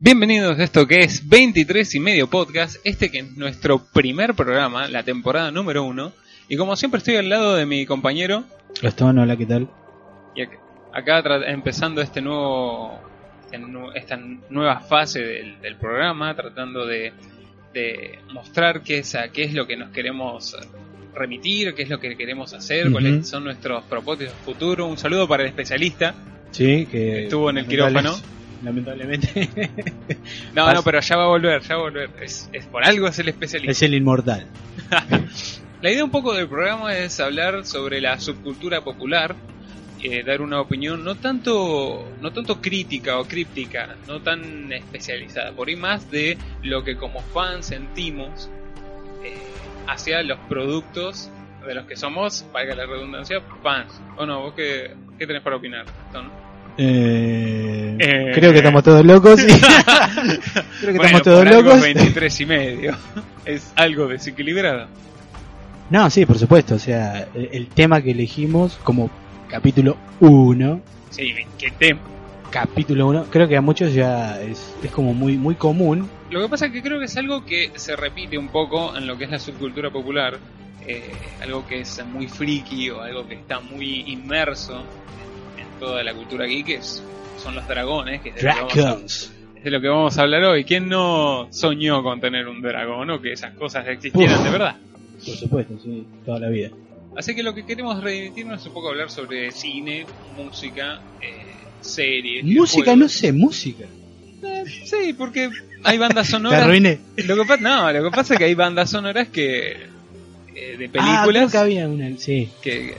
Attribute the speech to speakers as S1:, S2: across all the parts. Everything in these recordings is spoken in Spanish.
S1: Bienvenidos a esto que es 23 y medio podcast, este que es nuestro primer programa, la temporada número uno. Y como siempre estoy al lado de mi compañero,
S2: Gastón, hola, ¿qué tal?
S1: y ac- acá tra- empezando este nuevo, este nu- esta nueva fase del, del programa, tratando de, de mostrar qué es, a qué es lo que nos queremos remitir, qué es lo que queremos hacer,
S2: Ujú.
S1: cuáles son nuestros propósitos futuros. Un saludo para el especialista.
S2: Sí, que...
S1: Estuvo en el
S2: lamentables- Lamentablemente.
S1: No,
S2: Pas-
S1: no, pero ya va a volver, ya va a volver. Es, es por algo es el especialista.
S2: es el inmortal.
S1: La idea un poco del programa es hablar sobre la subcultura popular, eh, dar una opinión no tanto, no tanto crítica o críptica, no tan especializada, por ahí más de lo que como fans sentimos eh, hacia los productos de los que somos, valga la redundancia, fans. ¿O no? ¿Vos qué, qué tenés para opinar? Gastón?
S2: Eh,
S1: Eh.
S2: Creo que estamos todos locos. creo que
S1: Bueno,
S2: estamos todos
S1: por algo
S2: locos.
S1: 23 y medio. Es algo desequilibrado.
S2: No, sí, por supuesto. O sea, el, el tema que elegimos como capítulo 1,
S1: Sí, qué tema.
S2: capítulo 1, creo que a muchos ya es, es como muy, muy común.
S1: Lo que pasa es que creo que es algo que se repite un poco en lo que es la subcultura popular, eh, algo que es muy friki o algo que está muy inmerso en, en toda la cultura geek, es- son los dragones, que es de, lo que, vamos
S2: Dragons.
S1: a, es de lo que vamos a hablar hoy. ¿Quién no soñó con tener un dragón o que esas cosas existieran
S2: Uf.
S1: de verdad?
S2: Por supuesto, sí, toda la vida.
S1: Así que lo que queremos remitirnos es un poco hablar sobre cine, música, eh, series.
S2: Música, no
S1: videojuegos.
S2: sé, música.
S1: Eh, sí, porque hay bandas
S2: Te
S1: sonoras
S2: arruiné.
S1: Lo que pasa, no, lo que pasa es que hay bandas sonoras que eh, de
S2: Ah, creo
S1: películas
S2: que había una, sí.
S1: que eh,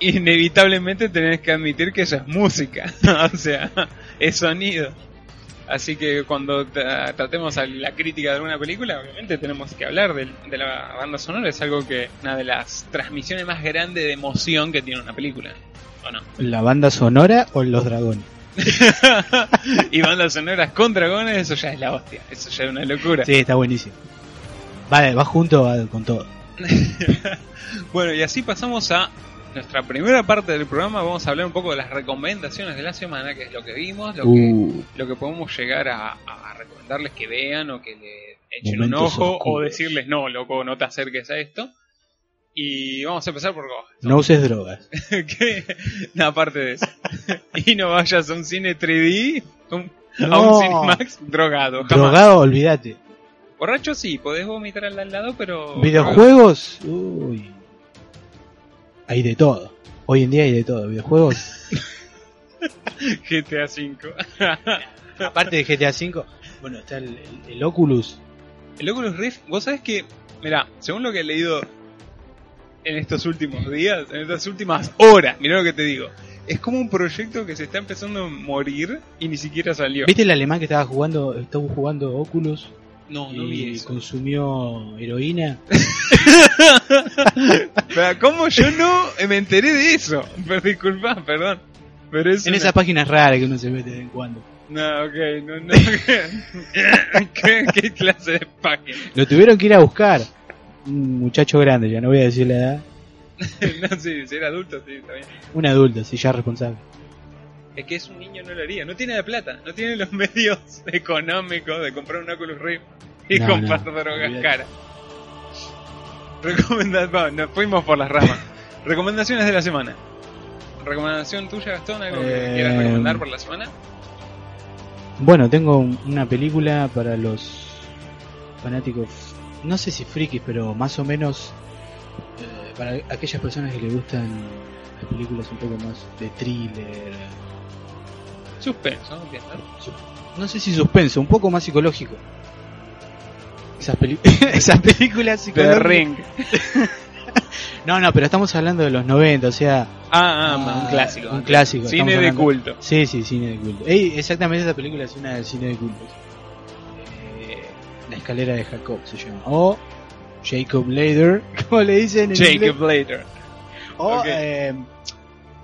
S1: inevitablemente tenés que admitir que eso es música, o sea, es sonido. Así que cuando tra- tratemos a la crítica de alguna película, obviamente tenemos que hablar del- de, la banda sonora, es algo que una de las transmisiones más grandes de emoción que tiene una película. ¿O no?
S2: ¿La banda sonora o los dragones?
S1: y bandas sonoras con dragones, eso ya es la hostia, eso ya es una locura.
S2: Sí, está buenísimo. Vale, va junto va con todo.
S1: Bueno, y así pasamos a nuestra primera parte del programa. Vamos a hablar un poco de las recomendaciones de la semana, que es lo que vimos, lo,
S2: Uh.
S1: que, lo que podemos llegar a, a recomendarles que vean o que le echen un
S2: Momentos
S1: ojo o
S2: oscuros.
S1: decirles no, loco, no te acerques a esto. Y vamos a empezar por vos.
S2: No uses drogas.
S1: ¿Qué? No, aparte de eso. y no vayas a un cine 3D, un- a
S2: No.
S1: un Cinemax drogado. jamás.
S2: Drogado, olvídate.
S1: Borracho sí, podés vomitar al al lado, pero...
S2: Videojuegos, uy. Hay de todo. Hoy en día hay de todo. Videojuegos,
S1: GTA V.
S2: aparte de GTA V, bueno, está el, el- el Oculus.
S1: El Oculus Rift, vos sabés que, mirá, según lo que he leído en estos últimos días, en estas últimas horas, mirá lo que te digo, es como un proyecto que se está empezando a morir y ni siquiera salió.
S2: ¿Viste el alemán que estaba jugando, estaba jugando Oculus
S1: No, no vi
S2: y
S1: eso.
S2: consumió heroína?
S1: Pero, ¿Cómo yo no me enteré de eso? Pero, disculpa, perdón. Pero es
S2: En
S1: una-
S2: esas páginas raras que uno se mete de vez en cuando.
S1: No, ok, no, no. ¿Qué, qué clase de página?
S2: Lo tuvieron que ir a buscar. Un muchacho grande, ya no voy a decir la edad.
S1: No, sí, si era adulto, sí, está bien.
S2: Un adulto, si ya responsable.
S1: Es que es un niño, no lo haría. No tiene la plata, no tiene los medios económicos de comprar un Oculus Rift y
S2: No,
S1: comprar
S2: no,
S1: drogas
S2: olvídate.
S1: caras. Recomendaciones. nos fuimos por las ramas. Recomendaciones de la semana. ¿Recomendación tuya, Gastón? ¿Algo que
S2: Eh,
S1: quieras recomendar por la semana?
S2: Bueno, tengo un- una película para los fanáticos, no sé si frikis, pero más o menos eh, para aquellas personas que les gustan las películas un poco más de thriller,
S1: Suspenso, entiendo.
S2: no sé si suspenso, un poco más psicológico. Esas, peli- esas películas
S1: The
S2: psicológicas.
S1: Ring.
S2: No, no, pero estamos hablando de los 90, o sea,
S1: Ah, ah,
S2: Ah,
S1: un clásico.
S2: un clásico, estamos
S1: Cine de
S2: hablando.
S1: culto.
S2: Sí, sí, cine de culto. Ey, exactamente, esa película es una de cine de culto. Eh, la escalera de Jacob se llama. O Jacob Lader, como le dicen en inglés.
S1: Jacob Later.
S2: O,
S1: ok.
S2: eh,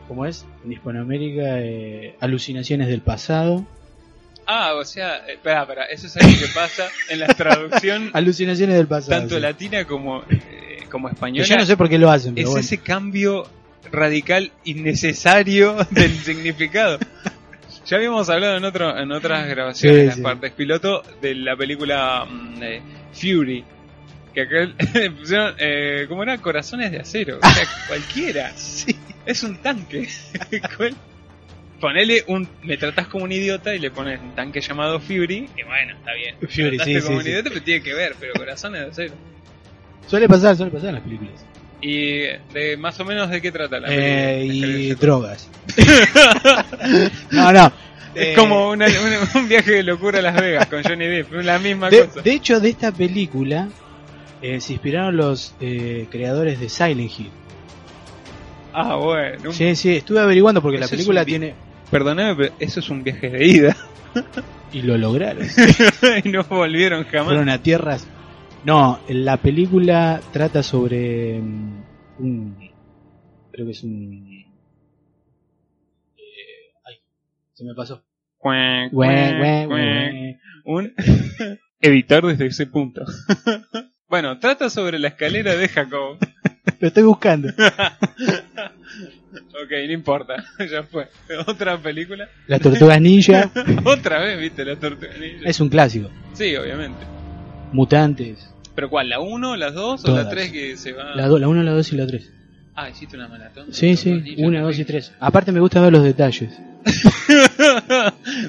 S2: ¿cómo es? En Hispanoamérica, eh, Alucinaciones del Pasado.
S1: Ah, o sea, eh, espera, espera, eso es algo que pasa en la traducción
S2: Alucinaciones del Pasado.
S1: tanto
S2: sí.
S1: latina como, eh, como
S2: Que
S1: española.
S2: yo no sé por qué lo hacen,
S1: es
S2: pero bueno.
S1: ese cambio radical innecesario del significado. Ya habíamos hablado en otro en otras grabaciones,
S2: Sí,
S1: en las
S2: sí.
S1: partes piloto, de la película mm, eh, Fury. Que aquel le pusieron, eh, ¿cómo era? Corazones de acero. O sea, cualquiera. Es un tanque. ¿Cuál? Ponele un. Me tratás como un idiota y le pones un tanque llamado Fury. Y bueno, está bien. Me
S2: Fury,
S1: trataste
S2: sí,
S1: como
S2: sí,
S1: un
S2: sí.
S1: idiota, pero tiene que ver, pero corazones de acero.
S2: Suele pasar, suele pasar en las películas.
S1: ¿Y de más o menos de qué trata la película?
S2: Eh,
S1: Déjale
S2: y
S1: yo-
S2: drogas. no, no.
S1: Es
S2: Eh,
S1: como una- un- un viaje de locura a Las Vegas con Johnny Depp, la misma
S2: de,
S1: cosa.
S2: de hecho, de esta película eh, se inspiraron los eh, creadores de Silent Hill.
S1: Ah, bueno. un-
S2: Sí, sí, estuve averiguando porque la
S1: Ese es
S2: película
S1: un vi-
S2: tiene...
S1: Perdóname, pero eso es un viaje de ida.
S2: Y lo lograron.
S1: y no volvieron jamás.
S2: Fueron a tierras... No, la película trata sobre mm, un... Creo que es un... eh, ay, se me pasó.
S1: Cuac,
S2: Güey,
S1: cuac,
S2: güey, güey.
S1: cuac. Un editor desde ese punto. bueno, trata sobre la escalera de Jacob.
S2: Lo estoy buscando.
S1: ok, no importa, ya fue. Otra película.
S2: La Tortuga Ninja
S1: Otra vez, viste, la tortuga ninja.
S2: es un clásico.
S1: Sí, obviamente.
S2: Mutantes.
S1: ¿Pero cuál? ¿La 1, las 2 o
S2: Todas.
S1: la 3 que se va?
S2: La 1, la 2 y la 3.
S1: Ah, hiciste una maratón. de
S2: Sí,
S1: Tortugas
S2: sí,
S1: Ninja,
S2: 1,
S1: ok.
S2: 2 y 3. Aparte me gusta ver los detalles.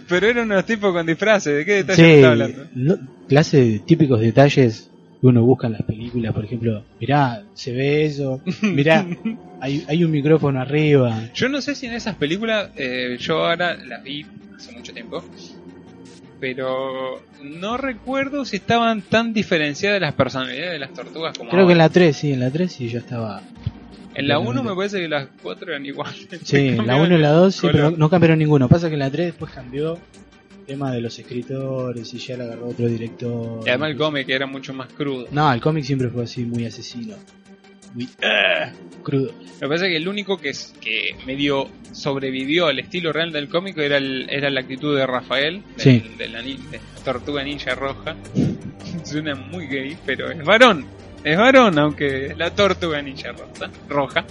S1: Pero eran unos tipos con disfraces, ¿de qué detalle me
S2: Sí,
S1: está hablando?
S2: no- clase de típicos detalles que uno busca en las películas. Por ejemplo, mirá, se ve eso. Mirá, hay, hay un micrófono arriba.
S1: Yo no sé si en esas películas, eh, yo ahora las vi hace mucho tiempo, pero no recuerdo si estaban tan diferenciadas las personalidades de las tortugas como
S2: Creo que en
S1: ahora.
S2: la 3, sí, en la 3 sí, ya estaba.
S1: En la 1 me parece que las 4 eran iguales.
S2: Sí, en la
S1: Cambiaban
S2: 1 y la 2 sí,
S1: color.
S2: pero no cambiaron ninguno. Pasa que en la 3 después cambió el tema de los escritores y ya la agarró otro director.
S1: Y además el cómic era mucho más crudo.
S2: No, el cómic siempre fue así, muy asesino. Muy ah, crudo.
S1: Lo que pasa es que el único que, es- que medio sobrevivió al estilo real del cómic era, el- era la actitud de Rafael, del-
S2: Sí.
S1: de, la, ni- de la tortuga ninja roja. Suena muy gay, pero es varón. Es varón, aunque es la tortuga ninja rosa, roja.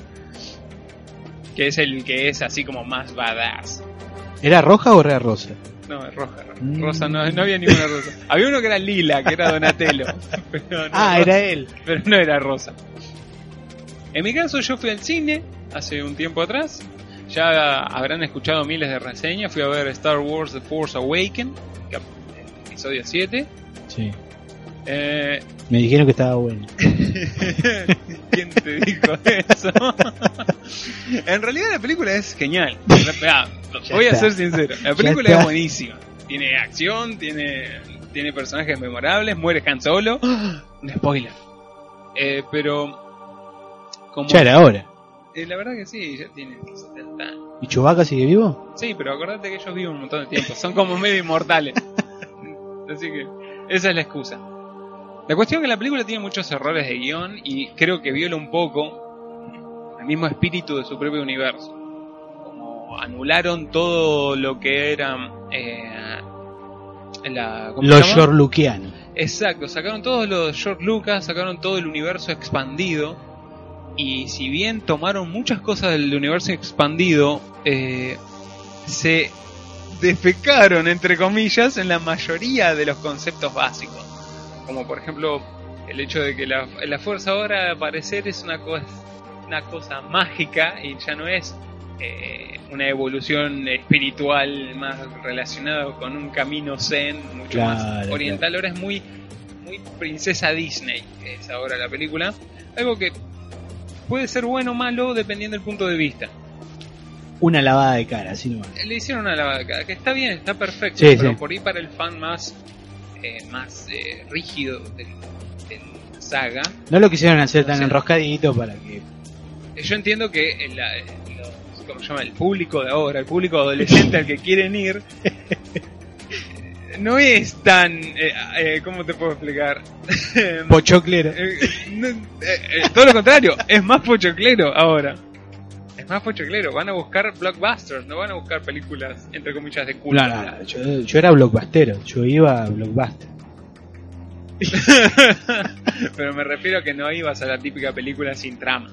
S1: Que es el que es así como más badass.
S2: ¿Era roja o era rosa?
S1: No, es roja, roja.
S2: Mm.
S1: Rosa, no, no había ninguna rosa. Había uno que era lila, que era Donatello. pero no rosa
S2: Ah, era él.
S1: pero no era rosa. En mi caso yo fui al cine hace un tiempo atrás, ya habrán escuchado miles de reseñas, fui a ver Star Wars The Force Awakens, cap- episodio 7.
S2: Sí.
S1: Eh,
S2: Me dijeron que estaba bueno.
S1: ¿Quién te dijo eso? en realidad la película es genial. Ah,
S2: Ya
S1: voy a
S2: está.
S1: ser sincero, la
S2: Ya
S1: película
S2: está.
S1: es buenísima. Tiene acción, tiene, tiene personajes memorables, muere Han Solo. Un spoiler. Eh, pero... Como,
S2: Ya era hora.
S1: Eh, la verdad que sí, ya tienen 70 años.
S2: ¿Y Chubaca sigue vivo?
S1: Sí, pero acordate que ellos viven un montón de tiempo. Son como medio inmortales. Así que esa es la excusa. La cuestión es que la película tiene muchos errores de guión y creo que viola un poco el mismo espíritu de su propio universo. Como anularon todo lo que era... eh, la, ¿cómo se
S2: Los
S1: llama?
S2: Yorluquianos.
S1: Exacto, sacaron todos los George Lucas, sacaron todo el universo expandido. Y si bien tomaron muchas cosas del universo expandido, eh, se defecaron, entre comillas, en la mayoría de los conceptos básicos. Como por ejemplo, el hecho de que la, la fuerza ahora de aparecer es una, cosa una cosa mágica y ya no es eh, una evolución espiritual más relacionada con un camino zen, mucho más
S2: Claro,
S1: oriental. Ahora es muy, muy princesa Disney, es ahora la película. Algo que puede ser bueno o malo dependiendo del punto de vista.
S2: una lavada de cara, así nomás.
S1: Le hicieron una lavada de cara, que está bien, está perfecto,
S2: Sí,
S1: pero
S2: sí.
S1: por ahí para el fan más, eh, más eh, rígido del- de la saga,
S2: No lo quisieron hacer tan
S1: Sí.
S2: enroscadito para que.
S1: eh, Yo entiendo que el, la- los- ¿cómo se llama? el público de ahora, el público adolescente al que quieren ir, eh, no es tan. eh, eh, ¿Cómo te puedo explicar?
S2: Pochoclero.
S1: Eh, no, eh, eh, todo lo contrario, es más pochoclero ahora. Es más pochoclero, van a buscar blockbusters, no van a buscar películas, entre comillas, de culto.
S2: No, no, no, yo, yo era blockbustero, yo iba a blockbuster.
S1: Pero me refiero a que no ibas a la típica película sin trama.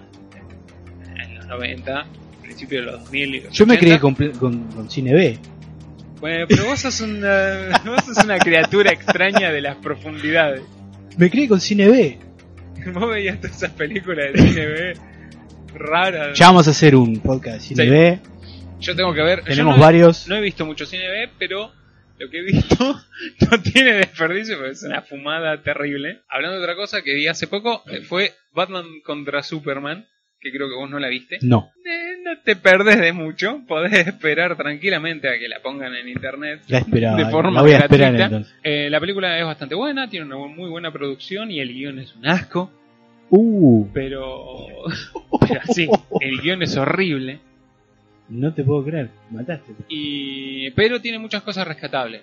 S1: En los 90, principio de los 2000. y los
S2: Yo me
S1: 80.
S2: crié con, pl- con, con cine B.
S1: Bueno, pero vos sos una, vos sos una criatura extraña de las profundidades.
S2: Me crié con cine B.
S1: Vos veías todas esas películas de cine B raras.
S2: Ya vamos a hacer un podcast de cine
S1: Sí.
S2: B.
S1: Yo tengo que ver. yo
S2: Tenemos
S1: no he-
S2: varios.
S1: No he visto mucho cine B, pero lo que he visto no tiene desperdicio, pero es una fumada terrible. Hablando de otra cosa que vi hace poco, eh, fue Batman contra Superman, que creo que vos no la viste.
S2: No,
S1: Eh, no te perdés de mucho, podés esperar tranquilamente a que la pongan en internet.
S2: la esperaba.
S1: De forma
S2: la voy a esperar
S1: gratuita.
S2: entonces.
S1: Eh, la película es bastante buena, tiene una bu- muy buena producción y el guión es un asco,
S2: Uh,
S1: pero, pero así, el guión es horrible.
S2: no te puedo creer. Mataste.
S1: y pero tiene muchas cosas rescatables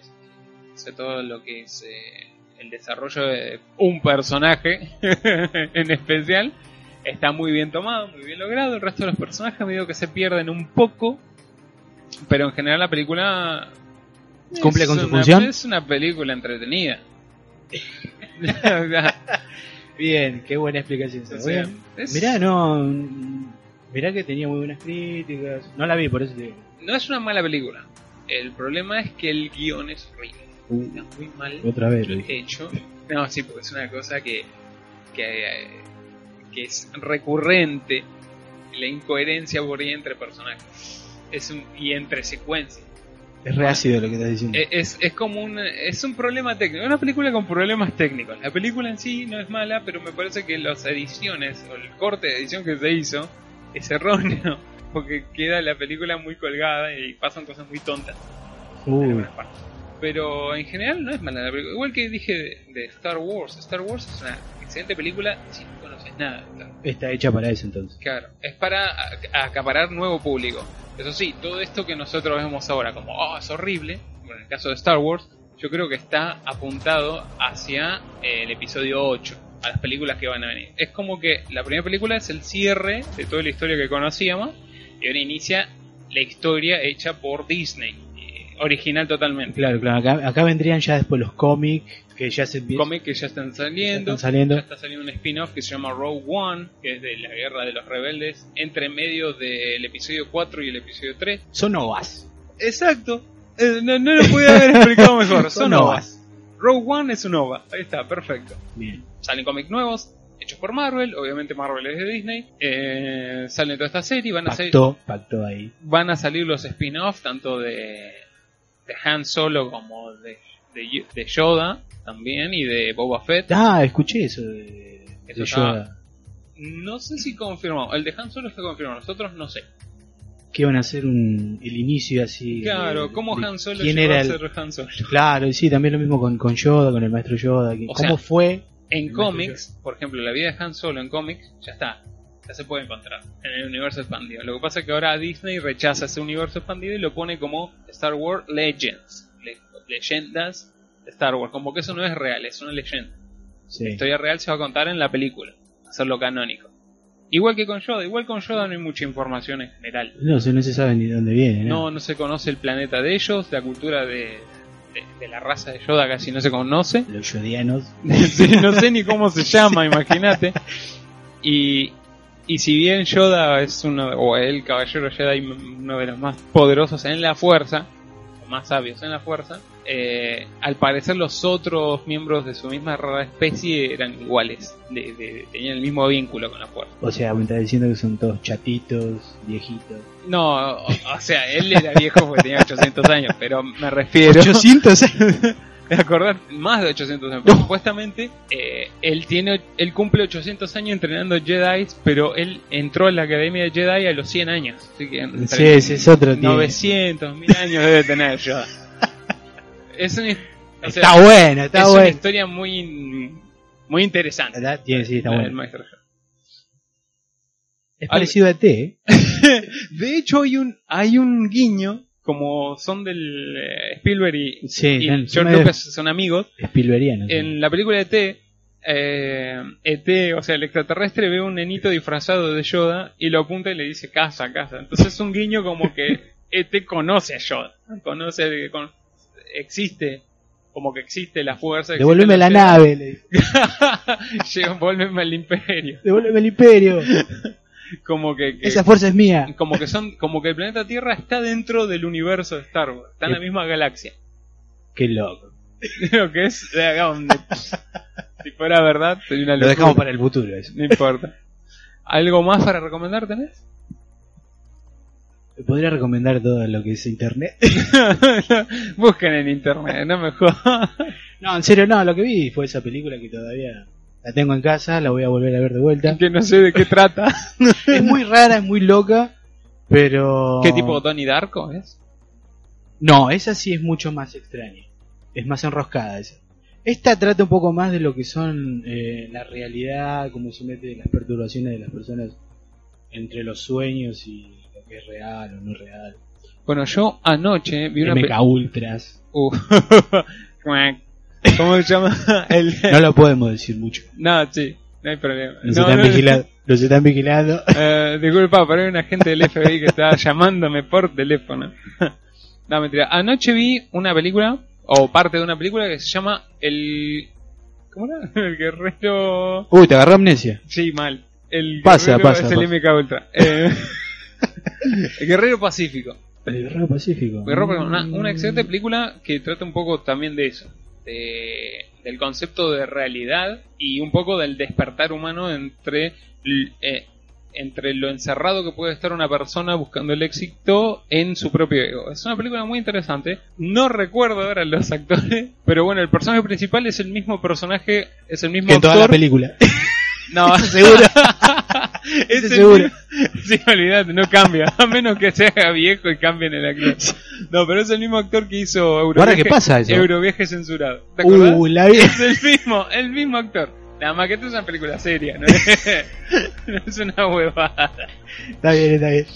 S1: sobre todo lo que es eh, el desarrollo de un personaje en especial está muy bien tomado muy bien logrado el resto de los personajes medio que se pierden un poco pero en general la película es
S2: ¿Cumple con su
S1: una-
S2: función?
S1: es una película entretenida O sea,
S2: Bien, qué buena explicación.
S1: o
S2: esa,
S1: sea,
S2: bien.
S1: es-
S2: Mirá, no. mm, Mirá que tenía muy buenas críticas. No la vi, por eso te digo.
S1: no es una mala película el problema es que el guión es horrible
S2: Uh,
S1: está muy mal
S2: Otra vez lo dije.
S1: hecho. No, sí, porque es una cosa que, que, eh, que es recurrente, la incoherencia por ahí entre personajes es un, y entre secuencias.
S2: Es reácido lo que estás diciendo.
S1: E- Es, es como un, es un problema técnico, es una película con problemas técnicos. La película en sí no es mala, pero me parece que las ediciones o el corte de edición que se hizo es erróneo, porque queda la película muy colgada y pasan cosas muy tontas en
S2: Uy,
S1: algunas partes. Pero en general no es mala la película. Igual que dije de, de Star Wars. Star Wars es una excelente película si no conoces nada. de Star Wars.
S2: está hecha para eso entonces.
S1: Claro, es para a- acaparar nuevo público. Eso sí, todo esto que nosotros vemos ahora como, oh, es horrible, bueno, en el caso de Star Wars, yo creo que está apuntado hacia eh, el episodio 8, a las películas que van a venir. Es como que la primera película es el cierre de toda la historia que conocíamos y ahora inicia la historia hecha por Disney, eh, original totalmente.
S2: Claro, claro. Acá, acá vendrían ya después los cómics que ya se empie-
S1: cómics que ya están
S2: ya
S1: saliendo.
S2: están saliendo.
S1: Ya está saliendo un spin-off que se llama Rogue One, que es de la guerra de los rebeldes, entre medio del episodio 4 y el episodio 3.
S2: Son ovas.
S1: Exacto. Eh, No, no lo pude haber explicado mejor. Son
S2: Son
S1: ovas. Rogue One es un OVA. Ahí está, perfecto.
S2: Bien.
S1: Salen cómics nuevos, hechos por Marvel. Obviamente Marvel es de Disney. Eh, salen toda esta serie. Van a, salir,
S2: Pactó, pactó ahí.
S1: van a salir los spin-off, tanto de, de Han Solo como de, de, de Yoda también y de Boba Fett.
S2: Ah, escuché eso de,
S1: Eso
S2: de
S1: estaba-
S2: Yoda.
S1: No sé si confirmó. El de Han Solo está confirmado. Nosotros no sé.
S2: Que iban a hacer un, el inicio así.
S1: Claro,
S2: de-
S1: ¿cómo
S2: de
S1: Han Solo
S2: ¿Quién
S1: llegó
S2: era
S1: a
S2: el-
S1: ser Han Solo?
S2: Claro, y sí, también lo mismo con, con Yoda, con el maestro Yoda. que-
S1: O
S2: ¿Cómo
S1: sea,
S2: fue?
S1: En
S2: El
S1: cómics, por ejemplo, la vida de Han Solo en cómics ya está. Ya se puede encontrar en el universo expandido. Lo que pasa es que ahora Disney rechaza ese universo expandido y lo pone como Star Wars Legends. Le- leyendas de Star Wars. Como que eso no es real, es una leyenda.
S2: Sí.
S1: La historia real se va a contar en la película. Hacerlo canónico. Igual que con Yoda. Igual con Yoda no hay mucha información en general.
S2: No, se- no se sabe ni de dónde viene.
S1: No, no se conoce el planeta de ellos, la cultura de, de- de la raza de Yoda casi no se conoce.
S2: Los yodianos.
S1: Sí, no sé ni cómo se llama, imagínate. Y, y si bien Yoda es uno, de- o el caballero Jedi, m- uno de los más poderosos en la fuerza, o más sabios en la fuerza, eh, al parecer los otros miembros de su misma rara especie eran iguales, de- de- tenían el mismo vínculo con la fuerza.
S2: O sea, me está diciendo que son todos chatitos, viejitos.
S1: No, o, o sea, él era viejo porque tenía 800 años, pero me refiero...
S2: 800
S1: eh. de acordar más de 800 años. Porque Supuestamente eh, él tiene él cumple 800 años entrenando Jedi, pero él entró a la academia de Jedi a los 100 años. Así que entre
S2: Sí, ese es otro tío.
S1: 900, 1000 años debe tener yo. Es una, o sea,
S2: está bueno, está
S1: es una
S2: bueno.
S1: historia muy in- muy interesante.
S2: ¿Verdad? Tiene- sí, está
S1: la del
S2: bueno.
S1: maestro Yoda.
S2: Es parecido a T, ¿eh?
S1: De hecho hay un hay un guiño como son del eh, Spielberg y,
S2: Sí,
S1: y
S2: no, son
S1: George
S2: medio
S1: Lucas son amigos.
S2: Spielbergianos.
S1: En la película de ET, eh, ET, o sea, el extraterrestre ve un nenito disfrazado de Yoda y lo apunta y le dice casa, casa. Entonces es un guiño como que ET conoce a Yoda, conoce, con- existe, como que existe la fuerza. existe
S2: Devuélveme la
S1: Jedi.
S2: nave, le dice.
S1: Llega, Devuélveme al imperio.
S2: Devuélveme el imperio.
S1: como que, que-
S2: Esa fuerza es mía.
S1: como que son, como que el planeta Tierra está dentro del universo de Star Wars, está en la
S2: Sí.
S1: misma galaxia.
S2: Qué loco.
S1: Lo que es, le hagamos de- si fuera verdad, sería una
S2: Lo
S1: locura.
S2: dejamos para el futuro. eso.
S1: No importa. ¿Algo más para recomendar tenés?
S2: Podría recomendar todo lo que es internet.
S1: Busquen en internet, no me jodas.
S2: No, en serio, no. Lo que vi fue esa película que todavía la tengo en casa. La voy a volver a ver de vuelta.
S1: Que no sé de qué trata.
S2: es muy rara, es muy loca. Pero.
S1: ¿Qué tipo Donnie Darko es?
S2: No, esa sí es mucho más extraña. Es más enroscada esa. Esta trata un poco más de lo que son eh, la realidad, cómo se mete las perturbaciones de las personas entre los sueños y lo que es real o no real.
S1: Bueno, yo anoche vi una
S2: MK Ultras.
S1: Uh. Cuac. ¿Cómo se llama? El...
S2: No lo podemos decir mucho.
S1: No, sí, no hay problema.
S2: Nos
S1: No,
S2: están
S1: no,
S2: vigilando. Los están vigilando.
S1: Eh, disculpa, pero hay un agente del FBI que está llamándome por teléfono. no, mentira. Anoche vi una película, o parte de una película, que se llama El. ¿Cómo era? El guerrero.
S2: Uy, te agarró amnesia.
S1: Sí, mal. El
S2: Pasa,
S1: guerrero
S2: pasa,
S1: es el
S2: pasa.
S1: MK Ultra. Eh, el guerrero pacífico.
S2: El Guerrero Pacífico.
S1: Guerrero Pacífico, una, una
S2: Mm.
S1: excelente película que trata un poco también de eso. de- del concepto de realidad y un poco del despertar humano entre, l- eh, entre lo encerrado que puede estar una persona buscando el éxito en su propio ego. Es una película muy interesante. No recuerdo ahora los actores, pero bueno, el personaje principal es el mismo personaje, es el mismo
S2: Que en toda la
S1: actor.
S2: película.
S1: No,
S2: Seguro.
S1: es el
S2: seguro.
S1: mismo- Sí, olvidate, no cambia. A menos que se haga viejo y cambien el actor. No, pero es el mismo actor que hizo
S2: ¿Ahora
S1: Euroviaje,
S2: qué pasa eso?
S1: Euroviaje censurado. ¿Te acordás?
S2: Uh, la vi.
S1: Es el mismo, el mismo actor. Nada más que esto es una película seria, no es, no es una huevada.
S2: Está bien, está bien.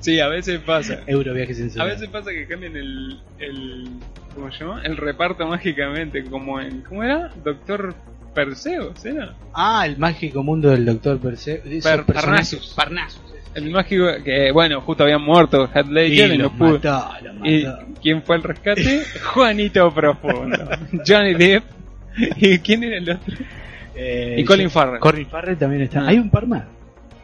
S1: Sí, a veces pasa.
S2: Euroviaje
S1: A
S2: censurado.
S1: veces pasa que cambian el, el ¿cómo se llama? El reparto mágicamente, como en ¿cómo era? Doctor Perseo, ¿era?
S2: Ah, el mágico mundo del doctor Perseus.
S1: Per- Parnassus. El mágico que bueno, justo habían muerto Head Ledger y,
S2: Y
S1: no
S2: los
S1: pudo.
S2: mató, los
S1: ¿Y
S2: mató.
S1: quién fue al rescate? Juanito Profundo. Johnny Depp. ¿Y quién era el otro?
S2: Eh,
S1: Y Colin
S2: sí.
S1: Farrell.
S2: Colin Farrell también está.
S1: Ah.
S2: Hay un par más.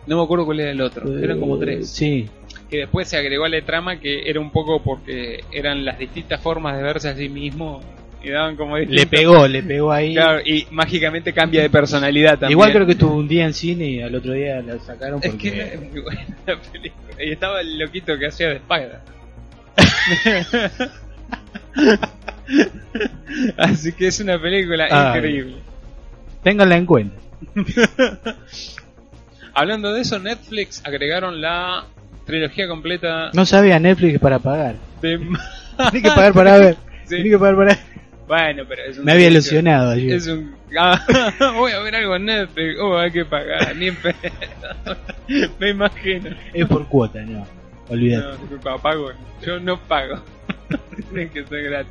S1: No me acuerdo cuál era el otro. Eran como
S2: Eh,
S1: tres.
S2: Sí.
S1: Que después se agregó a la trama que era un poco porque eran las distintas formas de verse a sí mismo. Y daban como
S2: Le
S1: distintos-
S2: pegó, le pegó ahí.
S1: Claro, y mágicamente cambia de personalidad también.
S2: Igual creo que estuvo un día en cine y al otro día la sacaron
S1: Es
S2: porque...
S1: que era muy buena la película. Y estaba el loquito que hacía de Spider. Así que es una película
S2: Ah.
S1: increíble.
S2: Ténganla en cuenta.
S1: Hablando de eso, Netflix agregaron la trilogía completa
S2: No sabía Netflix para pagar.
S1: de...
S2: Tiene que pagar para ver.
S1: Sí.
S2: Tiene que pagar para ver.
S1: Bueno, pero es un
S2: Me había
S1: servicio.
S2: ilusionado allí.
S1: Es un... Ah, voy a ver algo en Netflix. Oh, hay que pagar. Ni en pedo. Me imagino.
S2: Es por cuota, no. Olvídate.
S1: No, disculpa, pago. Yo no pago. Dicen que soy gratis.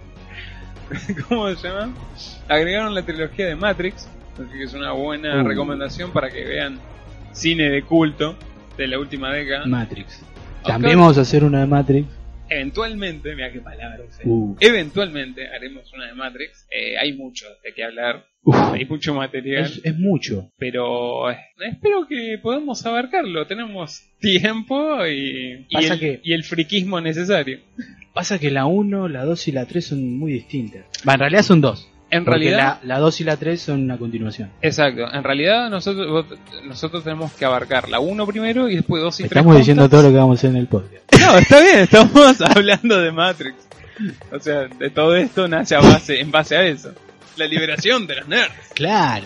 S1: ¿Cómo se llama? Agregaron la trilogía de Matrix, así que es una buena
S2: Uh.
S1: recomendación para que vean cine de culto de la última década.
S2: Matrix.
S1: Acá-
S2: También vamos a hacer una de Matrix.
S1: Eventualmente, mira qué palabra usé.
S2: Uh.
S1: Eventualmente haremos una de Matrix. Eh, hay mucho de qué hablar,
S2: Uf,
S1: hay mucho material,
S2: es, es mucho.
S1: pero eh, espero que podamos abarcarlo. Tenemos tiempo y, y,
S2: Pasa
S1: el,
S2: que-
S1: y el friquismo necesario.
S2: Pasa que la 1, la 2 y la 3 son muy distintas. Va, en realidad son dos.
S1: En
S2: Porque
S1: realidad,
S2: la, la 2 y la 3 son una continuación.
S1: Exacto, en realidad nosotros vos- nosotros tenemos que abarcar la 1 primero y después 2 y 3.
S2: Estamos diciendo todo lo que vamos a hacer en el podcast.
S1: No, está bien, estamos hablando de Matrix. O sea, de todo esto nace a base, en base a eso. La liberación de los nerds.
S2: Claro.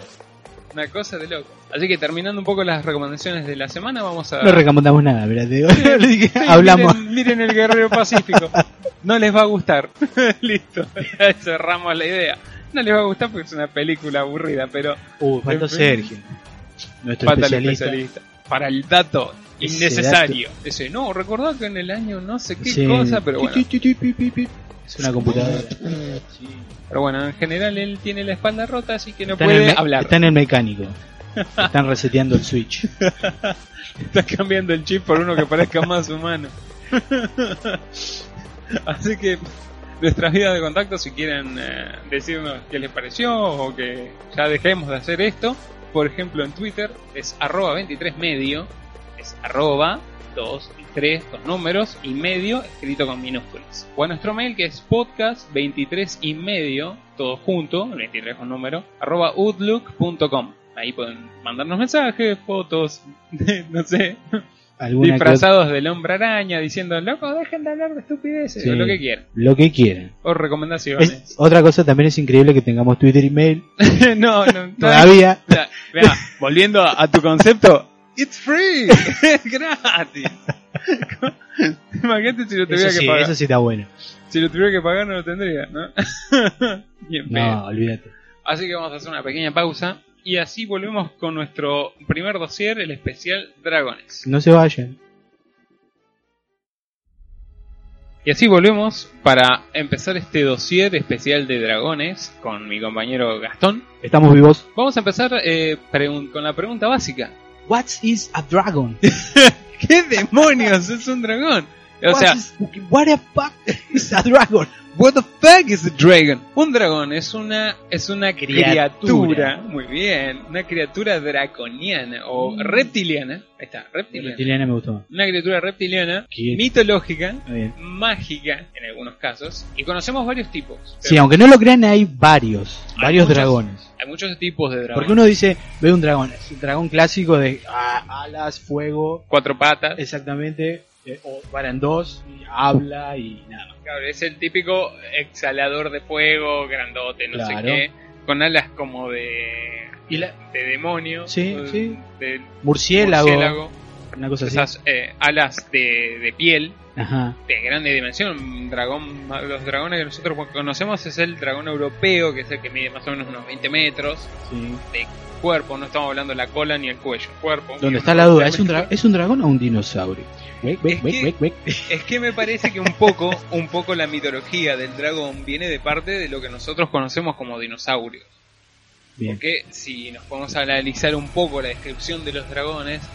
S1: Una cosa de loco. Así que terminando un poco las recomendaciones de la semana, vamos a...
S2: No recomendamos nada, pero te digo. Le dije,
S1: Sí,
S2: hablamos.
S1: Miren, miren el Guerrero Pacífico. No les va a gustar. Listo, cerramos la idea. No les va a gustar porque es una película aburrida, pero
S2: Uh, faltó
S1: en fin.
S2: Sergio. Nuestro
S1: Falta el
S2: especialista.
S1: especialista. Para el dato
S2: Ese
S1: innecesario. Ese, no, recordá que en el año no sé qué
S2: Sí.
S1: cosa, pero bueno.
S2: Es una computadora.
S1: Pero bueno, en general él tiene la espalda rota, así que no
S2: Está en, el
S1: puede
S2: me-
S1: hablar.
S2: está en el mecánico. Están reseteando el switch.
S1: Está cambiando el chip por uno que parezca más humano. así que nuestras vidas de contacto, si quieren eh, decirnos qué les pareció o que ya dejemos de hacer esto, por ejemplo en Twitter es arroba 23medio. es arroba, dos y tres, dos números y medio, escrito con minúsculas. O a nuestro mail que es podcast 23 y medio, todo junto, 23 con número, arroba outlook.com. Ahí pueden mandarnos mensajes, fotos, no sé,
S2: Alguna que
S1: disfrazados del hombre araña, diciendo, loco, dejen de hablar de estupideces,
S2: Sí.
S1: o lo que quieran.
S2: otra- lo que quieran.
S1: O
S2: Es-
S1: recomendaciones.
S2: otra cosa también es increíble que tengamos Twitter y mail
S1: no, no, no.
S2: todavía.
S1: O sea, mirá, volviendo a, a tu concepto, it's free, es gratis. Imagínate si lo tuviera
S2: Eso
S1: que
S2: sí,
S1: pagar.
S2: eso sí está bueno.
S1: Si lo tuviera que pagar no lo tendría, ¿no? Bien pedo.
S2: No, olvídate.
S1: Así que vamos a hacer una pequeña pausa y así volvemos con nuestro primer dossier, el especial Dragones.
S2: No se vayan.
S1: Y así volvemos para empezar este dossier especial de Dragones con mi compañero Gastón.
S2: Estamos vivos.
S1: Vamos a empezar eh, pregun- con la pregunta básica.
S2: What is a dragon?
S1: ¿Qué demonios es un dragón? O
S2: What
S1: sea,
S2: is- what the fuck is a dragon?
S1: What the fuck is a dragon? Un dragón es una es una criatura.
S2: Criatura.
S1: muy bien, una criatura draconiana o
S2: Mm.
S1: reptiliana, ahí está, reptiliana.
S2: Reptiliana me gustó. más.
S1: Una criatura reptiliana,
S2: ¿Qué?
S1: mitológica,
S2: Está bien.
S1: mágica en algunos casos y conocemos varios tipos.
S2: Sí, aunque no lo crean, hay varios,
S1: Hay
S2: varios
S1: muchos
S2: dragones.
S1: Hay muchos tipos de dragones.
S2: Porque uno dice, ve un dragón, es un dragón clásico de ah, alas, fuego,
S1: Cuatro patas.
S2: exactamente, eh, o paran dos, y habla y nada.
S1: Claro, es el típico exhalador de fuego, grandote, no sé
S2: Claro.
S1: qué, con alas como de
S2: Y la-
S1: de demonio,
S2: Sí,
S1: de-
S2: sí.
S1: de
S2: Murciélago,
S1: murciélago.
S2: una cosa así.
S1: esas eh, alas de, de piel
S2: Ajá.
S1: de grande dimensión. Un dragón, los dragones que nosotros conocemos es el dragón europeo, que es el que mide más o menos unos 20 metros.
S2: sí.
S1: Cuerpo, no estamos hablando de la cola ni el cuello. Cuerpo.
S2: Donde
S1: mide
S2: está
S1: unos
S2: la duda,
S1: 20
S2: ¿es un, dra-
S1: metros.
S2: ¿es un dragón o un dinosaurio? Wek, wek,
S1: Es
S2: wek,
S1: que-
S2: wek, wek.
S1: Es que me parece que un poco, un poco la mitología del dragón viene de parte de lo que nosotros conocemos como dinosaurios.
S2: Bien.
S1: Porque si nos podemos analizar un poco la descripción de los dragones, eh,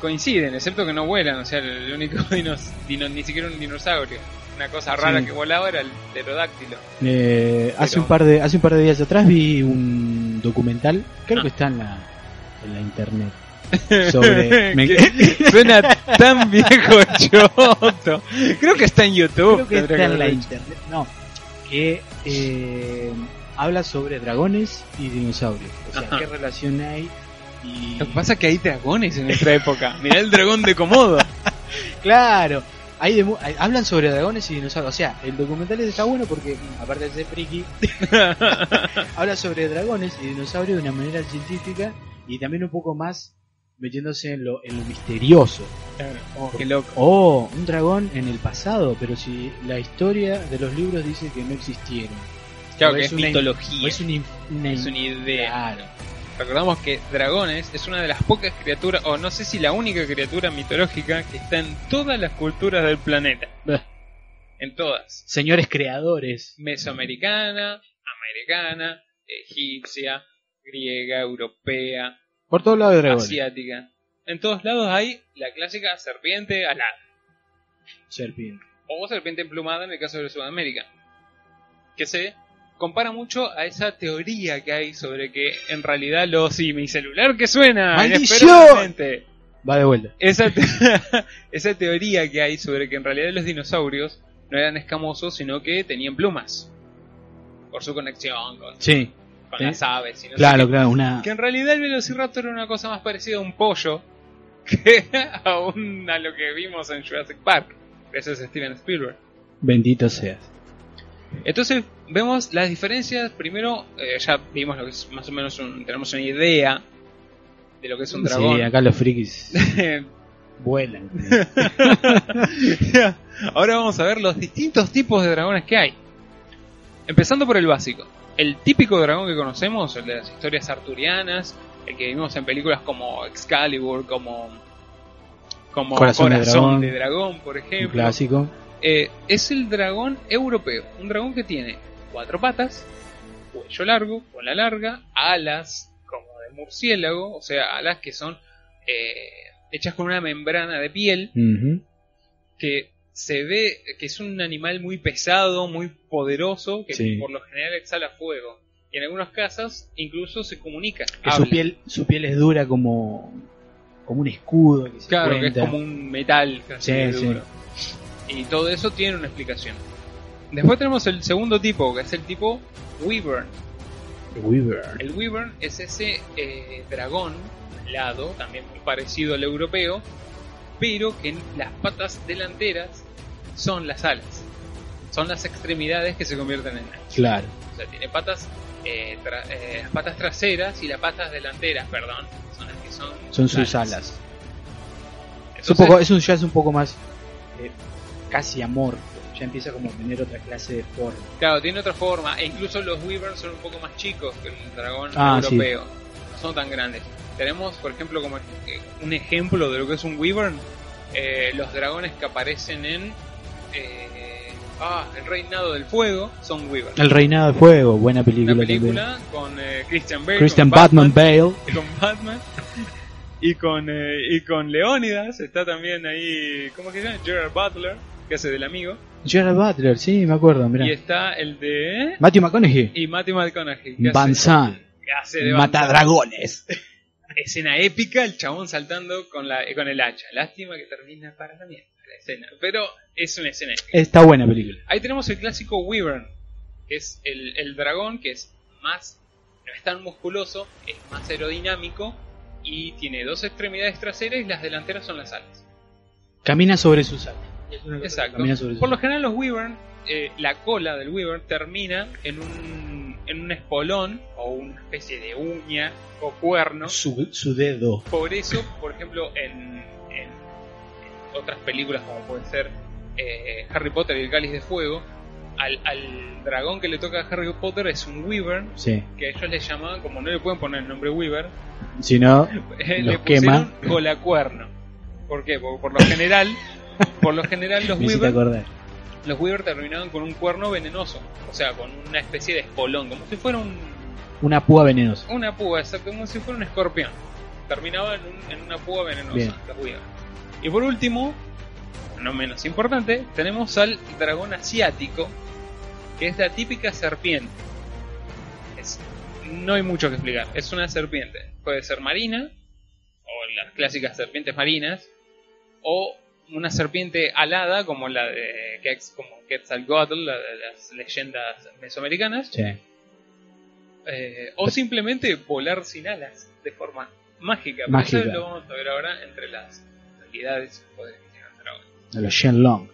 S1: coinciden, excepto que no vuelan, o sea, el único dinos, dino- ni siquiera un dinosaurio. Una cosa rara
S2: Sí.
S1: que volaba era el pterodáctilo.
S2: Eh, hace, un par de, hace un par de días atrás vi un documental, creo que está en la, en la internet, sobre... me-
S1: Que Suena tan viejo choto. Creo que está en YouTube.
S2: creo que
S1: tendría
S2: está en
S1: haberlo
S2: la
S1: hecho.
S2: internet. No, que eh, habla sobre dragones y dinosaurios. O sea,
S1: Ajá.
S2: qué relación hay. Y...
S1: Lo que pasa es que hay dragones en nuestra época. Mirá el dragón de Komodo.
S2: Claro, hay de mu- hay- hablan sobre dragones y dinosaurios. O sea, el documental este está bueno porque, mm, aparte de ser friki, habla sobre dragones y dinosaurios de una manera científica y también un poco más metiéndose en lo, en lo misterioso.
S1: Oh, qué loco.
S2: Oh, un dragón en el pasado, pero si la historia de los libros dice que no existieron.
S1: Claro
S2: O
S1: que
S2: es
S1: es
S2: una-
S1: mitología.
S2: O es
S1: Es
S2: una, inf- una in-
S1: una idea.
S2: Claro.
S1: Recordamos que Dragones es una de las pocas criaturas, o no sé si la única criatura mitológica que está en todas las culturas del planeta.
S2: Bah.
S1: En todas.
S2: Señores creadores.
S1: Mesoamericana, americana, egipcia, griega, europea,
S2: Por todos lados de dragones.
S1: asiática. En todos lados hay la clásica serpiente alada,
S2: Serpiente.
S1: o serpiente emplumada en el caso de Sudamérica. Que se compara mucho a esa teoría que hay sobre que en realidad los... Y mi celular que suena,
S2: ¡Maldición!
S1: inesperadamente.
S2: Va de vuelta.
S1: esa, te- esa teoría que hay sobre que en realidad los dinosaurios no eran escamosos, sino que tenían plumas. Por su conexión con,
S2: Sí.
S1: con
S2: Sí.
S1: las aves. y no sé
S2: Claro,
S1: qué.
S2: claro, una...
S1: Que en realidad el velociraptor era una cosa más parecida a un pollo que a, un- a lo que vimos en Jurassic Park. Gracias a Steven Spielberg.
S2: Bendito seas.
S1: Entonces vemos las diferencias. Primero, eh, ya vimos lo que es más o menos un, tenemos una idea de lo que es un dragón. Eh,
S2: Sí, acá los frikis vuelan.
S1: Ahora vamos a ver los distintos tipos de dragones que hay. Empezando por el básico. El típico dragón que conocemos, el de las historias arturianas, el que vimos en películas como Excalibur, como, como
S2: Corazón de Dragón.
S1: de dragón, por
S2: Un
S1: ejemplo.
S2: clásico.
S1: Eh, es el dragón europeo. Un dragón que tiene cuatro patas, cuello largo, cola larga, alas como de murciélago, o sea, alas que son eh, hechas con una membrana de piel
S2: Ujú.
S1: que se ve que es un animal muy pesado, muy poderoso, que
S2: Sí.
S1: por lo general exhala fuego. Y en algunos casos incluso se comunica.
S2: Que
S1: habla.
S2: su piel, su piel es dura como, como un escudo que se
S1: Claro, que es
S2: cuenta.
S1: como un metal casi
S2: Sí,
S1: de
S2: sí.
S1: duro. Y todo eso tiene una explicación. Después tenemos el segundo tipo, que es el tipo Wyvern.
S2: Wyvern.
S1: El Wyvern es ese eh, dragón alado, también muy parecido al europeo, pero que en las patas delanteras son las alas. Son las extremidades que se convierten en alas.
S2: Claro.
S1: O sea, tiene patas, eh, tra- eh, las patas traseras y las patas delanteras, perdón. Son las que son,
S2: Son sus
S1: alas.
S2: alas. Es un
S1: Entonces,
S2: poco, es un jazz un poco más eh, casi amor. Ya empieza como a tener otra clase de forma.
S1: Claro, tiene otra forma. E incluso los Wyverns son un poco más chicos que el dragón
S2: Ah, sí.
S1: europeo. No son tan grandes. Tenemos, por ejemplo, como eh, un ejemplo de lo que es un Wyvern. eh, los dragones que aparecen en eh, ah, El Reinado del Fuego son Wyverns.
S2: El Reinado de Fuego, buena película,
S1: Una
S2: también.
S1: película con eh, Christian Bale.
S2: Christian
S1: con
S2: Batman, Bale.
S1: Con Batman. Y con, eh, y con Leónidas. Está también ahí, ¿cómo que se llama? Gerard Butler, que hace del amigo.
S2: Gerard Butler, sí, me acuerdo, mirá.
S1: Y está el de...
S2: Matthew McConaughey.
S1: Y Matthew McConaughey. que hace-
S2: Van Sant.
S1: que hace de
S2: Mata
S1: Banzai.
S2: dragones.
S1: Escena épica, el chabón saltando con, la, con el hacha. Lástima que termina para la mierda la escena. Pero es una escena épica.
S2: Está buena película.
S1: Ahí tenemos el clásico Wyvern, que es el, el dragón, que es más. No es tan musculoso, es más aerodinámico y tiene dos extremidades traseras y las delanteras son las alas.
S2: Camina sobre sus alas.
S1: Exacto.
S2: Camina sobre sus
S1: Por lo
S2: alas.
S1: general, los Wyvern, eh, la cola del Wyvern termina en un, en un espolón o una especie de uña o cuerno
S2: Su, su dedo.
S1: Por eso, por ejemplo, en, en otras películas como pueden ser eh, Harry Potter y el Cáliz de Fuego, al, al dragón que le toca a Harry Potter es un Wyvern,
S2: Sí.
S1: que ellos le llamaban, como no le pueden poner el nombre Wyvern,
S2: Si no,
S1: eh,
S2: Los
S1: le pusieron
S2: quema.
S1: colacuerno. ¿Por qué? Porque por lo general, por lo general los
S2: me hiciste
S1: Wyvern,
S2: acordar.
S1: los Wyvern terminaban con un cuerno venenoso, o sea, con una especie de espolón, como si fuera un,
S2: Una púa venenosa.
S1: una púa, exacto, como si fuera un escorpión. Terminaba en, un- en una púa venenosa,
S2: Bien.
S1: los Wyvern. Y por último, no menos importante, tenemos al dragón asiático, que es la típica serpiente. Es- no hay mucho que explicar, es una serpiente. Puede ser marina, o las clásicas serpientes marinas, o una serpiente alada como la de Quex- como Quetzalcoatl, la de las leyendas mesoamericanas,
S2: Sí.
S1: eh, o simplemente volar sin alas de forma mágica. Pero
S2: Mágica.
S1: eso lo vamos a ver ahora entre las habilidades y poderes que tiene el dragón.
S2: A los Shenlong.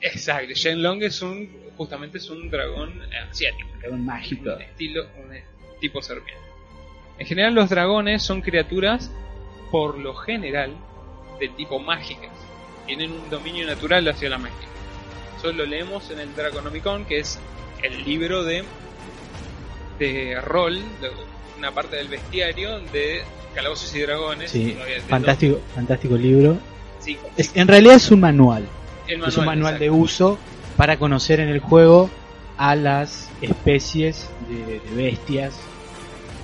S1: Exacto, Shenlong es un, justamente es un dragón eh, asiático,
S2: Dragón mágico.
S1: un estilo, un eh, tipo serpiente. En general los dragones son criaturas, por lo general, de tipo mágicas. Tienen un dominio natural hacia la magia. Eso lo leemos en el Draconomicon, que es el libro de, de rol, de una parte del bestiario de Calabozos y Dragones.
S2: Sí.
S1: no había- de
S2: Fantástico, fantástico libro.
S1: todo. Sí,
S2: Es- en realidad es un manual.
S1: el
S2: es un manual de
S1: exacto.
S2: uso para conocer en el juego a las especies de, de bestias.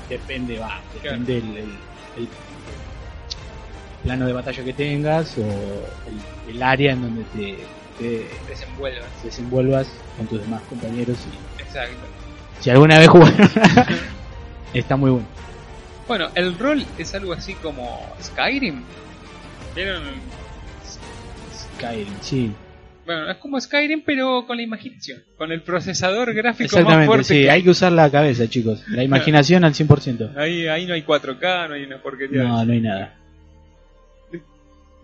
S2: Depende, va, depende el, el- el plano de batalla que tengas o el, el área en donde te, te
S1: Desenvuelvan,
S2: desenvuelvas con tus demás compañeros.
S1: exacto.
S2: Si alguna vez jugaron, está muy bueno.
S1: Bueno, el rol es algo así como Skyrim. ¿Vieron?
S2: Skyrim, sí.
S1: Bueno, es como Skyrim, pero con la imaginación. Con el procesador gráfico más
S2: Exactamente,
S1: fuerte.
S2: sí.
S1: que-
S2: Hay que usar la cabeza, chicos. La imaginación al 100%.
S1: ahí, ahí no hay 4K, no hay una porquería.
S2: No, no hay nada.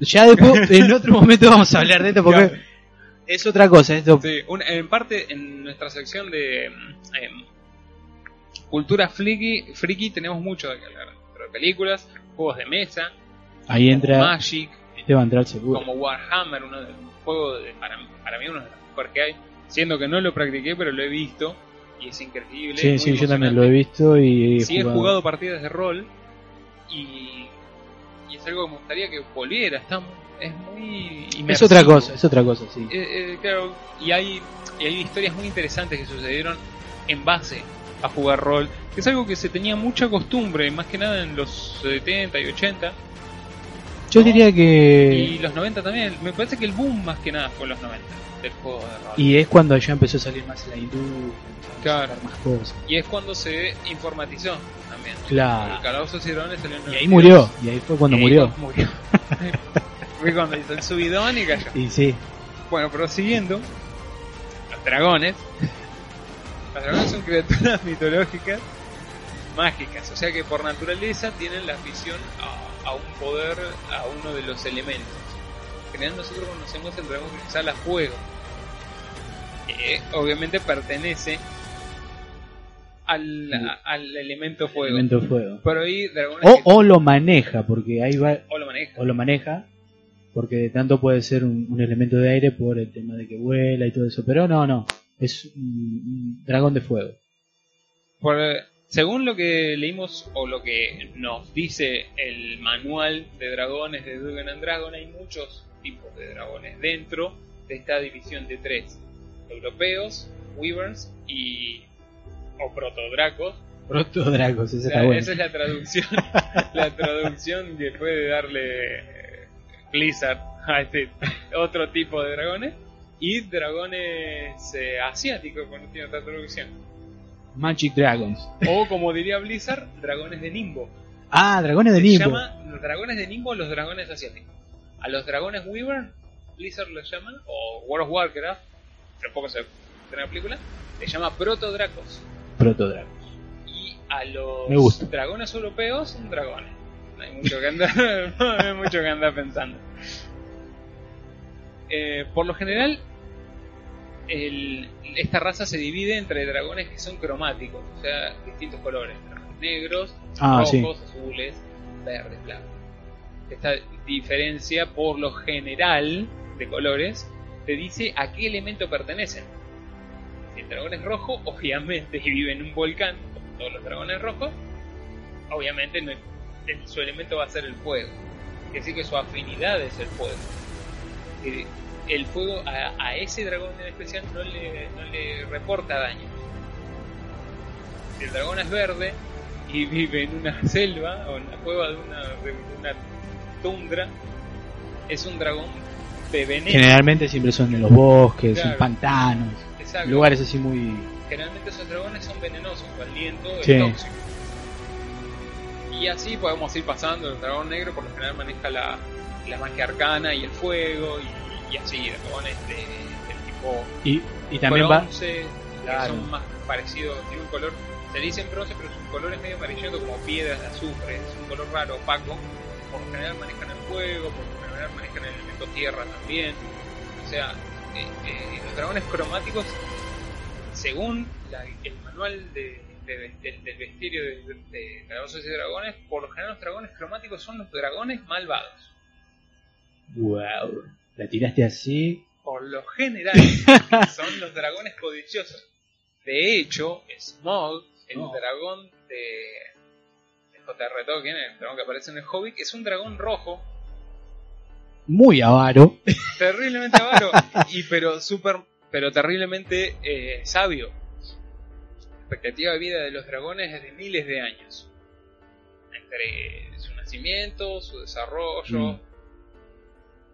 S2: Ya después, en otro momento vamos a hablar de esto porque
S1: Claro.
S2: es otra cosa. Esto
S1: Sí, un- en parte, en nuestra sección de mm, em, cultura friki, friki, tenemos mucho de que hablar. Pero películas, juegos de mesa,
S2: ahí
S1: como
S2: entra,
S1: Magic,
S2: este va a entrar seguro.
S1: como Warhammer, uno de los juegos de- para, para mí uno de los mejores que hay, siendo que no lo practiqué, pero lo he visto y es increíble.
S2: Sí,
S1: muy
S2: sí, yo también
S1: emocionante.
S2: lo he visto y he
S1: Sí, he
S2: jugado.
S1: jugado partidas de rol y, y es algo que me gustaría que volviera. Está, es muy.
S2: Es
S1: inmersivo.
S2: otra cosa, es otra cosa, sí.
S1: Eh, eh, claro, y hay, y hay historias muy interesantes que sucedieron en base a jugar rol, que es algo que se tenía mucha costumbre, más que nada en los 70 y 80.
S2: Yo diría que.
S1: Y los 90 también. Me parece que el boom más que nada fue en los 90 del juego de rol.
S2: Y es cuando ya empezó a salir más la industria, empezó a
S1: Claro.
S2: sacar más cosas.
S1: Y es cuando se informatizó también.
S2: Claro.
S1: El Calabozos y Dragones salió en
S2: Y ahí
S1: 92.
S2: murió, y ahí fue cuando
S1: Y ahí
S2: murió.
S1: murió. Fue cuando hizo el subidón y cayó.
S2: Y sí,
S1: Bueno, prosiguiendo, los dragones. Los dragones son criaturas mitológicas mágicas, o sea que por naturaleza tienen la afición a, a un poder, a uno de los elementos. En general nosotros conocemos el dragón que sale a fuego. Eh, obviamente pertenece al, a- al elemento fuego.
S2: elemento Oh, fuego.
S1: Pero hay dragones
S2: O,
S1: que-
S2: o lo maneja, porque ahí va,
S1: o lo manejan.
S2: o lo maneja, porque de tanto puede ser un, un elemento de aire por el tema de que vuela y todo eso, pero no, no, es un, un dragón de fuego.
S1: Por, eh, según lo que leímos o lo que nos dice el manual de dragones de Dugan and Dragon, hay muchos tipos de dragones dentro de esta división de tres: europeos, wyverns y. o protodracos.
S2: Proto dragos, ese
S1: O
S2: está
S1: sea,
S2: bueno.
S1: esa es la traducción, la traducción que puede darle eh, Blizzard a este otro tipo de dragones. Y dragones eh, asiáticos, cuando tiene otra traducción.
S2: Magic Dragons.
S1: O como diría Blizzard, dragones de Nimbo.
S2: Ah, dragones de
S1: Se
S2: Nimbo.
S1: llama los dragones de Nimbo a los dragones asiáticos. A los dragones Weaver, Blizzard los llama, o World of Warcraft, tampoco se en la película, le llama protodracos.
S2: Proto dragón.
S1: Y a los
S2: Me gusta.
S1: dragones europeos son dragones. No hay mucho que andar, no hay mucho que andar pensando. Eh, por lo general, el- esta raza se divide entre dragones que son cromáticos, o sea, distintos colores, dragones negros,
S2: Ah,
S1: rojos,
S2: sí.
S1: azules, verdes, blancos. Esta diferencia, por lo general, de colores, te dice a qué elemento pertenecen. Si el dragón es rojo, obviamente, y vive en un volcán, como todos los dragones rojos, obviamente no- el- su elemento va a ser el fuego. Es decir, que su afinidad es el fuego. Eh, El fuego a, a ese dragón en especial no le, no le reporta daño. Si el dragón es verde, y vive en una selva o en la cueva de una, de una tundra, es un dragón de veneno.
S2: Generalmente siempre son en los bosques,
S1: Claro.
S2: en pantanos,
S1: Exacto.
S2: lugares así muy...
S1: Generalmente esos dragones son venenosos, su aliento es
S2: Sí.
S1: tóxico. Y así podemos ir pasando. El dragón negro por lo general maneja la, la magia arcana y el fuego y, y así. Dragones de, del tipo
S2: Y, y también va...
S1: bronce, que
S2: Claro.
S1: son más parecidos, tiene un color, se le dicen bronce, pero su color es medio amarillento como piedras de azufre, es un color raro, opaco. Por lo general manejan el fuego, por lo general manejan el elemento tierra también. O sea, eh, eh, los dragones cromáticos, según la- el manual de, de- del- del vestirio de, de, de Calabozos y Dragones, por lo general los dragones cromáticos son los dragones malvados.
S2: Wow. La tiraste así.
S1: por lo general son los dragones codiciosos. De hecho, Smog, el
S2: No.
S1: dragón de, de J.R. Tolkien, el dragón que aparece en el Hobbit, es un dragón rojo,
S2: Muy avaro.
S1: terriblemente avaro, y pero super, pero terriblemente eh, sabio. La expectativa de vida de los dragones es de miles de años. Entre su nacimiento, su desarrollo.
S2: Mm.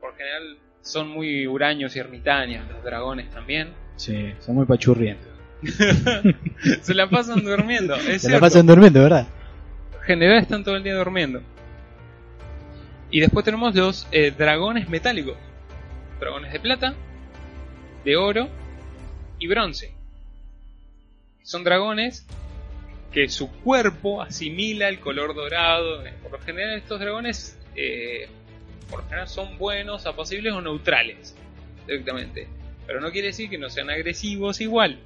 S1: Por general son muy huraños y ermitaños los dragones también.
S2: Sí, son muy pachurrientos.
S1: Se la pasan durmiendo, es
S2: Se la
S1: cierto.
S2: pasan durmiendo, ¿verdad?
S1: En general están todo el día durmiendo. Y después tenemos los eh, dragones metálicos. Dragones de plata, de oro y bronce. Son dragones que su cuerpo asimila el color dorado. Por lo general estos dragones eh, por lo general son buenos, apacibles o neutrales directamente. Pero no quiere decir que no sean agresivos igual.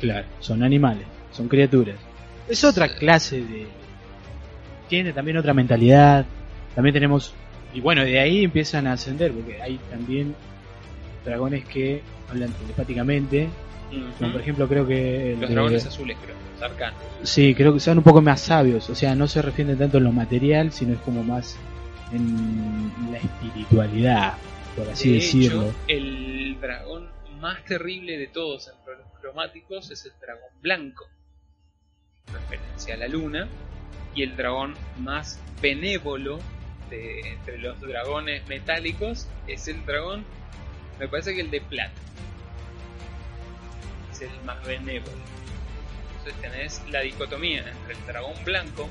S2: Claro. Son animales, son criaturas. Es otra clase de... Tiene también otra mentalidad. También tenemos... Y bueno, de ahí empiezan a ascender, porque hay también dragones que hablan telepáticamente. Como Mm, por ejemplo eh, creo que... el
S1: Los
S2: de-
S1: dragones azules, creo. Sarkhan.
S2: Sí, creo que son un poco más sabios, o sea, no se refieren tanto en lo material, sino es como más en la espiritualidad, por así
S1: de
S2: decirlo.
S1: Hecho, el dragón más terrible de todos entre los cromáticos es el dragón blanco, en referencia a la luna, y el dragón más benévolo este, entre los dragones metálicos es el dragón, me parece que el de plata. Es el más benévolo. Entonces tenés la dicotomía entre el dragón blanco,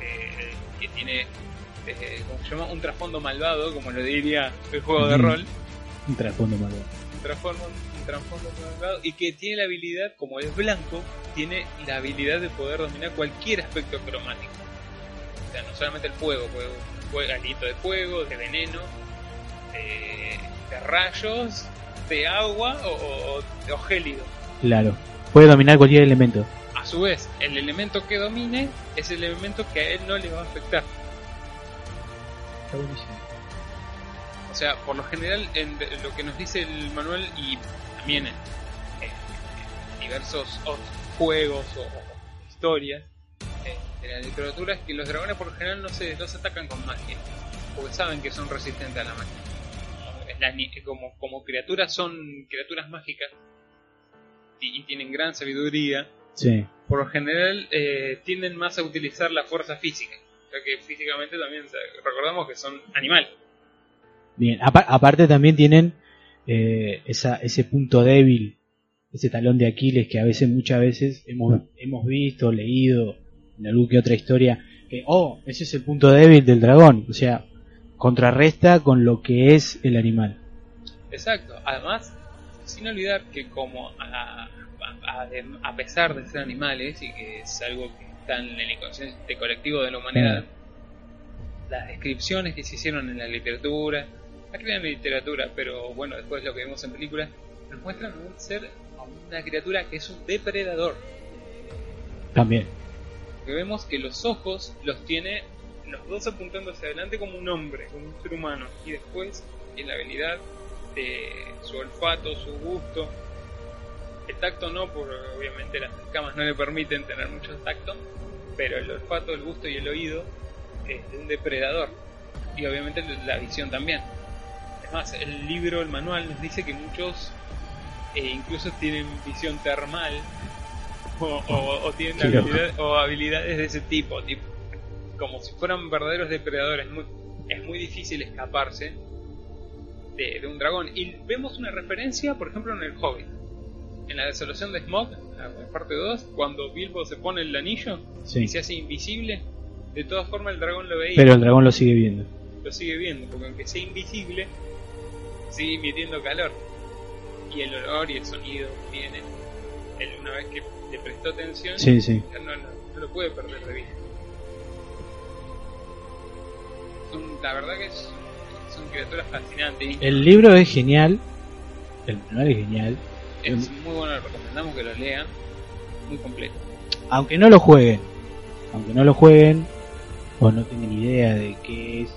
S1: eh, que tiene, eh, ¿cómo se llama? Un trasfondo malvado, como lo diría el juego de
S2: Mm.
S1: rol.
S2: Un trasfondo malo.
S1: transforma un trasfondo por un lado, y que tiene la habilidad, como es blanco, tiene la habilidad de poder dominar cualquier aspecto cromático. O sea, no solamente el fuego, fuego, fuego alito de fuego, de veneno, eh, de rayos, de agua o, o- o gélido.
S2: Claro. Puede dominar cualquier elemento.
S1: A su vez, el elemento que domine es el elemento que a él no le va a afectar.
S2: Está buenísimo.
S1: O sea, por lo general, en de- lo que nos dice el manual y también en, en- en diversos ot- juegos o, o historias eh, de la literatura es que los dragones por lo general no se, no se atacan con magia, porque saben que son resistentes a la magia. Es la ni- como, como criaturas son criaturas mágicas y, y tienen gran sabiduría,
S2: Sí.
S1: por lo general eh, tienden más a utilizar la fuerza física, ya que físicamente también se- recordamos que son animales.
S2: Bien. Apa- aparte también tienen eh, esa, ese punto débil, ese talón de Aquiles que a veces, muchas veces hemos, hemos visto, leído en alguna que otra historia, que, oh, ese es el punto débil del dragón. O sea, contrarresta con lo que es el animal.
S1: Exacto, además, sin olvidar que como a, a- a- de- a pesar de ser animales y que es algo que está en el inconsciente colectivo de la humanidad, las descripciones que se hicieron en la literatura, aquí en la literatura, pero bueno, después lo que vemos en películas, nos muestran un ser, a una criatura que es un depredador.
S2: También.
S1: Que vemos que los ojos los tiene los dos apuntando hacia adelante como un hombre, como un ser humano. Y después en la habilidad de su olfato, su gusto. El tacto no, porque obviamente las camas no le permiten tener mucho tacto. Pero el olfato, el gusto y el oído es de un depredador. Y obviamente la visión también. Es más, el libro, el manual nos dice que muchos eh, incluso tienen visión termal o, o- o tienen
S2: Qué loco.
S1: habilidad- o habilidades de ese tipo, tipo, como si fueran verdaderos depredadores. Muy- es muy difícil escaparse de, de un dragón. Y vemos una referencia, por ejemplo, en el Hobbit. En la desolación de Smog, la parte 2, cuando Bilbo se pone el anillo
S2: Sí.
S1: y se hace invisible, de todas formas el dragón lo veía
S2: Pero el dragón lo sigue viendo.
S1: lo sigue viendo, porque aunque sea invisible, sigue emitiendo calor. Y el olor y el sonido vienen. Él, una vez que le prestó atención,
S2: Sí, sí.
S1: ya no, no- no lo puede perder de vista. Son- la verdad que es- son criaturas fascinantes. y
S2: El libro es genial. El manual es genial.
S1: es muy bueno, lo recomendamos que lo lean. Muy completo.
S2: Aunque no lo jueguen. Aunque no lo jueguen. O no tengan idea de qué es.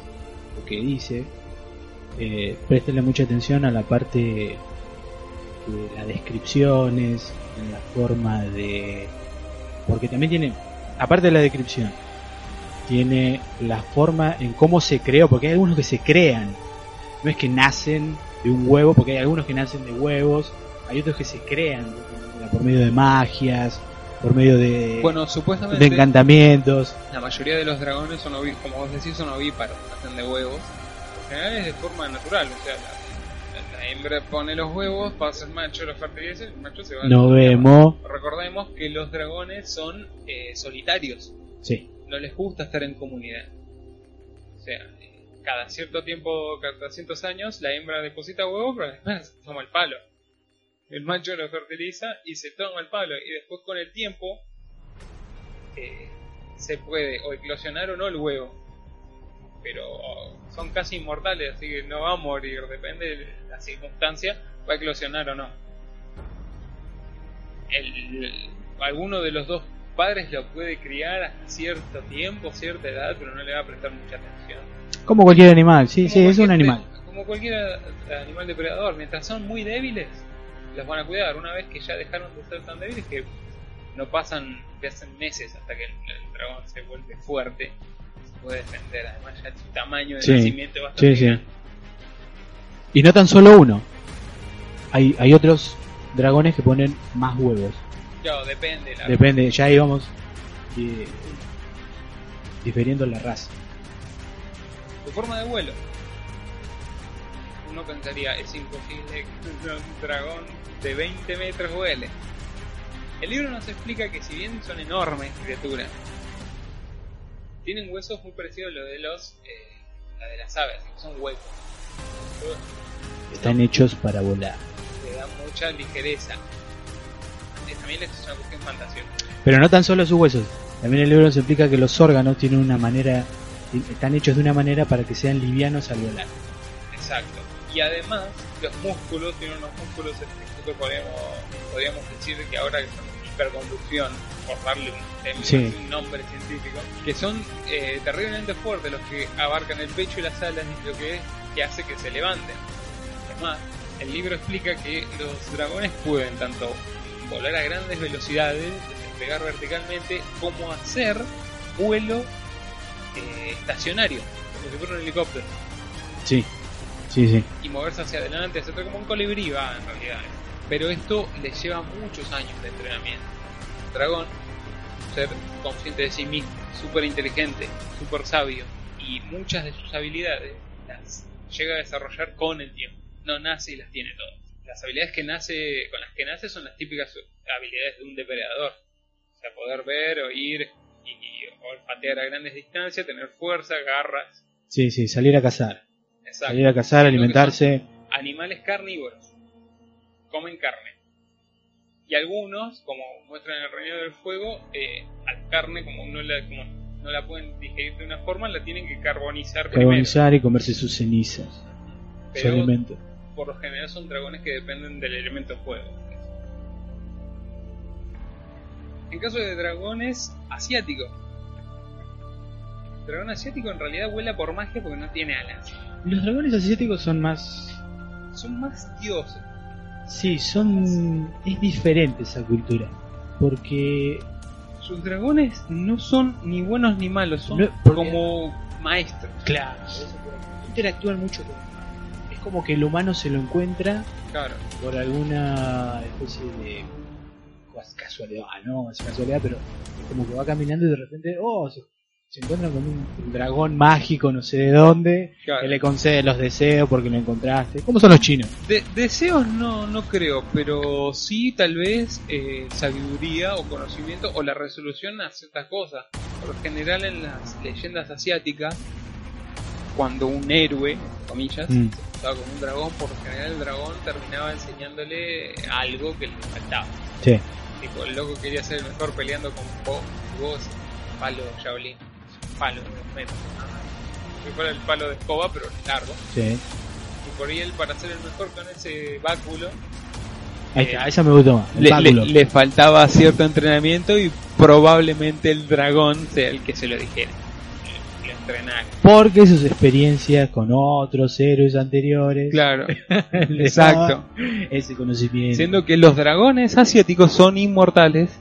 S2: Lo que dice. Eh, préstenle mucha atención a la parte de las descripciones. En la forma de... Porque también tiene... Aparte de la descripción. Tiene la forma en cómo se creó. Porque hay algunos que se crean. No es que nacen de un huevo. Porque hay algunos que nacen de huevos. Hay otros que se crean. Por medio de magias por medio de,
S1: Bueno,
S2: de
S1: supuestamente
S2: encantamientos.
S1: la mayoría de los dragones son ovi- como vos decís, son ovíparos, nacen de huevos. En general es de forma natural, o sea, la, la hembra pone los huevos, pasa el macho, los fertiliza y el macho se va. a
S2: Nos
S1: la mierda.
S2: vemos.
S1: Recordemos que los dragones son eh, solitarios,
S2: Sí,
S1: no les gusta estar en comunidad. O sea, eh, cada cierto tiempo, cada cientos años, la hembra deposita huevos, pero después se toma el palo. El macho lo fertiliza y se toma el palo. Y después con el tiempo eh, se puede o eclosionar o no el huevo. Pero son casi inmortales, así que no va a morir, depende de la circunstancia, va a eclosionar o no. El- alguno de los dos padres lo puede criar hasta cierto tiempo, cierta edad, pero no le va a prestar mucha atención.
S2: como cualquier animal. Sí,
S1: Como
S2: sí, es un
S1: cualquier-
S2: animal.
S1: Como cualquier eh, animal depredador, mientras son muy débiles, los van a cuidar. Una vez que ya dejaron de ser tan débiles que no pasan, que hacen meses hasta que el, el dragón se vuelve fuerte, se puede defender. Además, ya su tamaño de
S2: Sí,
S1: nacimiento es bastante
S2: Sí, sí.
S1: grande.
S2: Y no tan solo uno. Hay, hay otros dragones que ponen más huevos.
S1: Claro, depende. La
S2: Depende, ya íbamos eh, diferiendo la raza.
S1: su forma de vuelo. Uno pensaría, es imposible que un dragón de 20 metros vuele. El libro nos explica que si bien son enormes criaturas, tienen huesos muy parecidos a los de los eh, la de las aves, que son huecos.
S2: Están hechos para volar.
S1: Le da mucha ligereza. Eh, También esto es una cuestión fantasiosa.
S2: Pero no tan solo sus huesos. También el libro nos explica que los órganos tienen una manera, están hechos de una manera para que sean livianos al volar.
S1: Exacto. Y además, los músculos tienen unos músculos específicos que podríamos, podríamos decir que ahora que son hiperconducción, por darle un, tem-
S2: Sí.
S1: un nombre científico, que son eh, terriblemente fuertes los que abarcan el pecho y las alas y lo que, que hace que se levanten. Además, el libro explica que los dragones pueden tanto volar a grandes velocidades, despegar verticalmente, como hacer vuelo eh, estacionario, como si fuera un helicóptero
S2: Sí, sí, sí.
S1: y moverse hacia adelante, hacer como un colibrí va en realidad. Pero esto le lleva muchos años de entrenamiento. El dragón, ser consciente de sí mismo, súper inteligente, súper sabio, y muchas de sus habilidades las llega a desarrollar con el tiempo. No nace y las tiene todas. Las habilidades que nace, con las que nace son las típicas habilidades de un depredador. O sea, poder ver, oír y, y olfatear a grandes distancias, tener fuerza, garras.
S2: Sí, sí, salir a cazar.
S1: Exacto
S2: Salir a cazar,
S1: que
S2: alimentarse.
S1: animales carnívoros. Comen carne. Y algunos, como muestran en el Reino del Fuego, eh, a carne, como no, la, como no la pueden digerir de una forma, la tienen que carbonizar,
S2: Carbonizar y comerse sus cenizas.
S1: primero.
S2: Su
S1: Pero
S2: alimento.
S1: por lo general son dragones que dependen del elemento fuego. En caso de dragones asiáticos. El dragón asiático en realidad vuela por magia porque no tiene alas.
S2: Los dragones asiáticos son más
S1: Son más dioses.
S2: Sí, son. es diferente esa cultura. Porque.
S1: Sus dragones no son ni buenos ni malos, son
S2: No, porque-
S1: como maestros.
S2: Claro, interactúan mucho con el humano. Es como que el humano se lo encuentra
S1: Claro,
S2: por alguna especie de. cas- casualidad. Ah, no, es casualidad, pero es como que va caminando y de repente. oh, se, se encuentra con un, un dragón mágico, no sé de dónde,
S1: claro.
S2: que le concede los deseos porque lo encontraste. ¿Cómo son los chinos?
S1: De- deseos no, no creo, pero sí tal vez eh, sabiduría o conocimiento o la resolución a ciertas cosas. Por lo general en las leyendas asiáticas, cuando un héroe, comillas,
S2: Mm.
S1: estaba con un dragón, por lo general el dragón terminaba enseñándole algo que le faltaba.
S2: Sí.
S1: Tipo, el loco quería ser el mejor peleando con vos, vos palo jabalí, palo de dos metros, nada más. Si fuera el palo de escoba, pero largo.
S2: Sí.
S1: Y por ahí él, para ser el mejor con ese báculo,
S2: Ahí está, esa me gustó más. El
S1: le,
S2: báculo.
S1: le- le faltaba cierto entrenamiento y probablemente el dragón sea el que se lo dijera. El- el entrenar.
S2: Porque sus experiencias con otros héroes anteriores.
S1: Claro,
S2: le
S1: exacto.
S2: daba Ese conocimiento.
S1: Siendo que los dragones asiáticos son inmortales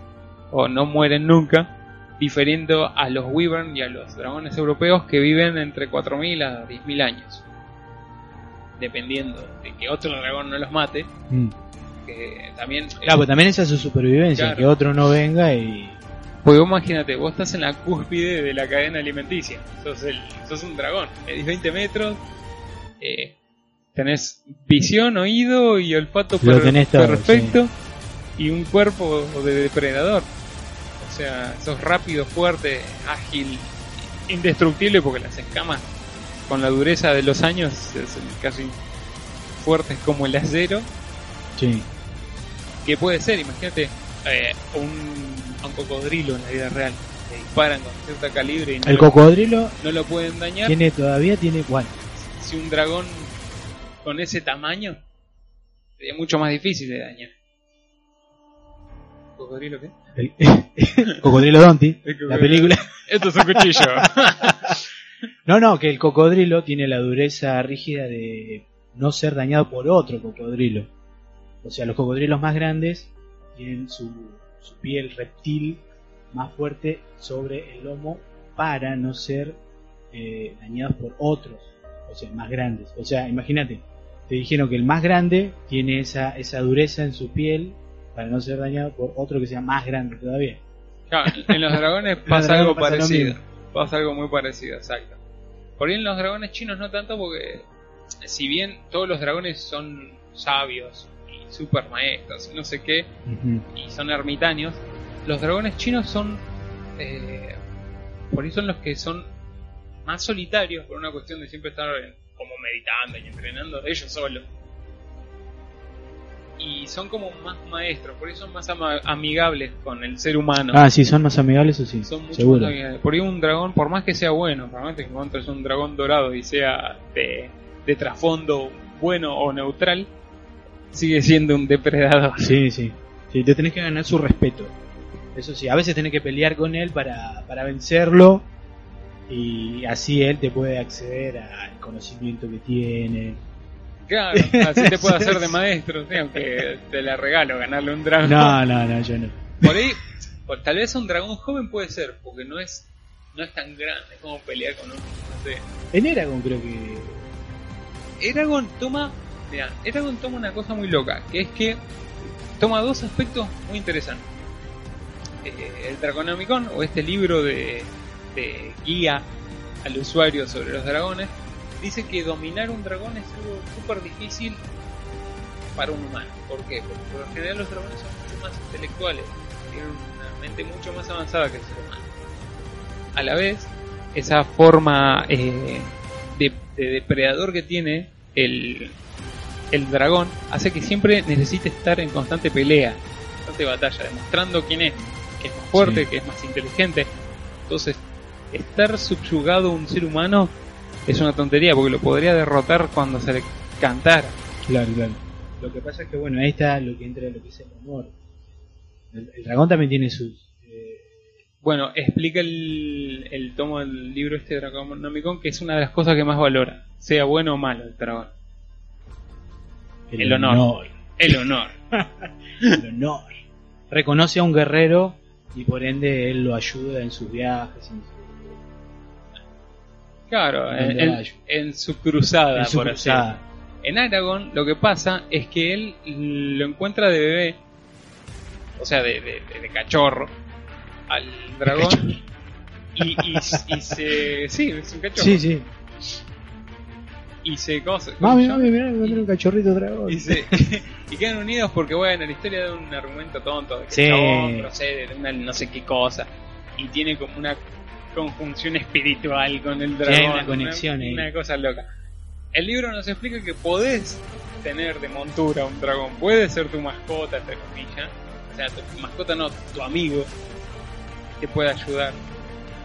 S1: o no mueren nunca, diferiendo a los wyvern y a los dragones europeos que viven entre 4.000 a 10.000 años. Dependiendo de que otro dragón no los mate,
S2: Mm.
S1: que también...
S2: Claro, pero también esa es su supervivencia,
S1: Claro.
S2: que otro no venga y...
S1: Porque vos imagínate, vos estás en la cúspide de la cadena alimenticia. Sos, el, sos un dragón. Medís 20 metros. eh, tenés visión, oído y olfato
S2: Lo tenés todo,
S1: perfecto. Y un cuerpo de depredador. O sea, sos rápido, fuerte, ágil, indestructible porque las escamas con la dureza de los años es casi fuertes como el acero
S2: Sí.
S1: que puede ser, imagínate, eh, un, a un cocodrilo en la vida real. Le disparan con cierto calibre y no,
S2: El
S1: lo,
S2: cocodrilo
S1: no lo pueden dañar.
S2: tiene todavía tiene... Bueno,
S1: Si un dragón con ese tamaño, sería mucho más difícil de dañar. ¿Cocodrilo qué?
S2: el, cocodrilo Donti,
S1: El
S2: la
S1: cocodrilo.
S2: película...
S1: Esto es un cuchillo.
S2: No, no, que el cocodrilo tiene la dureza rígida de no ser dañado por otro cocodrilo. O sea, los cocodrilos más grandes tienen su, su piel reptil más fuerte sobre el lomo para no ser eh, dañados por otros, o sea, más grandes. O sea, imagínate, te dijeron que el más grande tiene esa, esa dureza en su piel para no ser dañado por otro que sea más grande todavía.
S1: Claro, en los dragones pasa
S2: dragones
S1: algo
S2: pasa lo
S1: parecido.
S2: mismo.
S1: Pasa algo muy parecido, exacto. Por ahí en los dragones chinos no tanto porque si bien todos los dragones son sabios y super maestros y no sé qué,
S2: Ujú.
S1: y son ermitaños, los dragones chinos son, eh, por ahí son los que son más solitarios por una cuestión de siempre estar eh, como meditando y entrenando ellos solos. Y son como más maestros, por eso son más ama- amigables con el ser humano.
S2: Ah, sí, son más amigables o sí,
S1: Son mucho
S2: seguro.
S1: más amigables. Por ahí un dragón, por más que sea bueno, por más que encuentres un dragón dorado y sea de, de trasfondo bueno o neutral, sigue siendo un depredador.
S2: Sí, sí, sí. Te tenés que ganar su respeto. Eso sí, a veces tenés que pelear con él para, para vencerlo y así él te puede acceder al conocimiento que tiene.
S1: Claro, así te puedo hacer de maestro, sí, aunque te la regalo ganarle un dragón.
S2: No, no, no, yo no.
S1: Por ahí, o tal vez un dragón joven puede ser, porque no es no es tan grande, es como pelear con un. No sé.
S2: En Eragon creo que...
S1: Eragon toma. Mira, Eragon toma una cosa muy loca, que es que toma dos aspectos muy interesantes. Eh, el Draconomicon, o este libro de, de guía al usuario sobre los dragones, dice que dominar un dragón es algo súper difícil para un humano. ¿Por qué? Porque por lo general los dragones son mucho más intelectuales, tienen una mente mucho más avanzada que el ser humano. A la vez, esa forma eh, de, de depredador que tiene el, el dragón hace que siempre necesite estar en constante pelea, constante batalla, demostrando quién es, que es más fuerte,
S2: Sí.
S1: que es más inteligente. Entonces, estar subyugado a un ser humano es una tontería porque lo podría derrotar cuando se le cantara.
S2: Claro, claro. Lo que pasa es que, bueno, ahí está lo que entra lo que es el amor. El, el dragón también tiene sus... eh,
S1: Bueno, explica el, el tomo del libro este de Draconomicon que es una de las cosas que más valora, sea bueno o malo el dragón. El honor. El honor.
S2: el honor. Reconoce a un guerrero y por ende él lo ayuda en sus viajes. en su-
S1: Claro, en,
S2: Donde
S1: en-
S2: vaya.
S1: en su cruzada,
S2: en
S1: Ah,
S2: su
S1: por así
S2: cruzada.
S1: En Aragón lo que pasa es que él lo encuentra de bebé, o sea, de, de- de- de cachorro, al dragón. Y, y- y se. Sí, es un cachorro.
S2: Sí, sí.
S1: Y se. ¿Cómo se- cómo se
S2: Mami,
S1: llama?
S2: mami, mirá, me encontré un cachorrito dragón.
S1: Y, se- y quedan unidos porque, bueno, la historia da un argumento tonto de que
S2: Sí.
S1: el chabón procede de una no sé qué cosa y tiene como una conjunción espiritual con el dragón.
S2: hay una conexión ahí.
S1: Una cosa loca. El libro nos explica que podés tener de montura un dragón, puede ser tu mascota, entre comillas. O sea, tu mascota no, tu amigo te puede ayudar.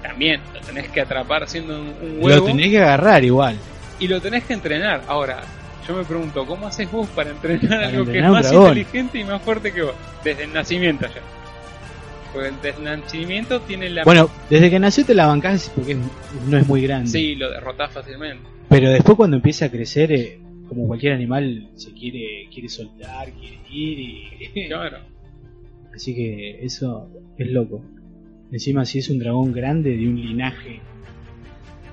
S1: También lo tenés que atrapar siendo un, un
S2: Lo
S1: huevo
S2: tenés que agarrar igual.
S1: y lo tenés que entrenar. Ahora, yo me pregunto, ¿cómo haces vos para entrenar algo que
S2: entrenar
S1: es
S2: un
S1: más
S2: dragón.
S1: inteligente y más fuerte que vos? Desde el nacimiento ya. Porque desde el nacimiento tiene la...
S2: Bueno, desde que nació te la bancás porque es- no es muy grande.
S1: sí, lo derrotás fácilmente.
S2: Pero después cuando empieza a crecer, eh, como cualquier animal, se quiere, quiere soltar, quiere ir y...
S1: Claro.
S2: Así que eso es loco. Encima si es un dragón grande de un linaje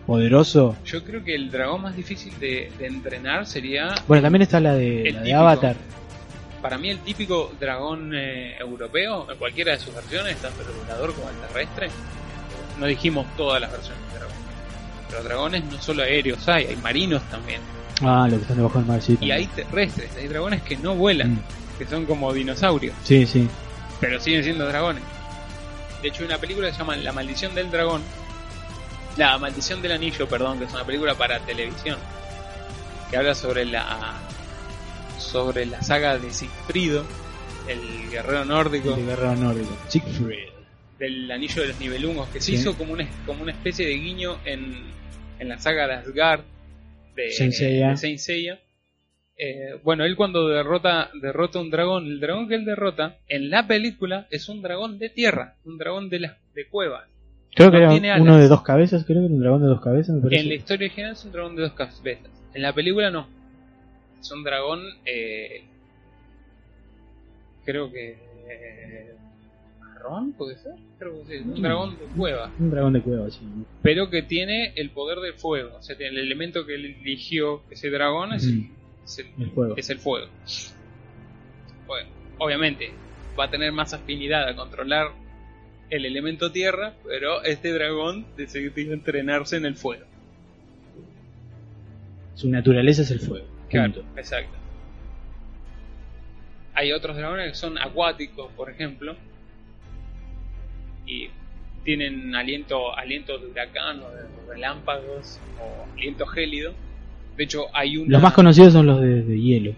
S2: poderoso.
S1: Yo creo que el dragón más difícil de, de entrenar sería,
S2: Bueno, también está la de,
S1: El
S2: la de
S1: típico.
S2: Avatar.
S1: para mí, el típico dragón eh, europeo, en cualquiera de sus versiones, tanto el volador como el terrestre. No dijimos todas las versiones de dragón. Pero dragones no solo aéreos hay, hay marinos también.
S2: Ah, lo que están debajo del mar, sí.
S1: Y
S2: también.
S1: hay terrestres, hay dragones que no vuelan.
S2: Mm,
S1: que son como dinosaurios,
S2: Sí, sí.
S1: pero siguen siendo dragones. De hecho, hay una película que se llama La Maldición del Dragón. La Maldición del Anillo, perdón, que es una película para televisión. Que habla sobre la. sobre la saga de Sigfrido, el guerrero nórdico,
S2: El guerrero nórdico. Siegfried.
S1: del anillo de los nivelungos, que se
S2: Sí.
S1: hizo como una, como una especie de guiño en, en la saga de Asgard de
S2: Saint Seiya.
S1: de Saint Seiya. Eh, bueno, él cuando derrota derrota un dragón, el dragón que él derrota en la película es un dragón de tierra, un dragón de las de cueva.
S2: Creo que
S1: No tiene
S2: era
S1: alas.
S2: uno de dos cabezas, creo que era un dragón de dos cabezas, me
S1: En la
S2: parece.
S1: historia original es un dragón de dos cabezas. En la película no. Es un dragón eh, creo que eh, marrón, puede ser, creo que sí, un
S2: Mm.
S1: dragón de cueva.
S2: Un dragón de cueva, sí. ¿no?
S1: pero que tiene el poder del fuego. O sea, tiene el elemento que le eligió ese dragón es,
S2: Mm,
S1: es el,
S2: El juego.
S1: es el fuego. Bueno, obviamente va a tener más afinidad a controlar el elemento tierra, pero este dragón decidió entrenarse en el fuego.
S2: Su naturaleza es el fuego.
S1: Claro,
S2: punto.
S1: exacto. Hay otros dragones que son acuáticos, por ejemplo, y tienen aliento, aliento de huracán o de relámpagos o aliento gélido. De hecho, hay un
S2: Los más conocidos son los de, de hielo.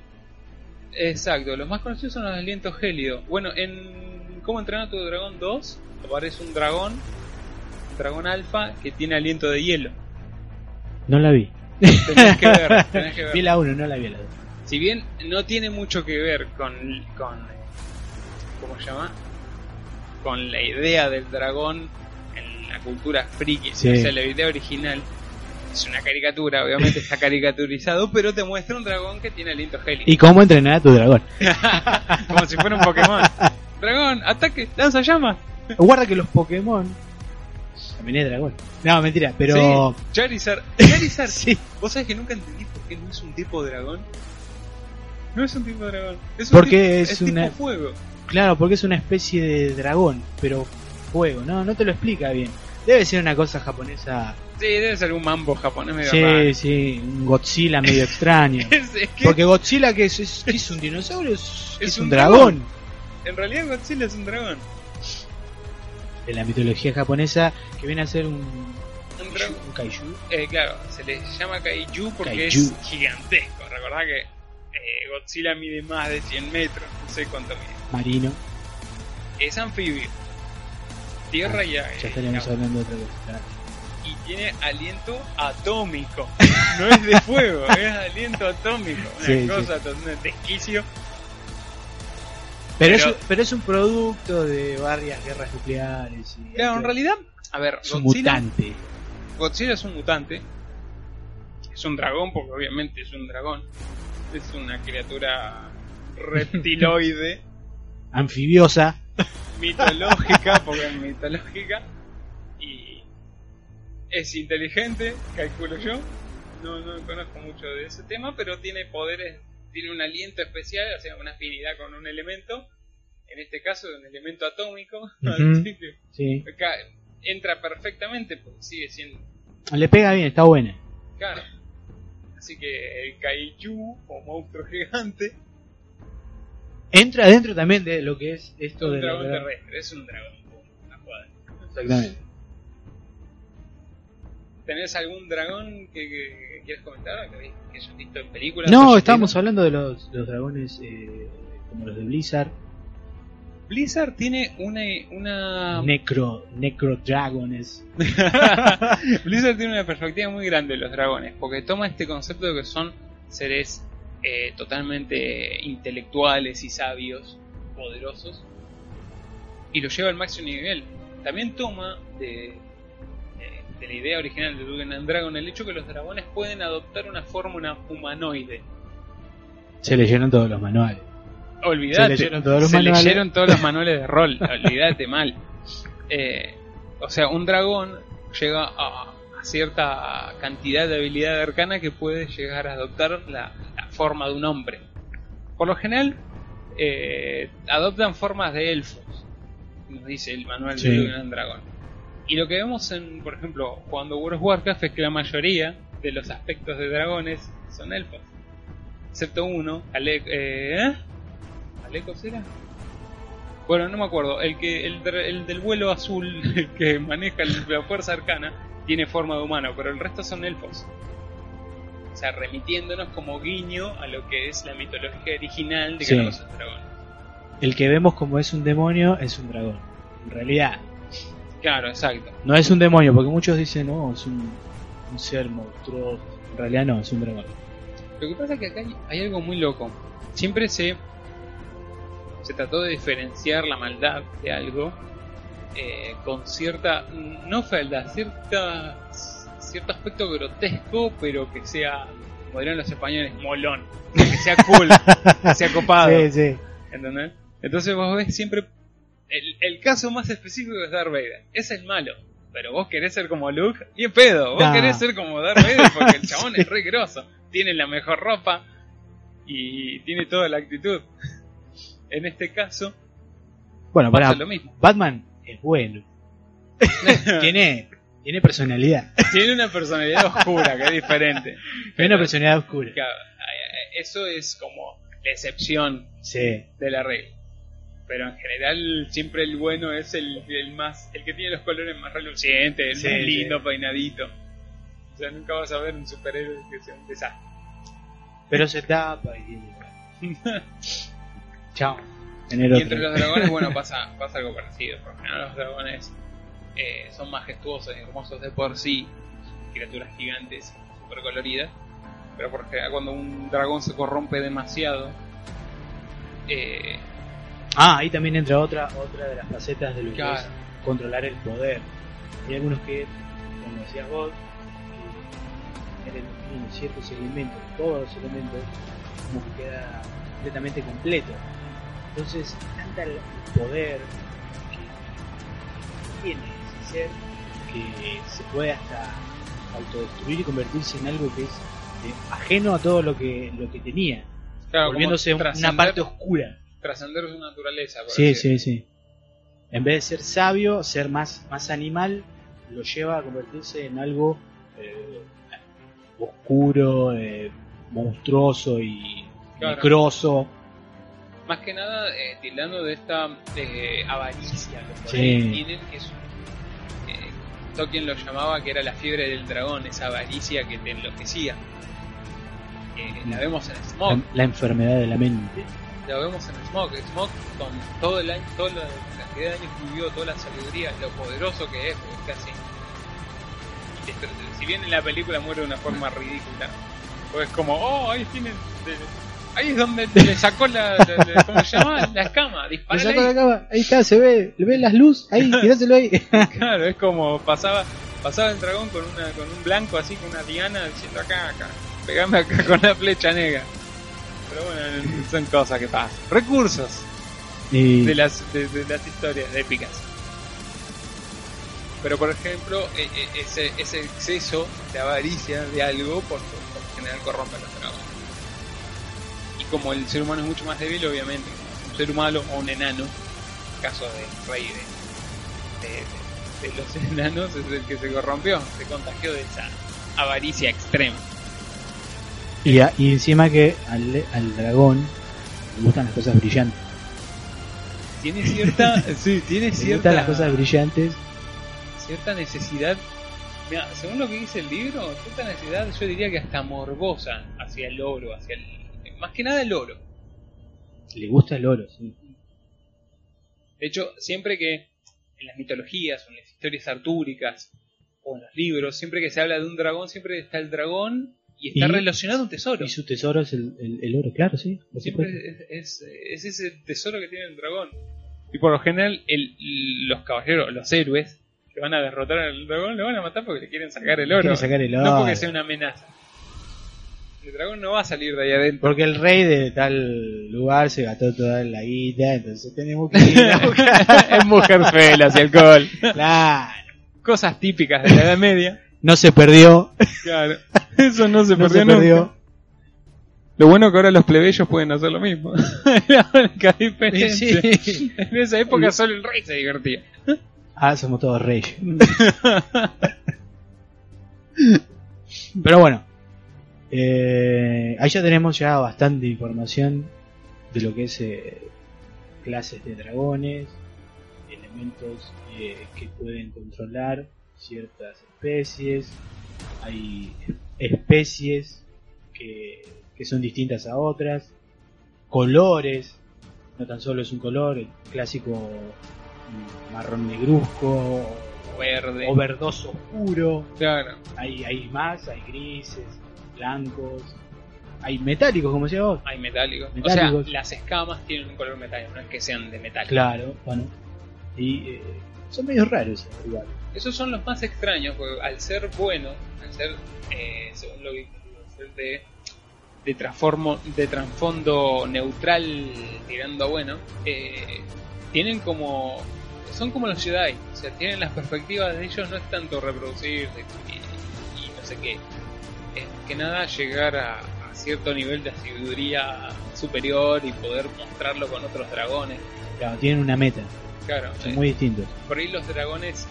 S1: Exacto, los más conocidos son los de aliento gélido. Bueno, en ¿Cómo entrenar a tu dragón 2? Aparece un dragón, un dragón alfa, que tiene aliento de hielo.
S2: No la vi.
S1: Tenés que ver, tenés que ver.
S2: Vi la 1, no la vi la 2.
S1: Si bien no tiene mucho que ver con, con eh, ¿cómo se llama? Con la idea del dragón en la cultura friki,
S2: Sí.
S1: o sea, la idea original es una caricatura, obviamente está caricaturizado, pero te muestra un dragón que tiene aliento gélido,
S2: ¿Y cómo entrenar a tu dragón?
S1: como si fuera un Pokémon. Dragón, ataque, lanza llama.
S2: Guarda que los Pokémon. También es dragón. No, mentira, pero.
S1: Sí, Charizard, Charizard,
S2: Sí.
S1: vos sabés que nunca entendí por qué no es un tipo dragón. No es un tipo dragón, es un
S2: Porque
S1: tipo,
S2: es una-
S1: tipo fuego.
S2: Claro, porque es una especie de dragón, pero fuego. No, no te lo explica bien. Debe ser una cosa japonesa.
S1: Sí, debe ser algún mambo japonés medio
S2: Sí,
S1: raro.
S2: sí, un Godzilla medio extraño.
S1: Es, es que
S2: Porque Godzilla, que es, es, ¿qué es un dinosaurio? Es,
S1: Es
S2: es un,
S1: un
S2: dragón.
S1: en realidad Godzilla es un dragón.
S2: De la mitología japonesa, que viene a ser un.
S1: Un
S2: kaiju-
S1: dragón.
S2: un kaiju.
S1: Eh, claro, se le llama Kaiju porque
S2: Kaiju.
S1: es gigantesco. Recordá que eh, Godzilla mide más de 100 metros, no sé cuánto mide.
S2: Marino.
S1: Es anfibio. Tierra y aire.
S2: Ah, Ya estaríamos
S1: digamos.
S2: hablando de otra cosa.
S1: Y tiene aliento atómico. No es de fuego, es aliento atómico. Una
S2: Sí, sí.
S1: cosa totalmente desquicio.
S2: Pero,
S1: Pero-
S2: es, pero es un producto de varias guerras nucleares. Y
S1: Claro, en realidad, a ver,
S2: es un
S1: Godzilla
S2: mutante.
S1: Godzilla es un mutante. Es un dragón, porque obviamente es un dragón. Es una criatura reptiloide,
S2: Anfibiosa.
S1: mitológica, porque es mitológica. Y es inteligente, calculo yo. No, no conozco mucho de ese tema, pero tiene poderes, tiene un aliento especial, o sea, una afinidad con un elemento. En este caso, un elemento atómico.
S2: Ujú.
S1: Así que
S2: Sí.
S1: acá entra perfectamente, porque sigue siendo
S2: Le pega bien, está buena.
S1: Claro. Así que el kaiju o monstruo gigante
S2: Entra dentro también de lo que es
S1: es
S2: esto
S1: un
S2: de la-
S1: dragón terrestre, es un dragón. una joda.
S2: Exactamente.
S1: ¿Tenés algún dragón que, que quieres comentar? Que, que hayas visto en películas.
S2: No,
S1: ¿Hayas
S2: estábamos
S1: leído?
S2: hablando de los, los dragones eh, como los de Blizzard.
S1: Blizzard tiene una. una...
S2: Necro, Necro Dragones.
S1: Blizzard tiene una perspectiva muy grande de los dragones, porque toma este concepto de que son seres eh, totalmente intelectuales y sabios, poderosos, y lo lleva al máximo nivel. También toma de, de- de la idea original de Dungeon and Dragon el hecho que los dragones pueden adoptar una forma una humanoide.
S2: Se leyeron todos los manuales.
S1: Olvídate.
S2: Se leyeron todos los
S1: Se
S2: manuales.
S1: leyeron todos los manuales de rol. Olvídate mal. Eh, o sea, un dragón llega a, a cierta cantidad de habilidad arcana que puede llegar a adoptar la, la forma de un hombre. Por lo general, eh, adoptan formas de elfos. Nos dice el manual
S2: Sí.
S1: de Dungeons and Dragons. Y lo que vemos en, por ejemplo, cuando World of Warcraft es que la mayoría de los aspectos de dragones son elfos. Excepto uno, Ale eh, ¿Alecos era? Bueno, no me acuerdo. El que el, dra- el del vuelo azul, el que maneja el- la fuerza arcana, tiene forma de humano, pero el resto son elfos. O sea, remitiéndonos como guiño a lo que es la mitología original de
S2: Sí.
S1: que no son dragones.
S2: El que vemos como es un demonio es un dragón. En realidad,
S1: Claro, exacto.
S2: no es un demonio, porque muchos dicen, no, es un, un ser monstruoso. En realidad no, es un dragón.
S1: Lo que pasa es que acá hay, hay algo muy loco. Siempre se, se trató de diferenciar la maldad de algo eh, con cierta, no fealdad, cierta, cierto aspecto grotesco, pero que sea, como dirán los españoles, molón. Que sea cool, que sea copado.
S2: Sí, sí.
S1: ¿Entendés? Entonces vos ves siempre. El, el caso más específico es Darth Vader. Ese es malo. Pero vos querés ser como Luke. Bien pedo. Vos
S2: Nah.
S1: querés ser como Darth Vader porque el chabón es re groso. Tiene la mejor ropa. Y tiene toda la actitud. En este caso,
S2: Bueno,
S1: pasa
S2: para
S1: lo mismo.
S2: Batman es bueno. Tiene Tiene personalidad.
S1: Tiene una personalidad oscura, que es diferente.
S2: Tiene una personalidad oscura.
S1: Claro, eh, Eso es como la excepción
S2: Sí.
S1: de la regla. Pero en general siempre el bueno es el, el más el que tiene los colores más relucientes, el
S2: Sí,
S1: más
S2: sí.
S1: lindo, peinadito. O sea, nunca vas a ver un superhéroe que sea un desastre.
S2: Pero se tapa y. Chao. Tener
S1: Y
S2: otro.
S1: entre los dragones, bueno, pasa, pasa algo parecido. Por lo general, los dragones eh, son majestuosos y hermosos de por sí, criaturas gigantes, super coloridas. Pero por lo general, cuando un dragón se corrompe demasiado, eh,
S2: Ah, ahí también entra otra otra de las facetas de lo que
S1: Claro.
S2: es controlar el poder. Hay algunos que, como decías vos, que tienen- tienen ciertos elementos, todos los elementos, como que queda completamente completo. Entonces, tanta el poder que tiene ese ser que se puede hasta autodestruir y convertirse en algo que es eh, ajeno a todo lo que lo que tenía,
S1: claro, como
S2: volviéndose una
S1: trascender-
S2: parte oscura.
S1: trascender su naturaleza. por
S2: Sí,
S1: así
S2: sí, sí. En vez de ser sabio, ser más, más animal, lo lleva a convertirse en algo eh, oscuro, eh, monstruoso y
S1: Claro.
S2: necroso.
S1: Más que nada, eh, tildando de esta eh, avaricia que por
S2: Sí.
S1: ahí tienen, que es, eh, Tolkien lo llamaba que era la fiebre del dragón, esa avaricia que te enloquecía. Eh, la vemos en Smog,
S2: La, la enfermedad de la mente.
S1: la vemos en Smog. Smog, con todo el año, toda la cantidad de años que vivió, toda la sabiduría, lo poderoso que es, porque es casi. destro- Si bien en la película muere de una forma ridícula, pues es como, oh, ahí tienen. Ahí es donde le sacó la, la- la- ¿cómo se llama? La escama,
S2: Le
S1: disparale
S2: saco
S1: ahí.
S2: la cama, ahí está, se ve, le ven las luces, ahí, tiráselo ahí.
S1: Claro, es como pasaba, pasaba el dragón con una, con un blanco así, con una diana, diciendo acá, acá, pegame acá con la flecha negra. Pero bueno, son cosas que pasan. Recursos
S2: Y-
S1: de las, de, de las historias épicas. Pero por ejemplo, e- e- ese, ese exceso de avaricia de algo por, por lo general corrompe a los dragones. Y como el ser humano es mucho más débil, obviamente, un ser humano o un enano, caso de rey de, de- de- de los enanos, es el que se corrompió, se contagió de esa avaricia extrema.
S2: Y, a- y encima que al, al dragón le gustan las cosas brillantes.
S1: Tiene cierta, sí, tiene
S2: Le
S1: cierta
S2: gustan las cosas brillantes.
S1: cierta necesidad, mira, según lo que dice el libro, cierta necesidad yo diría que hasta morbosa hacia el oro, hacia el, más que nada el oro.
S2: Le gusta el oro, sí.
S1: De hecho, siempre que en las mitologías o en las historias artúricas o en los libros, siempre que se habla de un dragón, siempre está el dragón y está
S2: Y-
S1: relacionado a un tesoro.
S2: Y su tesoro es el, el- el oro, claro, sí. por
S1: Siempre
S2: supuesto.
S1: es, es- es ese tesoro que tiene el dragón. Y por lo general, el- los caballeros, los héroes, que van a derrotar al dragón, lo van a matar porque le quieren sacar el oro.
S2: Quiere sacar el
S1: No
S2: oro.
S1: porque sea una amenaza. El dragón no va a salir de ahí adentro.
S2: Porque el rey de tal lugar se gastó toda la guita, entonces tenemos que ir a buscar.
S1: es mujer felas y alcohol.
S2: Claro.
S1: Cosas típicas de la Edad Media.
S2: No se perdió,
S1: Claro. Eso no se
S2: no
S1: perdió
S2: se
S1: nunca.
S2: perdió.
S1: Lo bueno que ahora los plebeyos pueden hacer lo mismo. la única diferencia.
S2: Sí.
S1: En esa época solo el rey se divertía.
S2: Ah, somos todos reyes. Pero bueno, eh, ahí ya tenemos ya bastante información de lo que es eh, clases de dragones, elementos eh, que pueden controlar ciertas especies, hay especies que, que son distintas a otras, colores, no tan solo es un color, el clásico mm, marrón negruzco
S1: Verde.
S2: o verdoso oscuro,
S1: Claro.
S2: hay, hay más, hay grises, blancos, hay metálicos, como decía vos.
S1: Hay metálicos. O
S2: Metálicos.
S1: sea, las escamas tienen un color metálico, no es que sean de metal.
S2: Ah, Claro, bueno. Y eh, son medios raros eh, igual.
S1: Esos son los más extraños, porque al ser bueno, al ser, eh, según lo que al ser de, de, transformo, de trasfondo neutral tirando a bueno, eh, tienen como. Son como los Jedi, o sea, tienen las perspectivas de ellos, no es tanto reproducir y, y no sé qué. Es que nada llegar a, a cierto nivel de sabiduría superior y poder mostrarlo con otros dragones.
S2: Claro, tienen una meta,
S1: Claro, eh,
S2: son muy distintos.
S1: por ahí los dragones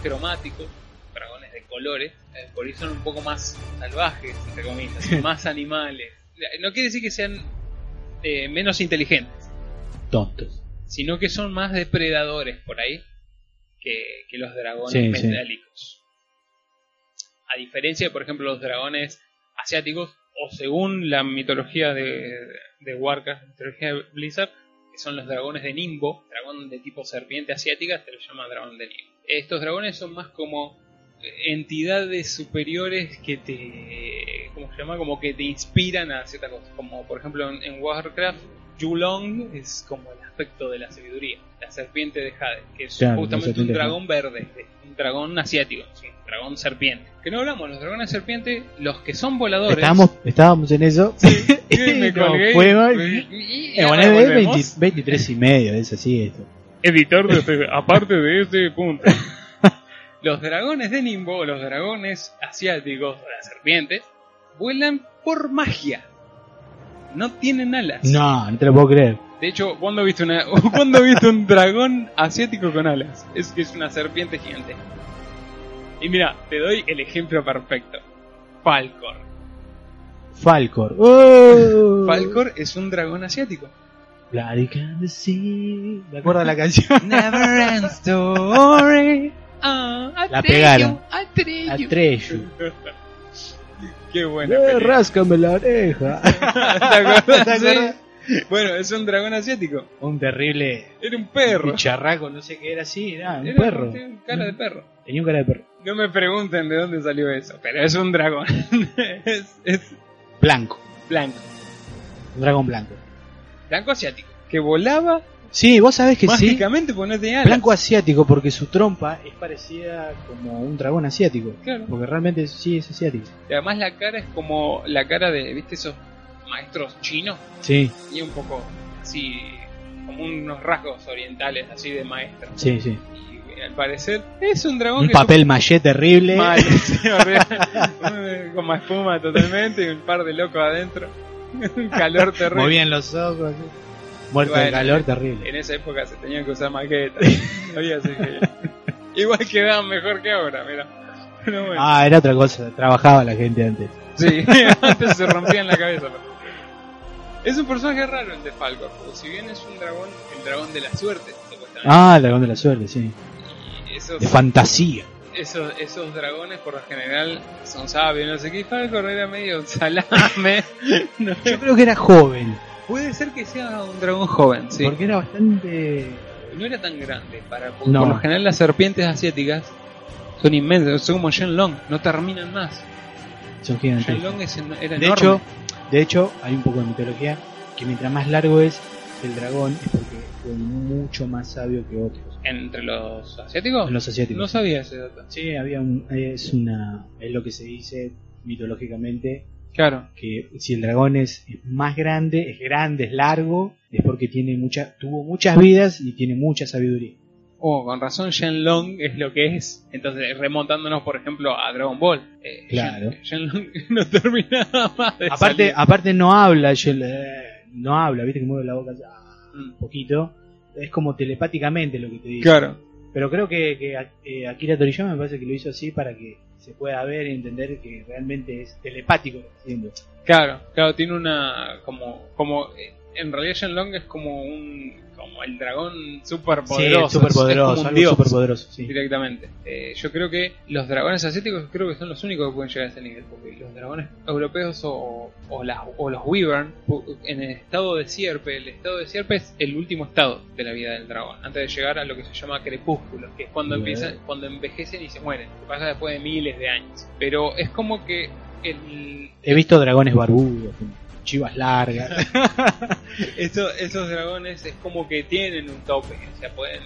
S1: cromáticos, dra- colores, eh, por eso son un poco más salvajes, entre comillas, más animales. No quiere decir que sean eh, menos inteligentes,
S2: Tontos.
S1: sino que son más depredadores por ahí que, que los dragones
S2: Sí, sí.
S1: metálicos. A diferencia de, por ejemplo, los dragones asiáticos, o según la mitología de, de Warcraft, mitología de Blizzard, que son los dragones de Nimbo, dragón de tipo serpiente asiática, se lo llama dragón de Nimbo. Estos dragones son más como eh, entidades superiores que te ¿cómo se llama? como que te inspiran a ciertas cosas como por ejemplo en, en Warcraft Yulong es como el aspecto de la sabiduría la serpiente de Jade que es
S2: Claro, la
S1: justamente un
S2: serpiente de Jade.
S1: dragón verde un dragón asiático es un dragón serpiente que no hablamos los dragones serpiente los que son voladores
S2: Estábamos, estábamos en eso.
S1: y me
S2: No,
S1: colgué y-
S2: fue mal.
S1: y- y-
S2: Eh,
S1: ahora
S2: bueno, es
S1: volvemos.
S2: 20 23 y medio, es así esto.
S1: editar desde- aparte de ese punto. Los dragones de Nimbo, los dragones asiáticos, o las serpientes, vuelan por magia. No tienen alas.
S2: No, no te lo puedo creer.
S1: De hecho, ¿cuándo viste, una, ¿cuándo viste un dragón asiático con alas? Es que es una serpiente gigante. Y mira, te doy el ejemplo perfecto. Falcor.
S2: Falcor. ¡Oh!
S1: Falcor es un dragón asiático.
S2: Bloody can the sea. ¿Me acuerdo de la canción?
S1: Never end story. Ah,
S2: La
S1: Atreyu,
S2: pegaron.
S1: Ah, Atreyu.
S2: Atreyu.
S1: Qué buena.
S2: Eh,
S1: película.
S2: ráscame la oreja.
S1: ¿Te acordás?
S2: ¿Te acordás?
S1: Sí. Bueno, es un dragón asiático.
S2: Un terrible
S1: Era un perro.
S2: charraco, no sé qué era así, era un
S1: Era
S2: perro.
S1: un cara de perro.
S2: Tenía un cara de perro.
S1: No me pregunten de dónde salió eso, pero es un dragón. es, es
S2: Blanco,
S1: blanco.
S2: un dragón blanco.
S1: Blanco asiático. Que volaba
S2: Sí, vos sabés que sí.
S1: mágicamente porque no tenía alas.
S2: Blanco asiático porque su trompa es parecida como un dragón asiático.
S1: Claro.
S2: Porque realmente sí es asiático.
S1: Y además la cara es como la cara de, ¿viste esos maestros chinos?
S2: Sí,
S1: Y un poco así, como unos rasgos orientales, así de maestro.
S2: sí, sí.
S1: Y al parecer es un dragón
S2: Un
S1: que
S2: papel mallé terrible.
S1: Mal, sí, horrible. Como espuma totalmente y un par de locos adentro. Un calor terrible.
S2: Movían los ojos. así. Muerto de
S1: Bueno.
S2: calor terrible.
S1: En esa época se tenían que usar maquetas. Había así que- Igual quedaban mejor que ahora, mira. Pero bueno.
S2: Ah, era otra cosa. Trabajaba la gente antes.
S1: Sí, antes se rompían la cabeza. los- Es un personaje raro el de Falcor, porque si bien es un dragón, el dragón de la suerte, supuestamente.
S2: Ah, el dragón de la suerte, sí.
S1: Y esos,
S2: De fantasía.
S1: esos, esos dragones por lo general son sabios, no sé qué, y Falcor era medio un salame. No
S2: Yo creo que era joven.
S1: Puede ser que sea un dragón joven, sí.
S2: Porque era bastante.
S1: No era tan grande. Para, porque
S2: No.
S1: Por lo general las serpientes asiáticas son inmensas, son como Shenlong, no terminan más.
S2: Son gigantes.
S1: Shenlong es en- era
S2: De
S1: enorme.
S2: hecho, de hecho, hay un poco de mitología que mientras más largo es el dragón es porque fue mucho más sabio que otros.
S1: entre los asiáticos,
S2: En los asiáticos.
S1: no sabía ese dato.
S2: Sí, había un, es una es lo que se dice mitológicamente
S1: Claro,
S2: que si el dragón es, es más grande, es grande, es largo, es porque tiene mucha, tuvo muchas vidas y tiene mucha sabiduría.
S1: oh, con razón Shenlong es lo que es. Entonces, remontándonos, por ejemplo, a Dragon Ball, eh,
S2: Claro.
S1: Shen- Shenlong no terminaba más de
S2: Aparte,
S1: salir.
S2: aparte no habla, yo le- no habla, viste que mueve la boca ah,
S1: Mm,
S2: un poquito, es como telepáticamente lo que te dice.
S1: Claro,
S2: Pero creo que, que a- eh, Akira Toriyama me parece que lo hizo así para que se pueda ver y entender que realmente es telepático lo que está haciendo.
S1: claro, claro, tiene una como como eh, en realidad Shenlong es como un como el dragón superpoderoso,
S2: Sí, superpoderoso,
S1: es como un
S2: algo
S1: dios.
S2: superpoderoso, sí.
S1: directamente. Eh, yo creo que los dragones asiáticos creo que son los únicos que pueden llegar a ese nivel, porque los dragones europeos o, o, las- o los wyvern pu- en el estado de sierpe, el estado de sierpe es el último estado de la vida del dragón, antes de llegar a lo que se llama crepúsculo, que es cuando
S2: Bien.
S1: empiezan, cuando envejecen y se mueren, que pasa después de miles de años. Pero es como que el,
S2: He visto dragones barbudos, con chivas largas.
S1: Esto- estos dragones es como que tienen un tope, o sea, pueden,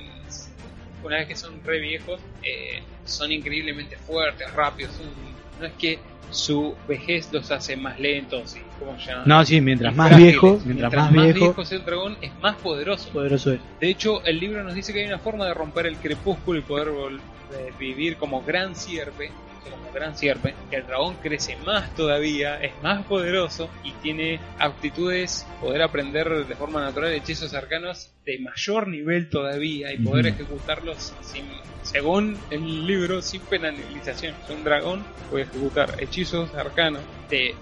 S1: una vez que son re viejos, eh, son increíblemente fuertes, rápidos, son- no es que su vejez los hace más lentos, y como ya...
S2: No, sí, mientras
S1: y
S2: más
S1: frágiles.
S2: viejo, mientras, más, viejo,
S1: es el dragón, es más poderoso.
S2: poderoso es.
S1: De hecho, el libro nos dice que hay una forma de romper el crepúsculo y poder vol- eh, vivir como gran sierpe, conoce como Gran Sierpe, el dragón crece más todavía, es más poderoso y tiene aptitudes, poder aprender de forma natural hechizos arcanos de mayor nivel todavía y poder
S2: Ujú.
S1: ejecutarlos sin, según el libro, sin penalización. Un dragón puede ejecutar hechizos arcanos de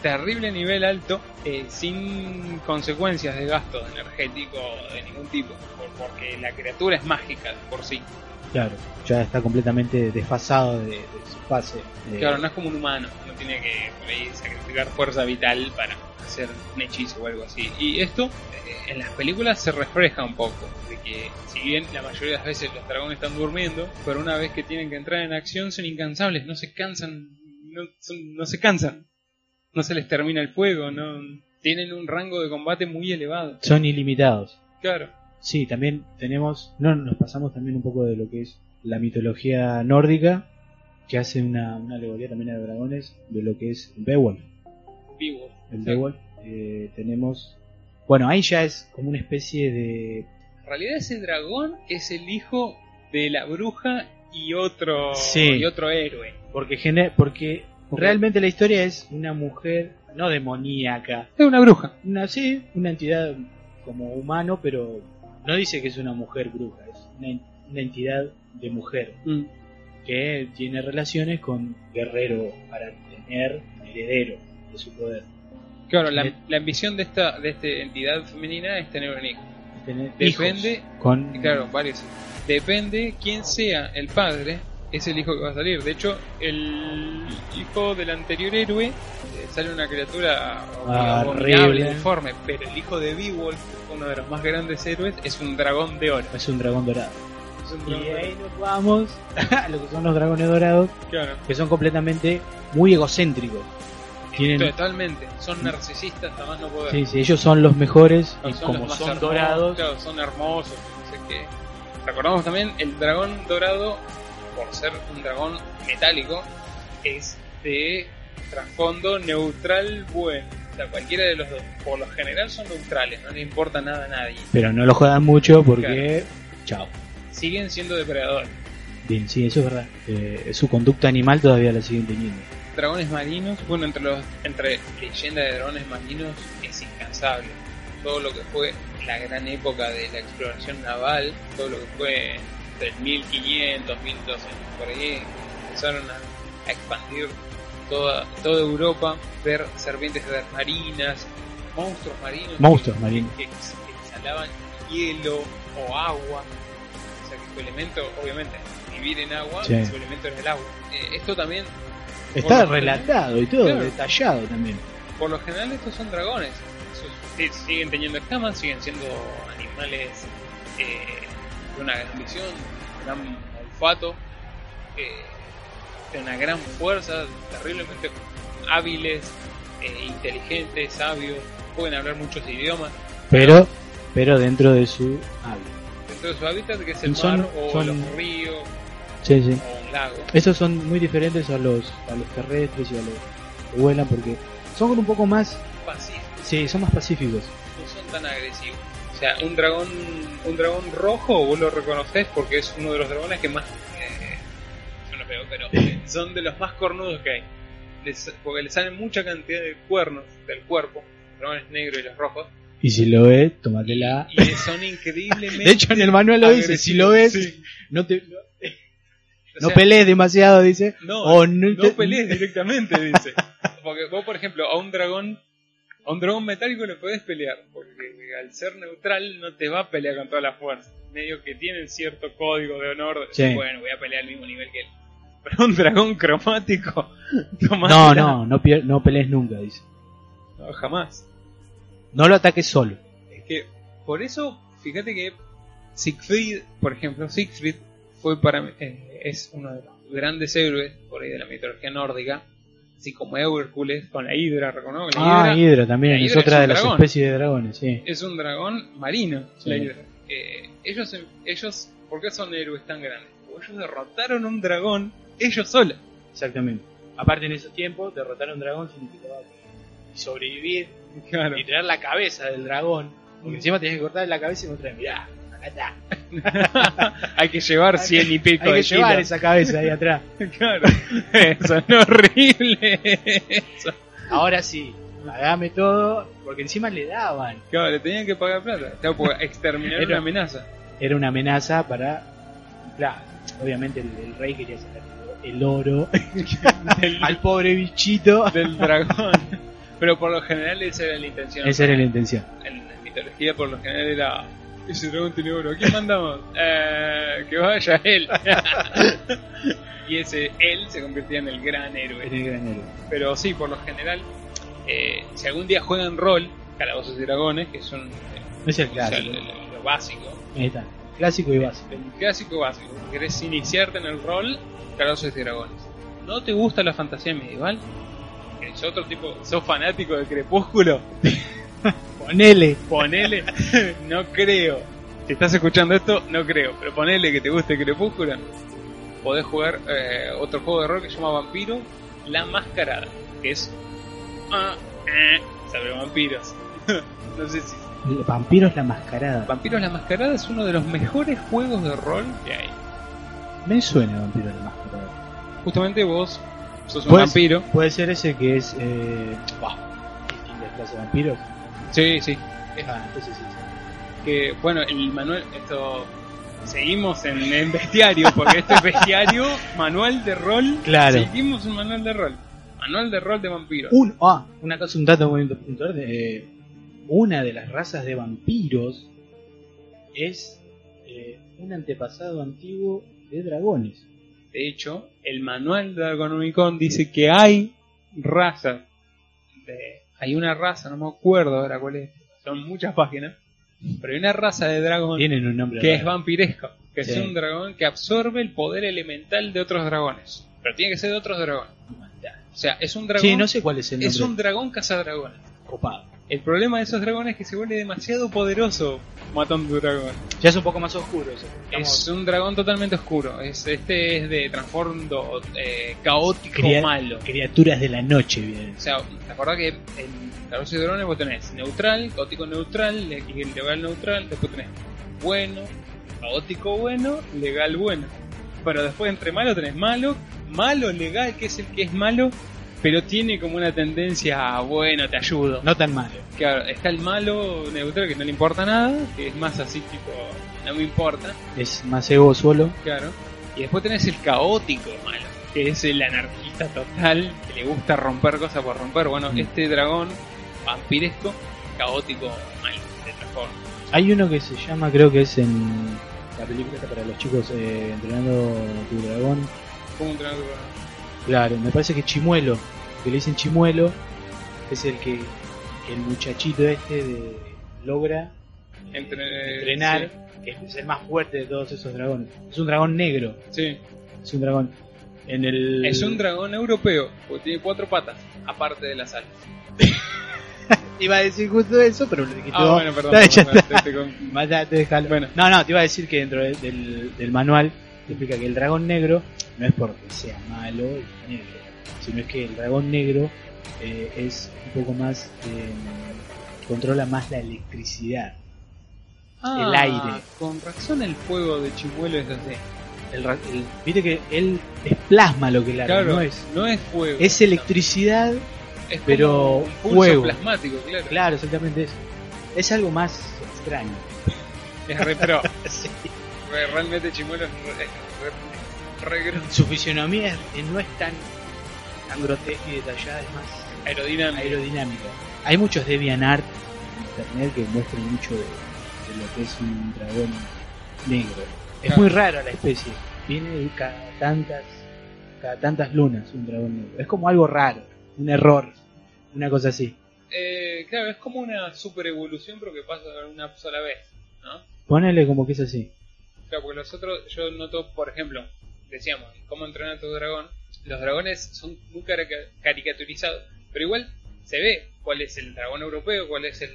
S1: terrible nivel alto eh, sin consecuencias de gasto energético de ningún tipo, por- porque la criatura es mágica de por sí.
S2: Claro, ya está completamente desfasado de, de su fase. de-
S1: Claro, no es como un humano, no tiene que por ahí, sacrificar fuerza vital para hacer un hechizo o algo así. Y esto eh, en las películas se refleja un poco, de que si bien la mayoría de las veces los dragones están durmiendo, pero una vez que tienen que entrar en acción son incansables, no se cansan, no, son- no se cansan, no se les termina el fuego, no tienen un rango de combate muy elevado.
S2: Son ilimitados.
S1: Claro,
S2: Sí, también tenemos, no, nos pasamos también un poco de lo que es la mitología nórdica, que hace una, una alegoría también a dragones, de lo que es Beowulf.
S1: vivo.
S2: En
S1: Sí.
S2: Beowulf eh, tenemos, bueno, ahí ya es como una especie de...
S1: En realidad ese dragón es el hijo de la bruja y otro
S2: Sí.
S1: y otro héroe.
S2: Porque, gener- porque
S1: Ok.
S2: realmente la historia es una mujer, no demoníaca,
S1: Es una bruja.
S2: Una, sí, una entidad como humano, pero no dice que es una mujer bruja, es una, en- una entidad de mujer
S1: Mm.
S2: que tiene relaciones con guerrero para tener un heredero de su poder.
S1: Claro, la,
S2: Me-
S1: la ambición de esta de esta entidad femenina es tener un hijo.
S2: Tener
S1: Depende-
S2: hijos con
S1: Y claro, varios. Depende quién sea el padre, es el hijo que va a salir. De hecho, el hijo del anterior héroe eh, sale una criatura Ah, abominable,
S2: Horrible.
S1: deforme, pero el hijo de Beowulf, uno de los más grandes héroes, es un dragón de oro.
S2: es un dragón dorado.
S1: Es un
S2: Y
S1: dragón de oro.
S2: ahí nos vamos a lo que son los dragones dorados,
S1: Claro.
S2: que son completamente muy egocéntricos. Tienen,
S1: Totalmente, son narcisistas, nada más no poder.
S2: sí, sí, ellos son los mejores
S1: No,
S2: y
S1: son los
S2: como
S1: más
S2: son
S1: hermosos,
S2: dorados,
S1: claro, son hermosos, no sé qué. Recordamos también el dragón dorado, por ser un dragón metálico, es de trasfondo neutral bueno. O sea, cualquiera de los dos. Por lo general son neutrales, no le importa nada a nadie.
S2: pero no lo jodan mucho porque... Chao.
S1: Siguen siendo depredadores.
S2: Bien, sí, eso es verdad. Eh, su conducta animal todavía la siguen teniendo.
S1: Dragones marinos, bueno, entre los entre leyenda de dragones marinos es incansable. Todo lo que fue la gran época de la exploración naval, todo lo que fue del 1500, 1200, por ahí, empezaron a, a expandir toda, toda Europa, ver serpientes marinas, monstruos marinos.
S2: Monstruos marinos.
S1: que ex- exhalaban hielo o agua. O sea que su elemento, obviamente, vivir en agua,
S2: Sí.
S1: su elemento era el agua. Eh, esto también
S2: Está
S1: Bueno,
S2: relatado y todo,
S1: claro.
S2: detallado también.
S1: Por lo general estos son dragones. Sus- sí, siguen teniendo escamas, siguen siendo animales eh, de una gran visión, gran olfato, eh, de una gran fuerza, terriblemente hábiles, eh, inteligentes, sabios, pueden hablar muchos idiomas
S2: Pero, pero dentro de su hábitat.
S1: dentro de su hábitat que es el
S2: Son-
S1: mar o
S2: son-
S1: los ríos
S2: Sí, sí.
S1: o un lago.
S2: Esos son muy diferentes a los, a los terrestres y a los que vuelan porque son un poco más,
S1: Pacífico.
S2: sí, son más pacíficos.
S1: no son tan agresivos. O sea, un dragón, un dragón rojo, vos lo reconocés porque es uno de los dragones que más. eh, yo no veo, pero eh, son de los más cornudos que hay. Les- porque le salen mucha cantidad de cuernos del cuerpo, los dragones negros y los rojos,
S2: Y si lo ves, tomate la.
S1: y son increíblemente.
S2: De hecho, en el manual lo dice: si lo ves,
S1: agresivos. Sí.
S2: no te. No,
S1: O
S2: no
S1: sea,
S2: pelees demasiado, dice.
S1: no,
S2: o no,
S1: no
S2: te-
S1: pelees directamente, dice. Porque vos, por ejemplo, a un dragón, a un dragón metálico le podés pelear, porque al ser neutral no te va a pelear con toda la fuerza. Medio que tienen cierto código de honor, de decir,
S2: Sí.
S1: bueno, voy a pelear al mismo nivel que él. Pero un dragón cromático, tomás
S2: No,
S1: la-
S2: no, no, pier- no pelees nunca, dice.
S1: no, jamás.
S2: No lo ataques solo.
S1: Es que, por eso, fíjate que Siegfried, por ejemplo, Siegfried fue para mí- eh, es uno de los grandes héroes por ahí de la mitología nórdica, así como Hércules con la hidra, reconozco la
S2: Ah,
S1: hidra.
S2: Hydra también,
S1: la
S2: es
S1: hidra es
S2: otra
S1: un
S2: de las
S1: dragón.
S2: especies de dragones, sí.
S1: es un dragón marino.
S2: Sí.
S1: la hidra. Eh, ellos, ellos, ¿por qué son héroes tan grandes? Porque ellos derrotaron un dragón ellos solos.
S2: Exactamente. Aparte en esos tiempos, derrotar a un dragón significaba que- y sobrevivir
S1: Claro.
S2: y tener la cabeza del dragón. Porque encima tenías que cortar la cabeza y mostrar, mirá, Acá
S1: Hay que llevar
S2: Hay
S1: 100 y
S2: Hay
S1: pico
S2: que
S1: de
S2: llevar
S1: kilos.
S2: esa cabeza ahí atrás.
S1: Claro. Eso es horrible. Eso.
S2: Ahora sí, pagame todo, porque encima le daban.
S1: Claro, le tenían que pagar plata. Claro, porque exterminar
S2: Era-
S1: una amenaza.
S2: Era una amenaza para. claro, obviamente el, el rey quería sacar el oro
S1: Del,
S2: al pobre bichito.
S1: del dragón. Pero por lo general esa era la intención.
S2: Esa era la intención.
S1: En la mitología por lo general era... Ese dragón tiene oro. ¿A quién mandamos? Eh, que vaya él. y ese él se convertía en el gran héroe.
S2: Era el gran héroe.
S1: Pero sí, por lo general, eh, si algún día juegan rol, calabozos y dragones, que son eh,
S2: Es el
S1: o sea,
S2: clásico.
S1: lo- lo- lo básico,
S2: Ahí está. Clásico y básico.
S1: El clásico básico. ¿Querés iniciarte en el rol? Calabozos y Dragones. ¿No te gusta la fantasía medieval? ¿Eres otro tipo? ¿Sos fanático de Crepúsculo?
S2: Ponele.
S1: Ponele. no creo. Si estás escuchando esto, no creo. Pero ponele que te guste Crepúsculo. Podés jugar eh, otro juego de rol que se llama Vampiro La Mascarada. Que es... Ah, eh, sobre vampiros. no sé si
S2: Vampiros la mascarada.
S1: Vampiros la Mascarada es uno de los mejores juegos de rol que hay.
S2: Me suena Vampiros la mascarada.
S1: Justamente vos sos un
S2: Pues-
S1: vampiro.
S2: Puede ser ese que es. Eh, bah, distintas clases de vampiros.
S1: Sí, sí.
S2: Ah, entonces sí, sí.
S1: Que, bueno, el manual, esto. Seguimos en, en bestiario, porque este es bestiario, manual de rol.
S2: Claro.
S1: Seguimos un manual de rol. Manual de rol de vampiros.
S2: Un, ah, una cosa, un dato muy importante. eh, una de las razas de vampiros es eh, un antepasado antiguo de dragones.
S1: De hecho, el manual de Dragonomicon dice que hay razas. de- hay una raza, no me acuerdo ahora cuál es. Son muchas páginas. Pero hay una raza de dragón
S2: Tienen un nombre.
S1: que es
S2: raro.
S1: vampiresco, que
S2: Sí.
S1: es un dragón que absorbe el poder elemental de otros dragones, pero tiene que ser de otros dragones. O sea, es un dragón,
S2: Sí, no sé cuál es el nombre.
S1: es un dragón cazadragones.
S2: copado.
S1: El problema de esos dragones es que se vuelve demasiado poderoso matando un dragón.
S2: Ya es un poco más oscuro eso. Estamos-
S1: Es un dragón totalmente oscuro. Es, este es de trasfondo eh, caótico
S2: Cría-
S1: malo.
S2: Criaturas de la noche, bien.
S1: O sea, la verdad que en Calabozos y Dragones vos tenés neutral, caótico neutral, le- y el legal neutral, después tenés bueno, caótico bueno, legal bueno. Pero después entre malo tenés malo, malo legal, que es el que es malo, pero tiene como una tendencia a bueno, te ayudo.
S2: No tan malo.
S1: Claro, está el malo neutral que no le importa nada, que es más así tipo, no me importa,
S2: Es más ego solo.
S1: claro. Y después tenés el caótico malo, que es el anarquista total, que le gusta romper cosas por romper. Bueno,
S2: Mm.
S1: este dragón vampiresco, caótico malo, de transforma.
S2: Hay uno que se llama, creo que es en la película esta para los chicos, eh, entrenando tu dragón.
S1: Como un dragón.
S2: Claro, me parece que Chimuelo, que le dicen Chimuelo, es el que, que el muchachito este de- logra eh,
S1: Entre-
S2: entrenar, que es el más fuerte de todos esos dragones. Es un dragón negro,
S1: Sí.
S2: es un dragón. En el
S1: Es un dragón europeo, porque tiene cuatro patas, aparte de las alas.
S2: Iba a decir justo eso, pero lo dijiste
S1: Ah,
S2: vos.
S1: bueno, perdón.
S2: Ya está.
S1: perdón, te- te con-
S2: Matate, déjalo.
S1: Bueno.
S2: No, no, te iba a decir que dentro de- del, del manual te explica que el dragón negro no es porque sea malo y negro, sino es que el dragón negro eh, es un poco más. eh, controla más la electricidad. El aire.
S1: Ah, Con razón el fuego de Chimuelo es así.
S2: El ra- el- Viste que él es plasma lo que la
S1: Claro,
S2: no es.
S1: fuego.
S2: Es electricidad,
S1: Es como
S2: pero
S1: un pulso
S2: fuego.
S1: plasmático, claro.
S2: claro, exactamente eso. Es algo más extraño.
S1: Es re pro.
S2: Sí.
S1: Re- Realmente Chimuelo es re, es re- re gr-
S2: Su fisionomía es- no es tan, tan grotesca y detallada, es más
S1: aerodinámico.
S2: aerodinámica. Hay muchos DeviantArt en internet que muestran mucho de, de lo que es un dragón negro. Es
S1: Claro.
S2: muy rara la especie. Viene cada tantas, cada tantas lunas un dragón negro. Es como algo raro, un error, una cosa así.
S1: Eh, claro, es como una super evolución, pero que pasa una sola vez, ¿no?
S2: Ponele como que es así.
S1: Claro, porque los otros, yo noto, por ejemplo, decíamos, cómo entrenar a tu dragón. Los dragones son muy carica- caricaturizados, pero igual se ve cuál es el dragón europeo, cuál es el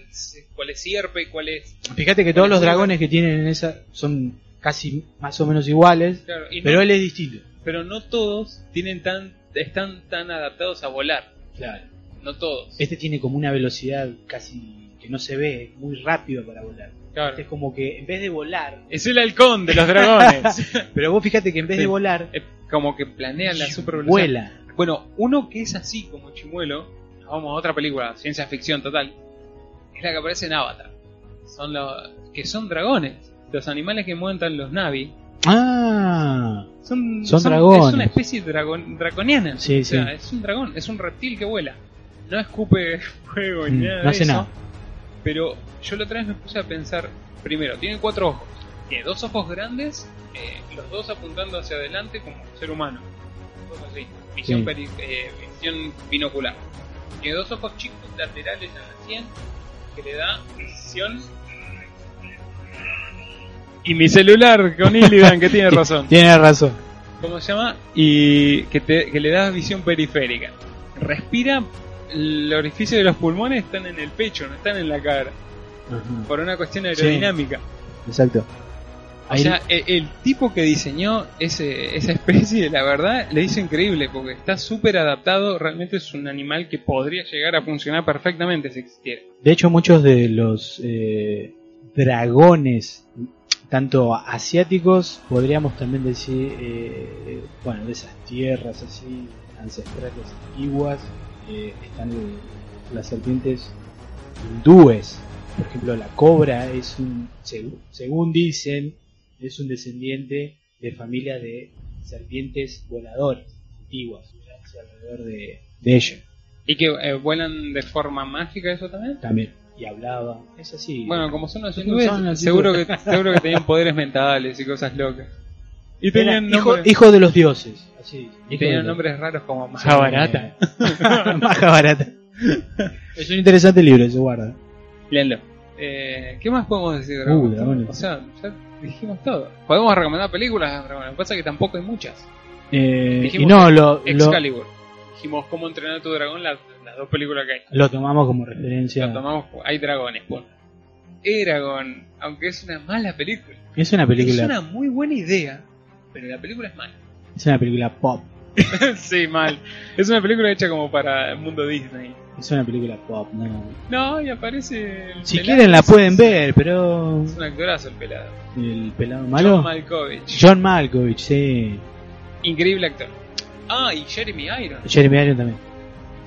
S1: cuál es Sierpe, cuál es.
S2: Fíjate que todos los dragones que tienen en esa son casi más o menos iguales,
S1: Claro, y no-
S2: pero él es distinto.
S1: pero no todos tienen tan están tan adaptados a volar.
S2: Claro.
S1: No todos.
S2: Este tiene como una velocidad casi que no se ve, es muy rápido para volar.
S1: Claro.
S2: Es como que en vez de volar,
S1: Es el halcón de los dragones.
S2: pero vos fíjate que en vez de
S1: Sí.
S2: volar,
S1: Es Eh, como que planean la super velocidad.
S2: vuela.
S1: Bueno, uno que es así como chimuelo, nos vamos a otra película, ciencia ficción total, es la que aparece en Avatar. Son los que son dragones. Los animales que montan los Navi
S2: Ah,
S1: son,
S2: Son
S1: Es
S2: dragones.
S1: una especie dragon, draconiana.
S2: Sí,
S1: O sea,
S2: sí.
S1: Es un dragón, es un reptil que vuela. No escupe fuego ni
S2: Mm,
S1: nada.
S2: no
S1: de
S2: hace
S1: eso,
S2: nada.
S1: Pero yo la otra vez me puse a pensar: primero, tiene cuatro ojos. Tiene dos ojos grandes, eh, los dos apuntando hacia adelante como un ser humano. Dos así, Visión,
S2: Sí.
S1: peri- eh, visión binocular. Tiene dos ojos chicos laterales en la sien que le da visión. Y mi celular con Illidan, que tiene razón.
S2: tiene razón.
S1: ¿Cómo se llama? Y que, te- que le das visión periférica. Respira, el orificio de los pulmones están en el pecho, no están en la cara,
S2: Ajá,
S1: por una cuestión aerodinámica.
S2: Exacto.
S1: O sea, e- el, tipo que diseñó ese, esa especie, la verdad, le hizo increíble, porque está súper adaptado, realmente es un animal que podría llegar a funcionar perfectamente si existiera.
S2: De hecho, muchos de los eh, dragones, tanto asiáticos, podríamos también decir, eh, bueno, de esas tierras así ancestrales antiguas, eh, están el- las serpientes hindúes. Por ejemplo, la cobra es un, seg- según dicen, es un descendiente de familia de serpientes voladoras antiguas, hacia alrededor de, de ella
S1: Y que eh, vuelan de forma mágica eso también.
S2: también. Y hablaba, es así.
S1: Bueno, como son los
S2: Son
S1: hindúes,
S2: los
S1: seguro que, seguro que tenían poderes mentales y cosas locas. Y
S2: Era
S1: tenían
S2: hijo,
S1: nombres-
S2: hijo de los dioses. Así.
S1: Y
S2: hijo
S1: tenían
S2: de-
S1: nombres raros como
S2: Sí,
S1: Mahabharata.
S2: eh, Mahabharata. es un interesante libro, se guarda.
S1: Leanlo. Eh, ¿Qué más podemos decir de
S2: Uh,
S1: Dragon Ball?
S2: dragones.
S1: O sea, ya dijimos todo. Podemos recomendar películas de Dragon Ball, Lo que pasa es que tampoco hay muchas.
S2: Eh, y
S1: Dijimos
S2: no, lo, lo,
S1: Excalibur. Dijimos cómo entrenar a tu dragón, las, las dos películas que hay.
S2: lo tomamos como
S1: Lo
S2: referencia.
S1: tomamos, hay dragones, pues. punto. Eragon, aunque es una mala película.
S2: Es una película.
S1: Es una muy buena idea, pero la película es mala.
S2: película pop.
S1: sí, mal. Es una película hecha como para el mundo Disney.
S2: Es una película pop, no.
S1: No, y aparece. el
S2: Si
S1: pelado,
S2: quieren la
S1: es-
S2: pueden ver, pero.
S1: Es un actorazo el pelado.
S2: El pelado malo.
S1: John Malkovich.
S2: John Malkovich, sí.
S1: Increíble actor. Ah, y Jeremy Irons.
S2: Jeremy Irons también.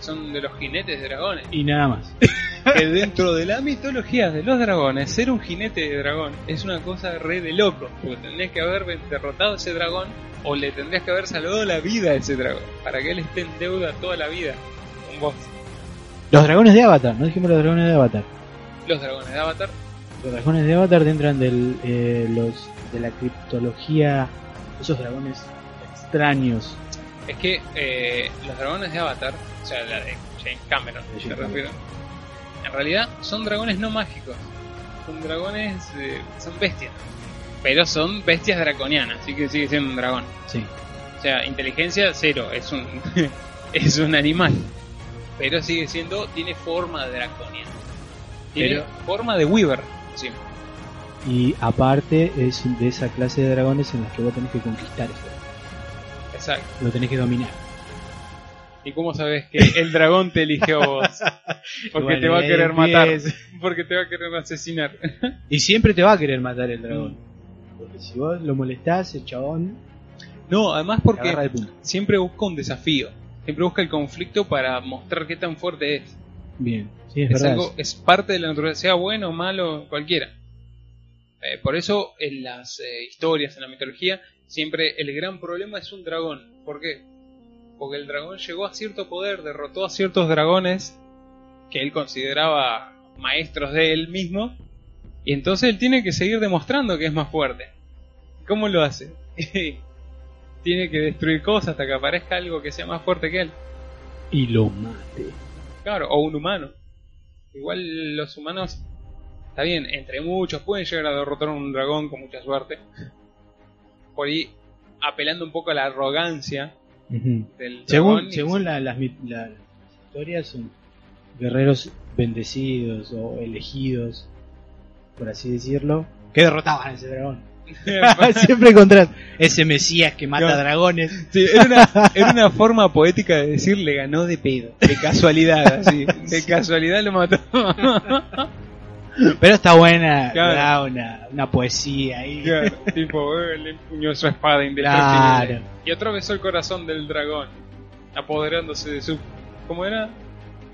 S1: Son de los jinetes de dragones.
S2: Y nada más.
S1: que dentro de la mitología de los dragones, ser un jinete de dragón es una cosa re de loco. Porque tendrías que haber derrotado a ese dragón o le tendrías que haber salvado la vida a ese dragón. Para que él esté en deuda toda la vida con vos.
S2: Los dragones de Avatar, no dijimos los dragones de Avatar.
S1: Los dragones de Avatar.
S2: Los dragones de Avatar entran del, eh, los, de la criptología, esos dragones extraños.
S1: Es que eh, los dragones de Avatar, o sea, la de James Cameron,
S2: De
S1: me
S2: James
S1: refiero, en realidad son dragones no mágicos. Son dragones, eh, son bestias. Pero son bestias draconianas, así que sigue siendo un dragón.
S2: Sí.
S1: O sea, inteligencia cero, es un, es un animal. Pero sigue siendo, tiene forma de draconiana. Tiene
S2: Pero-
S1: forma de Weaver, sí.
S2: Y aparte es de esa clase de dragones en las que vos tenés que conquistar, ese dragón,
S1: Exacto.
S2: lo tenés que dominar.
S1: ¿Y cómo sabes que el dragón te eligió a vos? Porque
S2: Bueno,
S1: te va a
S2: ahí
S1: querer matar.
S2: empieza.
S1: Porque te va a querer asesinar.
S2: Y siempre te va a querer matar el dragón. Porque si vos lo molestás, el chabón
S1: No, además
S2: te agarra
S1: porque
S2: de punta.
S1: siempre busca un desafío. Siempre busca el conflicto para mostrar qué tan fuerte es.
S2: Bien, sí, es,
S1: Es,
S2: verdad.
S1: algo, es parte de la naturaleza, sea bueno, malo, cualquiera. Eh, por eso en las eh, historias, en la mitología, siempre el gran problema es un dragón. ¿Por qué? Porque el dragón llegó a cierto poder, derrotó a ciertos dragones que él consideraba maestros de él mismo. Y entonces él tiene que seguir demostrando que es más fuerte. ¿Cómo lo hace? tiene que destruir cosas hasta que aparezca algo que sea más fuerte que él.
S2: Y lo mate.
S1: Claro, o un humano. Igual los humanos, está bien, entre muchos pueden llegar a derrotar a un dragón con mucha suerte. Por ahí apelando un poco a la arrogancia
S2: Ujú.
S1: del dragón.
S2: Según,
S1: y-
S2: según la- las, mit- la- las historias, son guerreros bendecidos o elegidos, por así decirlo, que derrotaban a ese dragón. Siempre encontrás ese mesías que mata
S1: Claro.
S2: dragones.
S1: Sí, era, una, era una forma poética de decir le ganó de pedo. De casualidad, así. De casualidad lo mató.
S2: Pero está buena,
S1: Claro.
S2: da una, una poesía ahí.
S1: Claro, tipo, eh, le empuñó su espada indestructible.
S2: Claro.
S1: Y atravesó el corazón del dragón, apoderándose de su. ¿Cómo era?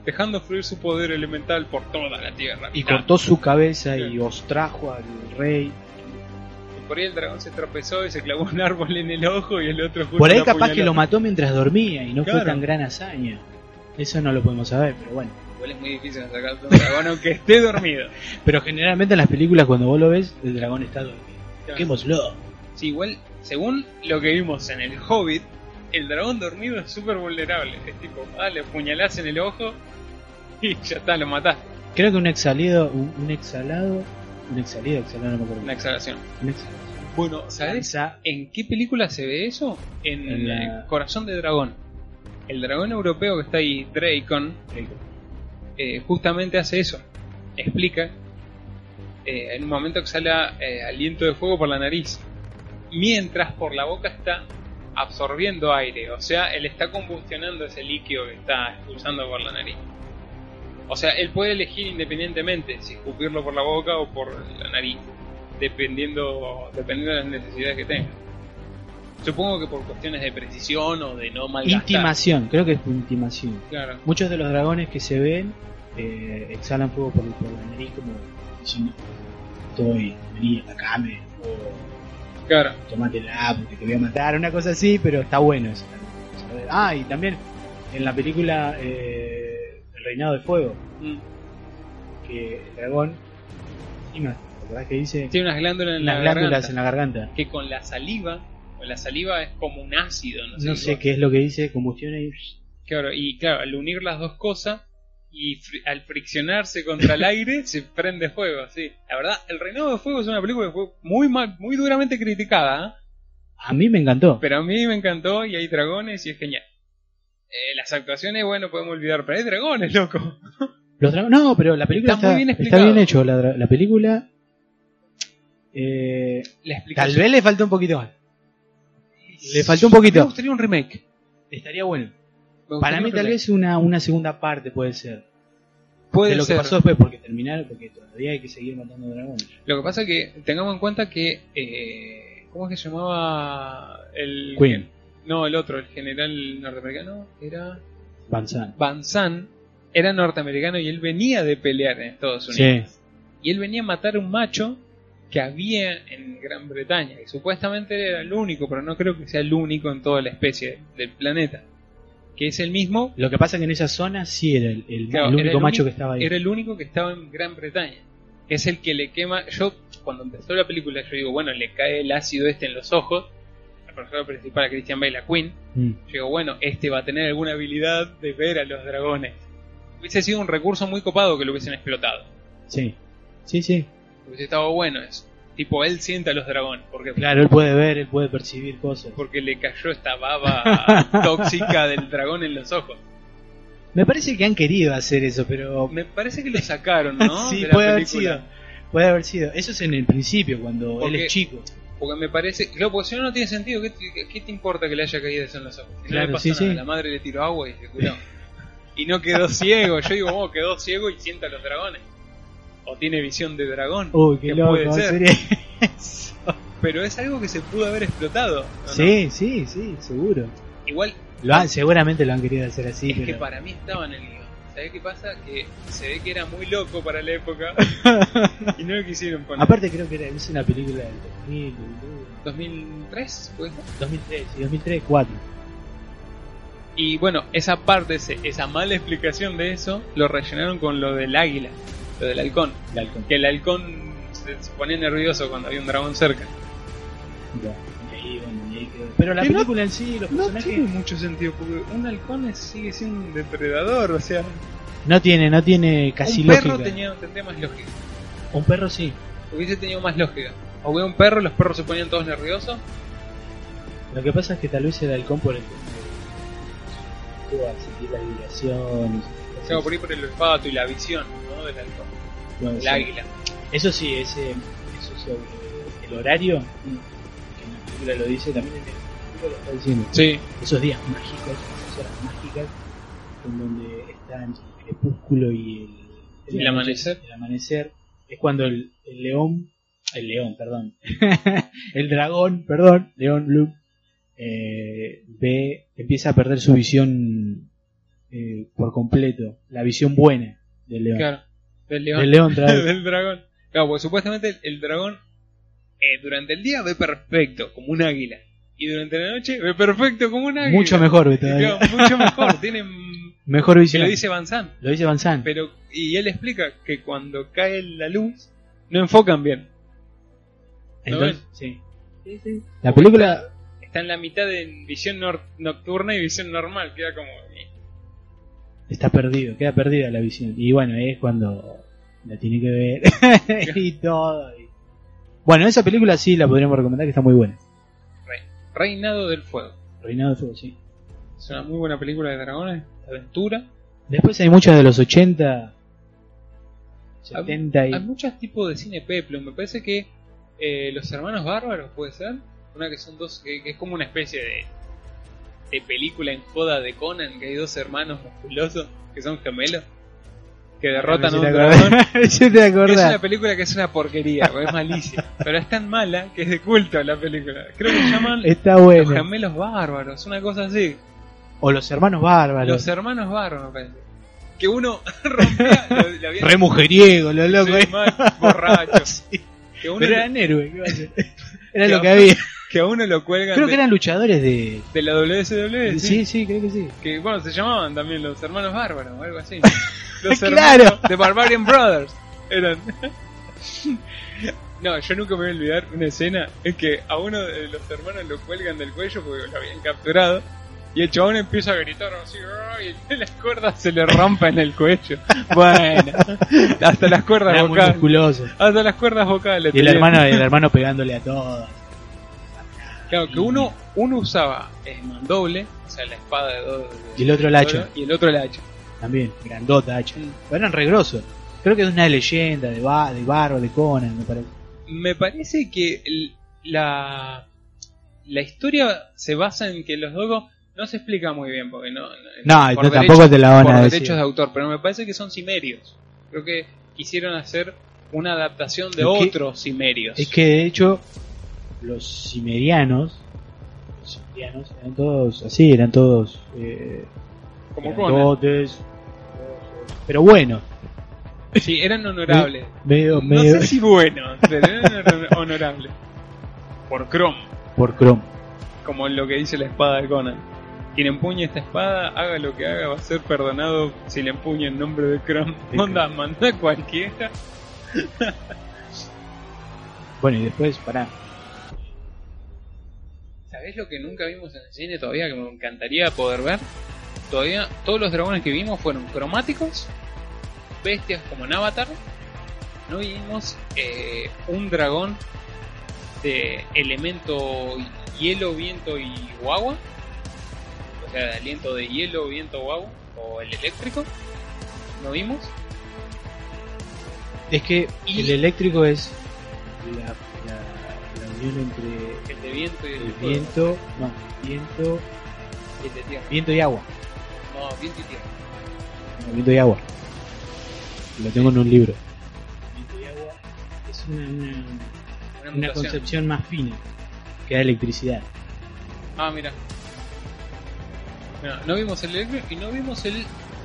S1: Dejando fluir su poder elemental por toda la tierra.
S2: Y
S1: Mirá.
S2: cortó su cabeza y
S1: Claro.
S2: os trajo al rey.
S1: Y Por ahí el dragón se tropezó y se clavó un árbol en el ojo y el otro justo
S2: Por ahí
S1: lo
S2: capaz que
S1: apuñaló.
S2: lo mató mientras dormía y no fue
S1: Claro.
S2: tan gran hazaña. Eso no lo podemos saber, pero bueno.
S1: Igual es muy difícil sacar un dragón aunque esté dormido.
S2: Pero generalmente en las películas cuando vos lo ves, el dragón está dormido.
S1: Claro.
S2: Quémoslo.
S1: Sí, igual, según lo que vimos en el Hobbit, el dragón dormido es súper vulnerable. Es tipo, ah, le apuñalás en el ojo y ya está, lo matás.
S2: Creo que un exhalado, un, un exhalado, un exhalado, exhalado, no me acuerdo.
S1: Una exhalación.
S2: Un exhalado.
S1: Bueno, ¿sabes
S2: Esa-
S1: en qué película se ve eso? En,
S2: En la-
S1: eh, Corazón de Dragón. El dragón europeo que está ahí, Dracon, eh, justamente hace eso. Explica. eh, en un momento exhala eh, aliento de fuego por la nariz. Mientras por la boca está absorbiendo aire. O sea, él está combustionando ese líquido que está expulsando por la nariz. O sea, él puede elegir independientemente si escupirlo por la boca o por la nariz. Dependiendo, dependiendo de las necesidades que tenga. Supongo que por cuestiones de precisión o de no malgastar.
S2: Intimación, creo que es intimación.
S1: Claro.
S2: Muchos de los dragones que se ven eh, exhalan fuego por, por la nariz como diciendo, estoy, vení, atacame, o
S1: Claro.
S2: tomátela porque te voy a matar, una cosa así, pero está bueno eso. también. Ah, y también en la película eh, El Reinado de Fuego,
S1: Mm.
S2: que el dragón, encima, ¿te acordás que dice?
S1: Tiene unas glándulas en
S2: las
S1: la
S2: glándulas
S1: garganta,
S2: en la garganta.
S1: que con la saliva, con la saliva es como un ácido, no sé,
S2: No sé
S1: qué.
S2: qué es lo que dice, combustión y...
S1: Claro, y claro, al unir las dos cosas y fri- al friccionarse contra el aire se prende fuego, sí. La verdad, El Reinado de Fuego es una película que fue muy mal, muy duramente criticada, ¿ah?
S2: A mí me encantó.
S1: pero a mí me encantó y hay dragones y es genial. Eh, las actuaciones, bueno, podemos olvidar, pero hay dragones, loco.
S2: Los dragones- no, pero la película
S1: Está
S2: está,
S1: muy bien
S2: está
S1: explicado.
S2: bien hecho. La, dra- la película. eh,
S1: La
S2: tal
S1: explicación-
S2: vez le faltó un poquito más. le faltó un poquito.
S1: Me gustaría un remake.
S2: Estaría bueno.
S1: Me gustaría
S2: Para
S1: un
S2: mí, tal
S1: remake.
S2: vez una, una segunda parte puede ser.
S1: puede
S2: de lo
S1: ser.
S2: que pasó después, porque terminaron, porque todavía hay que seguir matando dragones.
S1: Lo que pasa es que tengamos en cuenta que. Eh, ¿Cómo es que se llamaba el.
S2: Queen,
S1: No, el otro, el general norteamericano. Era.
S2: Van Zandt.
S1: Van Zandt era norteamericano y él venía de pelear en Estados Unidos.
S2: Sí,
S1: Y él venía a matar a un macho que había en Gran Bretaña. Y supuestamente era el único, pero no creo que sea el único en toda la especie del planeta. Que es el mismo.
S2: Lo que pasa es que en esa zona sí era el, el-
S1: Claro,
S2: el
S1: era
S2: único
S1: el
S2: macho
S1: único-
S2: que estaba ahí.
S1: Era el único que estaba en Gran Bretaña. Que es el que le quema. Yo, cuando empezó la película, yo digo, bueno, le cae el ácido este en los ojos. La persona principal, a Christian Bale, a Queen.
S2: Mm.
S1: Yo digo, bueno, este va a tener alguna habilidad de ver a los dragones. Hubiese sido un recurso muy copado que lo hubiesen explotado.
S2: Sí, sí, sí.
S1: Hubiese estado bueno eso. Tipo, él siente a los dragones. Porque,
S2: Claro, él puede ver, él puede percibir cosas.
S1: porque le cayó esta baba tóxica del dragón en los ojos.
S2: Me parece que han querido hacer eso, pero
S1: Me parece que lo sacaron, ¿no?
S2: sí,
S1: De la
S2: puede haber
S1: película.
S2: sido. Puede haber sido. Eso es en el principio, cuando él
S1: Porque-
S2: es chico.
S1: Porque me parece. Claro, porque si no, no tiene sentido. ¿Qué te, qué te importa que le haya caído eso en los ojos? Si no
S2: Claro,
S1: le pasó
S2: sí,
S1: nada,
S2: sí.
S1: La madre le tiró agua y se curó. y no quedó ciego. Yo digo, oh, quedó ciego y sienta a los dragones. O tiene visión de dragón.
S2: Uy, qué
S1: que
S2: loco.
S1: puede ser.
S2: sería eso.
S1: Pero es algo que se pudo haber explotado. ¿o no?
S2: Sí, sí, sí, seguro.
S1: Igual
S2: Lo han, seguramente lo han querido hacer así,
S1: es que
S2: pero
S1: para mí estaba en el guión. ¿Sabés qué pasa? Que se ve que era muy loco para la época. y no lo quisieron poner.
S2: aparte creo que era, es una película del 2000,
S1: 2003, ¿puede ser?
S2: 2003, sí, 2003, 4.
S1: Y bueno, esa parte, ese- esa mala explicación de eso, lo rellenaron con lo del águila, lo del halcón. Que el halcón se, se ponía nervioso cuando había un dragón cerca.
S2: Pero la
S1: Que no-
S2: película en sí, los
S1: No
S2: personajes
S1: tiene mucho sentido, porque un halcón es- sigue siendo un depredador, o sea,
S2: no tiene, no tiene casi
S1: un
S2: lógica.
S1: perro tenía, tendría más lógica.
S2: Un perro sí,
S1: Hubiese tenido más lógica. O veo un perro, los perros se ponían todos nerviosos.
S2: Lo que pasa es que tal vez el halcón por el a sentir las vibraciones.
S1: O sea, por ahí por el olfato y la visión, ¿no? Del halcón.
S2: Puede
S1: El
S2: ser.
S1: águila.
S2: Eso sí, ese, eso sobre el horario, mm, que en la película lo dice, también en el libro lo está diciendo.
S1: Sí.
S2: Esos días mágicos, esas horas mágicas, en donde están el crepúsculo y el,
S1: El amanecer.
S2: el amanecer, es cuando el, el león, el león, perdón, el dragón, perdón, león Bloom, eh, ve, empieza a perder su visión eh, por completo, la visión buena del león.
S1: Claro, del león.
S2: Del león otra vez.
S1: del dragón. Claro, porque supuestamente el, el dragón eh, durante el día ve perfecto, como un águila. Y durante la noche ve perfecto, como un águila.
S2: Mucho mejor, ve
S1: Y
S2: todavía.
S1: claro, mucho mejor. Tiene, mm,
S2: Mejor
S1: que
S2: visión.
S1: lo dice Van Sant.
S2: Lo dice Van Sant.
S1: Pero, y él explica que cuando cae la luz, no enfocan bien.
S2: Entonces,
S1: ven?
S2: sí. La película,
S1: Está en la mitad de visión nor- nocturna y visión normal. Queda como... eh,
S2: está perdido, queda perdida la visión. Y bueno, ahí es cuando la tiene que ver y todo. y- Bueno, esa película sí la podríamos recomendar que está muy buena.
S1: Reinado del Fuego.
S2: Reinado de Fuego, sí.
S1: Es una muy buena película de dragones, de aventura.
S2: Después hay muchas de los 80, 70 y...
S1: Hay muchos tipos de cine peplum. Me parece que eh, Los Hermanos Bárbaros puede ser. Una que son dos, que, que es como una especie de, de película en joda de Conan, que hay dos hermanos musculosos que son gemelos, que
S2: Ah,
S1: derrotan a un dragón.
S2: Yo te
S1: Es
S2: acordás.
S1: una película que es una porquería, porque es malicia. pero es tan mala que es de culto la película. Creo que se llaman
S2: Está
S1: Los
S2: buena.
S1: Gemelos Bárbaros, una cosa así.
S2: O Los Hermanos Bárbaros.
S1: Los Hermanos Bárbaros, me parece. Que uno rompía, lo, lo había-
S2: Re mujeriego, los
S1: Sí,
S2: locos. eh.
S1: mal, borracho. Que uno
S2: Pero
S1: le-
S2: eran héroes, ¿qué va a ser? Era
S1: Que
S2: lo que
S1: a-
S2: había.
S1: que a uno lo cuelgan
S2: Creo
S1: de,
S2: que eran luchadores de...
S1: de la WSW,
S2: Sí, sí, creo que sí.
S1: que bueno, se llamaban también los hermanos bárbaros o algo así. Los
S2: Claro.
S1: hermanos de Barbarian Brothers eran. No, yo nunca me voy a olvidar una escena es que a uno de los hermanos lo cuelgan del cuello porque lo habían capturado y el chabón empieza a gritar así "Ay", y las cuerdas se le rompen el cuello. Bueno, hasta las cuerdas
S2: Eran muy
S1: vocales.
S2: musculosos.
S1: Hasta las cuerdas vocales.
S2: Y el
S1: tenía.
S2: hermano, el hermano pegándole a todos.
S1: Claro, que uno, uno usaba el mandoble, o sea, la espada de dos.
S2: Y el otro el hacha.
S1: Y el otro el hacha.
S2: También, grandota hacha. Pero eran re grosos. Creo que es una leyenda de, ba de Barro, de Conan, me parece.
S1: Me parece que el- la, la historia se basa en que los dos no se explica muy bien, porque no.
S2: No,
S1: por
S2: no, tampoco te la van
S1: por
S2: a decir.
S1: derechos de autor, pero me parece que son cimerios. Creo que quisieron hacer una adaptación de
S2: Es que-
S1: otros cimerios.
S2: Es que de hecho, los cimerianos, los cimerianos eran todos así, eran todos eh,
S1: como Conan.
S2: grandotes, pero bueno,
S1: Sí, eran honorables.
S2: medio,
S1: No
S2: medio
S1: sé si buenos, pero eran honorables. Por Chrome.
S2: por Chrome.
S1: como lo que dice la espada de Conan. Quien empuñe esta espada, haga lo que haga, va a ser perdonado si le empuña en nombre de Chrome.
S2: Sí,
S1: Onda, manda a cualquiera.
S2: Bueno, y después, pará,
S1: ¿Sabés lo que nunca vimos en el cine todavía que me encantaría poder ver? Todavía todos los dragones que vimos fueron cromáticos, bestias como en Avatar. No vimos eh, un dragón de elemento hielo, viento y guagua. O sea, de aliento de hielo, viento, guagua. O el eléctrico. No vimos.
S2: es que
S1: Y-
S2: el eléctrico es la, la- la unión entre
S1: El de viento y el,
S2: el
S1: fuego,
S2: viento, no, viento,
S1: y el de tierra.
S2: viento y agua,
S1: No, viento y tierra.
S2: no, viento y agua. Lo tengo en un libro. Viento y agua es una- una
S1: Una
S2: una
S1: mutación.
S2: concepción más fina que da electricidad.
S1: Ah, mira. No, no vimos el Electro y no vimos el,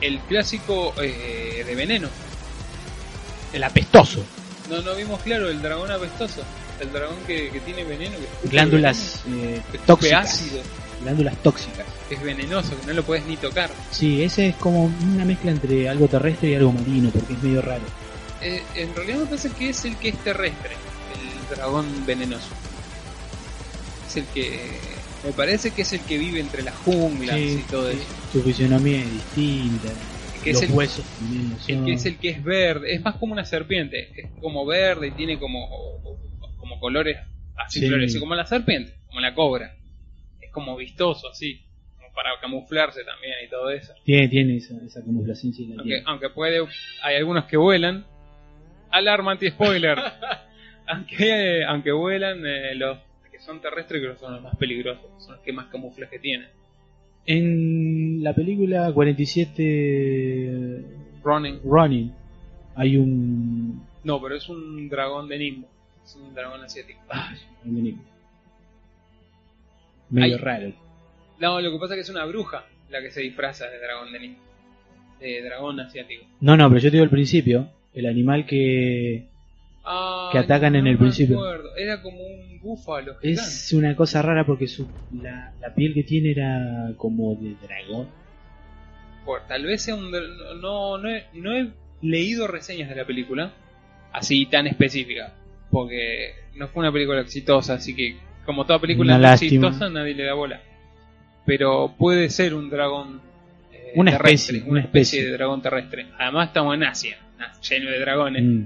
S1: el clásico eh, de veneno.
S2: El apestoso.
S1: No, no vimos, claro, el dragón apestoso. El dragón que, que tiene veneno. Que escupe
S2: Glándulas eh,
S1: veneno, que escupe
S2: tóxicas.
S1: ácido.
S2: Glándulas tóxicas.
S1: que Es venenoso, que no lo puedes ni tocar.
S2: Sí, ese es como una mezcla entre algo terrestre y algo marino, porque es medio raro.
S1: Eh, en realidad me parece que es el que es terrestre. El dragón venenoso. Es el que... Me parece que es el que vive entre las junglas
S2: Sí,
S1: y todo
S2: sí.
S1: eso.
S2: Su fisionomía es distinta.
S1: Que
S2: los
S1: es el
S2: huesos también lo
S1: El
S2: son.
S1: que es el que es verde, es más como una serpiente, es como verde y tiene como, como colores así
S2: Sí.
S1: florece, como la serpiente, como la cobra. Es como vistoso así, como para camuflarse también y todo eso.
S2: Tiene, tiene esa, esa camuflación, sí, la
S1: Aunque,
S2: tiene.
S1: aunque puede, hay algunos que vuelan. Alarma anti-spoiler. aunque, aunque vuelan, eh, los que son terrestres creo que son los más peligrosos, son los que más camuflaje tienen.
S2: En la película 47
S1: Running.
S2: Running hay un...
S1: No, pero es un dragón de Nimbo. Es un dragón asiático.
S2: Ay, un enigma. Medio
S1: Ay.
S2: raro.
S1: No, lo que pasa es que es una bruja la que se disfraza de dragón de Nimbo. De dragón asiático.
S2: No, no, pero yo te digo al principio, el animal que
S1: Ah,
S2: Que atacan en el
S1: me
S2: principio.
S1: acuerdo. Era como un búfalo. gigante.
S2: es una cosa rara porque su, la, la piel que tiene era como de dragón.
S1: Por- tal vez sea un... dra- No, no, he, no he leído reseñas de la película. Así tan específica. Porque no fue una película exitosa. Así que como toda película
S2: Una lástima.
S1: exitosa nadie le da bola. Pero puede ser un dragón eh,
S2: Una
S1: terrestre.
S2: especie,
S1: una
S2: una
S1: especie
S2: especie.
S1: de dragón terrestre. Además estamos en Asia. na- Lleno de dragones.
S2: Mm.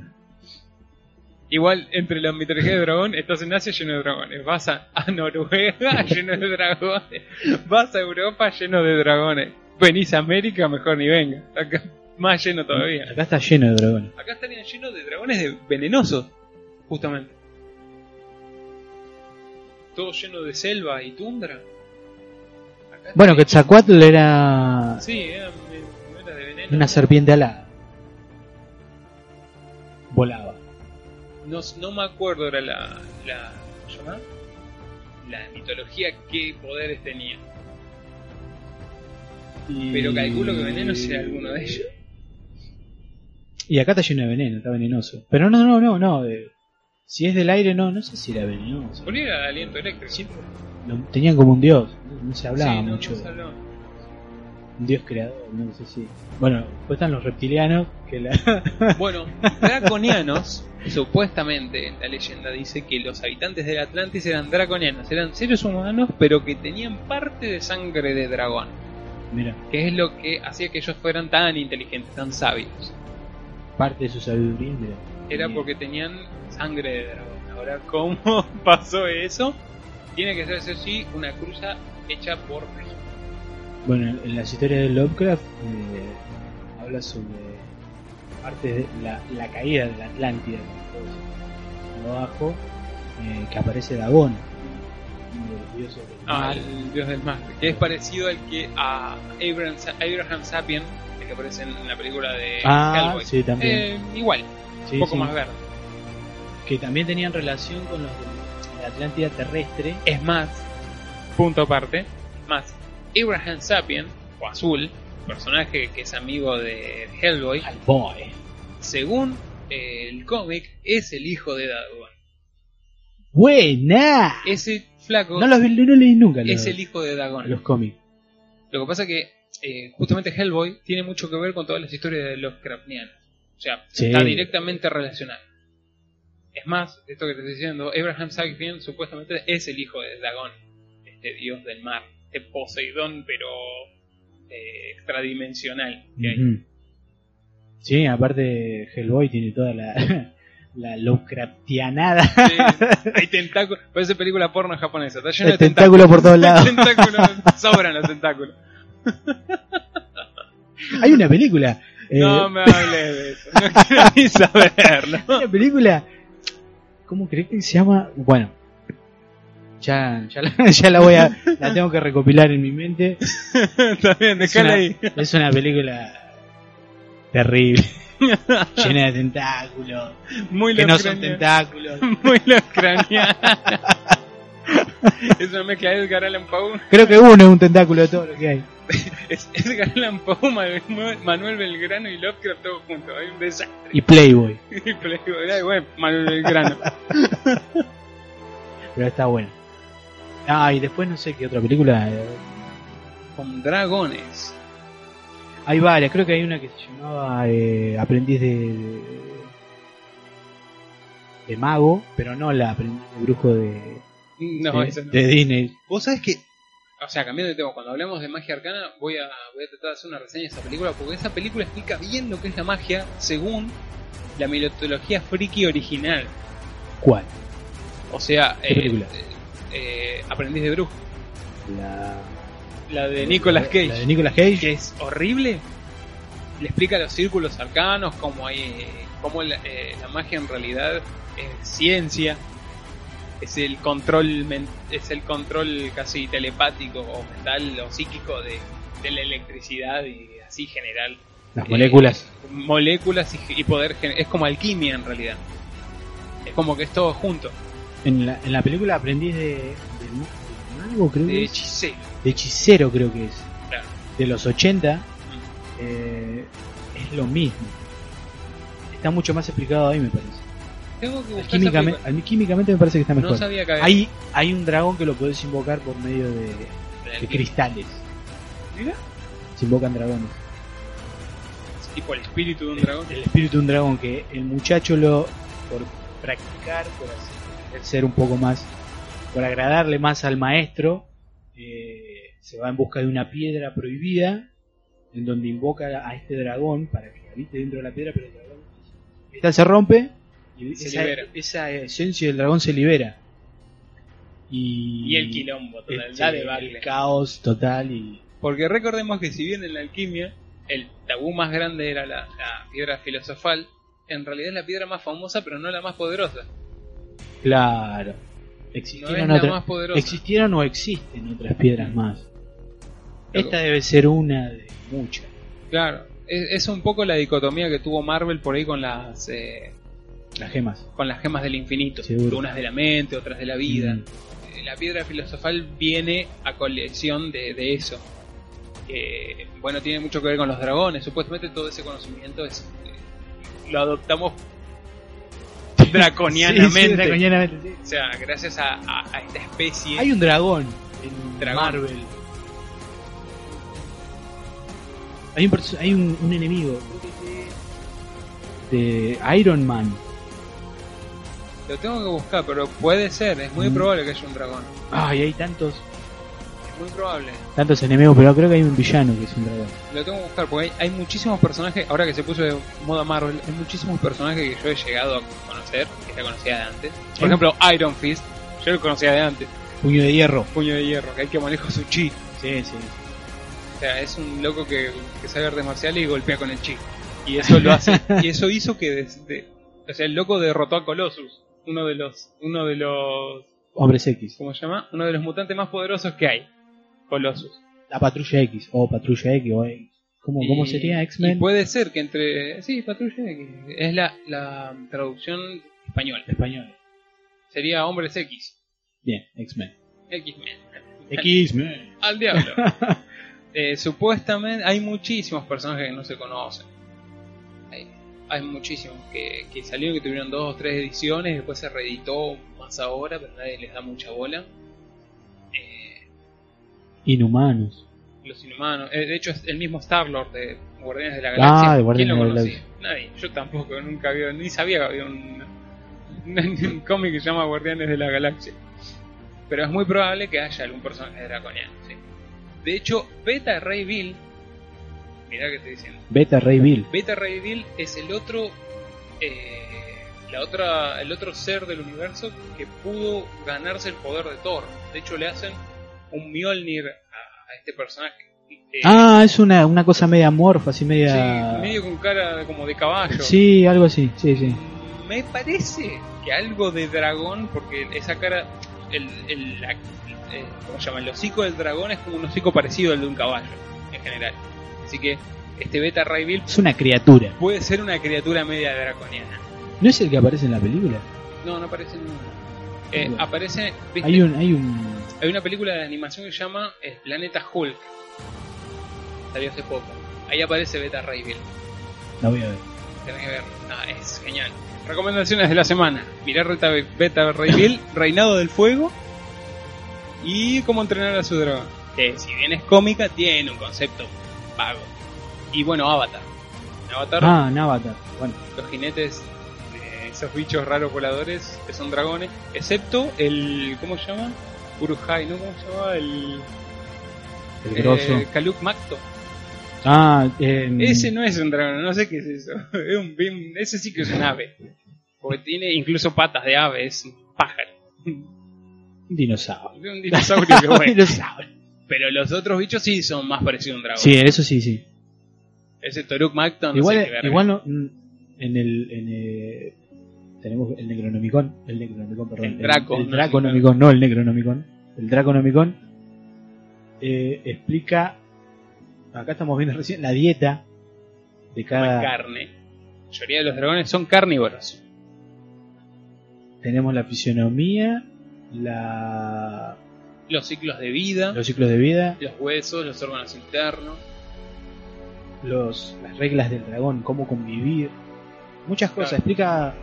S1: Igual entre la mitología de dragón, estás en Asia lleno de dragones, vas a, a Noruega lleno de dragones, vas a Europa lleno de dragones, venís a América mejor ni venga, acá más lleno todavía.
S2: Acá está lleno de dragones.
S1: Acá estarían llenos de dragones de- venenosos, justamente. Todo lleno de selva y tundra. Acá
S2: Bueno,
S1: estaría-
S2: Quetzalcoatl era
S1: Sí, era, no era de veneno.
S2: una serpiente alada. Volaba.
S1: No, no me acuerdo era la, la ¿cómo se llama? La mitología qué poderes tenía. Pero calculo que veneno sea alguno de ellos.
S2: Y acá está lleno de veneno, está venenoso. Pero no, no, no, no. eh, si es del aire, no, no sé si era venenoso.
S1: Porque era de aliento eléctrico. Sí,
S2: Lo tenían como un dios. No, no se hablaba
S1: no, no
S2: mucho.
S1: se habló.
S2: Un dios creador, no sé si. Bueno, después están los reptilianos. Que la...
S1: Bueno, draconianos, supuestamente la leyenda dice que los habitantes del Atlantis eran draconianos, eran seres humanos pero que tenían parte de sangre de dragón,
S2: Mira,
S1: que es lo que hacía que ellos fueran tan inteligentes, tan sabios.
S2: parte de su sabiduría. mira.
S1: era
S2: Tenía-
S1: porque tenían sangre de dragón. Ahora, ¿cómo pasó eso? Tiene que ser, eso sí, una cruza hecha por personas.
S2: Bueno, en las historias de Lovecraft eh, habla sobre parte de la, la caída de la Atlántida, entonces, abajo, eh, que aparece Dagón, uno de los dioses del
S1: Ah,
S2: mar.
S1: al dios del mar, que es parecido al que a Abraham, Sa- Abraham Sapien, el que aparece en la película de
S2: Ah,
S1: Hellboy.
S2: sí, también.
S1: Eh, igual,
S2: Sí,
S1: un poco
S2: sí.
S1: más verde.
S2: Que también tenían relación con los de la Atlántida terrestre.
S1: Es más, punto aparte, es más, Abraham Sapien, o Azul, personaje que es amigo de Hellboy,
S2: Al boy.
S1: según eh, el cómic, es el hijo de Dagon.
S2: ¡Buena!
S1: Ese flaco
S2: No los vi- no leí nunca los,
S1: es el hijo de Dagon.
S2: los cómics.
S1: Lo que pasa que eh, justamente Hellboy tiene mucho que ver con todas las historias de los Krapnianos. O sea,
S2: Sí.
S1: está directamente relacionado. Es más, esto que te estoy diciendo, Abraham Sackfien supuestamente es el hijo de Dagon, este dios del mar, este Poseidón, pero eh, extradimensional. que hay.
S2: Ujú. Sí, aparte Hellboy tiene toda la, la Lovecraftianada.
S1: Sí, hay tentáculos, parece película porno japonesa, está lleno
S2: El
S1: de tentáculos.
S2: tentáculo por todos lados.
S1: Tentáculos, sobran los tentáculos.
S2: Hay una película. eh,
S1: No me hables de eso, no quiero ni saberlo.
S2: Hay una película. ¿Cómo crees que se llama? Bueno. Ya, ya, la, ya la voy a. La tengo que recopilar en mi mente.
S1: Está bien,
S2: Es
S1: dejala
S2: una-
S1: ahí.
S2: Es una película. Terrible. Llena de tentáculos.
S1: Muy
S2: Que no son
S1: locrania.
S2: tentáculos.
S1: Muy locrania. es una mezcla de Edgar Allan Poe.
S2: Creo que uno es un tentáculo de todo lo que hay.
S1: Es Edgar Allan Poe, Manuel Manuel Belgrano y Lovecraft todos juntos. Hay un desastre.
S2: Y Playboy.
S1: Playboy. Ay, bueno, Manuel Belgrano.
S2: Pero está bueno. Ah, y después no sé qué otra película. eh,
S1: Con dragones.
S2: Hay varias, creo que hay una que se llamaba eh, Aprendiz de, de, de Mago, pero no la Aprendiz de Brujo de,
S1: No,
S2: de,
S1: eso no.
S2: de Disney.
S1: Vos sabés que. O sea, cambiando de tema, cuando hablemos de magia arcana, voy a, voy a tratar de hacer una reseña de esa película, porque esa película explica bien lo que es la magia según la mitología friki original.
S2: ¿Cuál?
S1: O sea,
S2: ¿Qué película?
S1: eh, eh, Aprendiz de Brujo.
S2: La
S1: La de Nicolas Cage.
S2: La de Nicolas Cage.
S1: que es horrible. Le explica los círculos arcanos, cómo, hay, eh, cómo la, eh, la magia en realidad es ciencia. Es el control men- es el control casi telepático o mental o psíquico de, de la electricidad y así general
S2: Las moléculas.
S1: moléculas y, y poder gen- es como alquimia en realidad es como que es todo junto
S2: En la, en la película aprendí de, de ma- de mago, creo
S1: de
S2: que es.
S1: hechicero
S2: De hechicero, creo que es.
S1: claro.
S2: De los 80. eh, es lo mismo. Está mucho más explicado ahí, me parece.
S1: tengo que buscar esa
S2: Químicamente,
S1: película.
S2: a mí químicamente me parece que está
S1: no
S2: mejor.
S1: sabía que había
S2: hay, hay un dragón que lo puedes invocar por medio de, de cristales.
S1: Mira.
S2: Se invocan dragones.
S1: Es tipo el espíritu de un dragón
S2: El espíritu de un dragón que el muchacho lo por practicar, por hacer- ser un poco más, por agradarle más al maestro, eh, se va en busca de una piedra prohibida, en donde invoca a este dragón para que habite dentro de la piedra, pero el dragón esta se rompe y
S1: Se
S2: esa,
S1: libera.
S2: esa esencia del dragón se libera. Y,
S3: Y el quilombo, total,
S2: este,
S3: la
S2: el
S3: debacle.
S2: caos total y
S1: porque recordemos que si bien en la alquimia el tabú más grande era la, la piedra filosofal en realidad es la piedra más famosa pero no la más poderosa
S2: claro.
S1: no
S2: Existieron
S1: es la
S2: otra-
S1: más poderosa
S2: Existieron o existen otras piedras más.
S1: Claro.
S2: Esta debe ser una de muchas.
S1: claro es, es un poco la dicotomía que tuvo Marvel por ahí con las eh,
S2: Las gemas.
S1: con las gemas del infinito
S2: Seguro.
S1: unas de la mente otras de la vida
S2: Mm.
S1: la piedra filosofal viene a colección de, de eso. Que, bueno, tiene mucho que ver con los dragones. Supuestamente todo ese conocimiento es, eh, lo adoptamos draconianamente.
S2: Sí, sí, draconianamente, sí.
S1: O sea, gracias a, a- a esta especie.
S2: Hay un dragón en
S1: Dragón.
S2: Marvel. Hay un, perso- hay un, un enemigo de Iron Man.
S1: Lo tengo que buscar, pero puede ser. Es muy
S2: Mm.
S1: probable que haya un dragón.
S2: Ay, hay tantos
S1: Es muy probable.
S2: tantos enemigos, pero creo que hay un villano que es un dragón.
S1: Lo tengo que buscar porque hay, hay muchísimos personajes. Ahora que se puso de moda Marvel, hay muchísimos personajes que yo he llegado a conocer. Que ya conocía de antes. Por
S2: ¿Eh?
S1: ejemplo, Iron Fist. Yo lo conocía de antes.
S2: Puño de hierro.
S1: puño de hierro, que hay que maneja su chi.
S2: Sí, sí.
S1: O sea, es un loco que, que sabe artes marciales y golpea con el chi. Y eso lo hace, y eso hizo que desde, o sea, el loco derrotó a Colossus, uno de los, uno de los,
S2: Hombres X.
S1: ¿cómo se llama? Uno de los mutantes más poderosos que hay, Colossus.
S2: La patrulla X. O patrulla X. O X. ¿Cómo, cómo
S1: Y-
S2: sería
S1: Eh, y
S2: X-Men?
S1: Puede ser que entre, sí, Patrulla X, es la, la traducción española.
S2: Español.
S1: Sería Hombres X,
S2: Bien, X-Men.
S1: X-Men.
S2: X-Men.
S1: Al diablo. Eh, supuestamente hay muchísimos personajes que no se conocen. Hay, hay muchísimos que, que salieron que tuvieron dos o tres ediciones, después se reeditó más ahora, pero nadie les da mucha bola. Eh,
S2: Inhumanos.
S1: los inhumanos, eh, de hecho es el mismo Star Lord de Guardianes de la
S2: Ah,
S1: Galaxia.
S2: de Guardianes
S1: ¿Quién lo
S2: de la
S1: conocía? Nadie, yo tampoco, nunca había, ni sabía que había un, un cómic que se llama Guardianes de la Galaxia. Pero es muy probable que haya algún personaje draconiano. ¿sí? De hecho, Beta Ray Bill, mirá que te dicen,
S2: Beta Ray Bill.
S1: Beta Ray Bill es el otro, eh, la otra, el otro ser del universo que pudo ganarse el poder de Thor. De hecho, le hacen un Mjolnir a, a este personaje. Eh,
S2: Ah, es una, una cosa media amorfa, así media.
S1: sí, medio con cara como de caballo.
S2: Sí, algo así. Sí, sí.
S1: Me parece que algo de dragón, porque esa cara, el, el, la- eh, ¿cómo se llama? El hocico del dragón es como un hocico parecido al de un caballo, en general. Así que este Beta Ray Bill
S2: Es una criatura.
S1: puede ser una criatura media draconiana.
S2: ¿No es el que aparece en la película?
S1: No, no aparece ninguna. Eh,
S2: Bueno.
S1: Aparece, ¿viste?
S2: Hay un. Hay un...
S1: Hay una película de animación que se llama eh, Planeta Hulk. Salió hace poco. Ahí aparece Beta Ray Bill.
S2: La voy a ver.
S1: Tenés que ver. Ah, es genial. Recomendaciones de la semana. Mirar Beta, Beta Ray Bill, Reinado del Fuego y Cómo entrenar a su dragón. Que si bien es cómica, tiene un concepto vago. Y bueno, Avatar. En Avatar,
S2: Ah, en Avatar. Bueno,
S1: los jinetes, eh, esos bichos raros voladores que son dragones, excepto el. ¿Cómo se llama? Urujai, ¿no? ¿Cómo se llama? El.
S2: el
S1: eh,
S2: grosso.
S1: Kaluk Makto.
S2: Ah, eh,
S1: Ese no es un dragón, no sé qué es eso. Es un bim- ese sí que es un ave. Porque tiene incluso patas de ave, es un pájaro.
S2: Un dinosaurio.
S1: Es un dinosaurio que
S2: Un
S1: bueno.
S2: dinosaurio.
S1: Pero los otros bichos sí son más parecidos a un dragón.
S2: Sí, eso sí, sí.
S1: Ese Toruk Macton,
S2: igual,
S1: no sé qué verga.
S2: igual no- mm, en el. En el tenemos el Necronomicon. El Necronomicon, perdón.
S1: El Draco,
S2: El,
S1: no,
S2: Draconomicon, no el Necronomicon. El Draconomicon eh, explica. Acá estamos viendo recién la dieta
S1: comen
S2: de cada
S1: carne. La mayoría de los dragones son carnívoros.
S2: tenemos la fisionomía, la
S1: Los ciclos de vida,
S2: los ciclos de vida,
S1: los huesos, los órganos internos.
S2: los las reglas del dragón, cómo convivir, muchas cosas,
S1: Claro.
S2: explica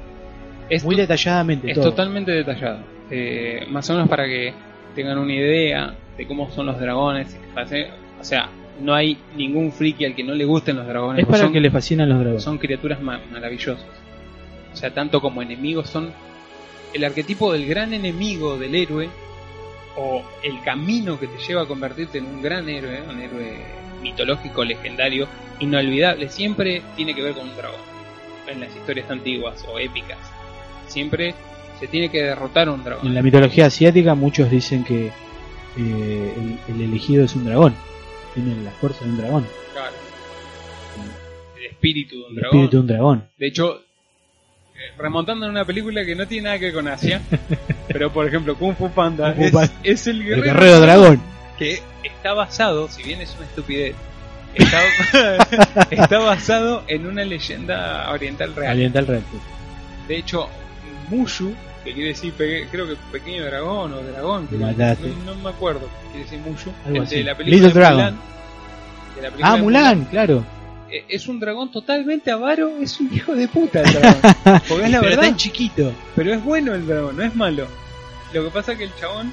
S1: Es
S2: muy
S1: to-
S2: detalladamente
S1: Es
S2: todo.
S1: totalmente detallado. Eh, más o menos para que tengan una idea de cómo son los dragones. y que pase- O sea, no hay ningún friki al que no le gusten los dragones.
S2: es
S1: porque
S2: para
S1: son,
S2: que le fascinan los dragones.
S1: son criaturas ma- maravillosas. O sea, tanto como enemigos son el arquetipo del gran enemigo del héroe o el camino que te lleva a convertirte en un gran héroe, un héroe mitológico, legendario, inolvidable. Siempre tiene que ver con un dragón en las historias antiguas o épicas. Siempre se tiene que derrotar a un dragón.
S2: En la mitología asiática muchos dicen que eh, el, el elegido es un dragón, tiene la fuerza de un dragón,
S1: Claro. El espíritu de un
S2: el
S1: dragón.
S2: espíritu de un dragón.
S1: De hecho, eh, remontando en una película que no tiene nada que ver con Asia, pero por ejemplo Kung Fu Panda,
S2: Kung Fu
S1: es,
S2: Panda.
S1: es el
S2: El
S1: guerrero,
S2: guerrero dragón.
S1: que está basado, si bien es una estupidez, está, está basado en una leyenda oriental real.
S2: Alienta el resto.
S1: De hecho, Mushu, que quiere decir pe- creo que pequeño dragón o dragón, que
S2: Mataste.
S1: no, no me acuerdo, qué quiere decir Mushu,
S2: Algo
S1: el
S2: así.
S1: de la película
S2: Little
S1: de
S2: Dragon.
S1: Mulan, de la película
S2: Ah,
S1: de
S2: Mulan, claro.
S1: eh, es un dragón totalmente avaro, es un hijo de puta el dragón. Porque es la
S2: Pero
S1: verdad,
S2: tan chiquito.
S1: pero es bueno el dragón, no es malo. Lo que pasa es que el chabón,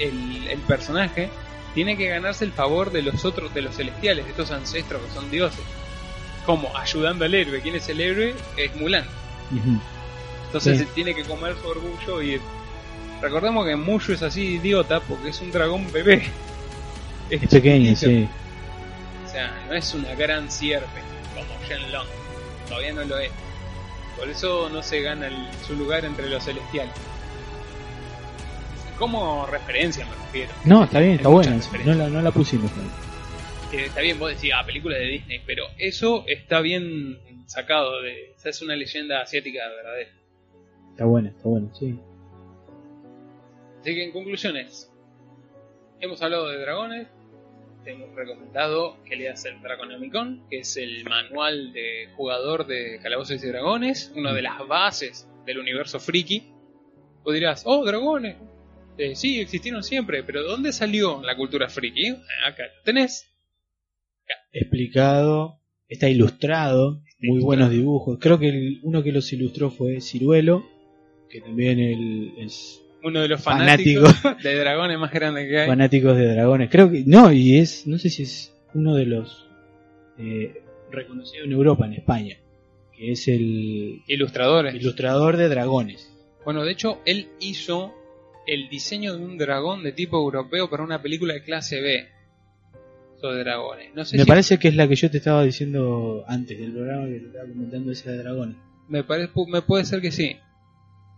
S1: el, el personaje, tiene que ganarse el favor de los otros, de los celestiales, de estos ancestros que son dioses. Como ayudando al héroe. ¿Quién es el héroe? Es Mulan.
S2: Ujú.
S1: Entonces
S2: Sí.
S1: se tiene que comer su orgullo y... Recordemos que Mushu es así idiota porque es un dragón bebé.
S2: Es pequeño,
S1: chiquito.
S2: sí.
S1: O sea, no es una gran sierpe como Shenlong. Todavía no lo es. Por eso no se gana el- su lugar entre los celestiales. Como referencia me refiero.
S2: No, está bien,
S1: Hay
S2: está
S1: muchas
S2: bueno. No
S1: referencias.
S2: la, no la pusimos. claro.
S1: Que está bien, vos decís, ah, película de Disney, pero eso está bien sacado de... O sea, es una leyenda asiática verdadera.
S2: Está buena, está buena, sí.
S1: Así que en conclusiones, hemos hablado de dragones, te hemos recomendado que leas el Draconomicon, que es el manual de jugador de Calabozos y Dragones, una de las bases del universo friki. Vos dirás, oh, dragones, eh, sí, existieron siempre, pero ¿de dónde salió la cultura friki? Acá lo tenés.
S2: Explicado, está ilustrado, muy
S1: ilustrado.
S2: buenos dibujos. Creo que el- uno que los ilustró fue Ciruelo, que también el, es
S1: Uno de los
S2: Fanático.
S1: fanáticos de dragones más grandes que hay.
S2: fanáticos de dragones. Creo que no, y es, no sé si es uno de los eh, reconocidos en Europa, en España, que es el
S1: Ilustradores.
S2: ilustrador de dragones.
S1: Bueno, de hecho, él hizo el diseño de un dragón de tipo europeo para una película de clase B. Sobre dragones. No sé
S2: Me
S1: si-
S2: parece que es la que yo te estaba diciendo antes del programa que te estaba comentando esa de dragones.
S1: me, parece, me puede ser que sí.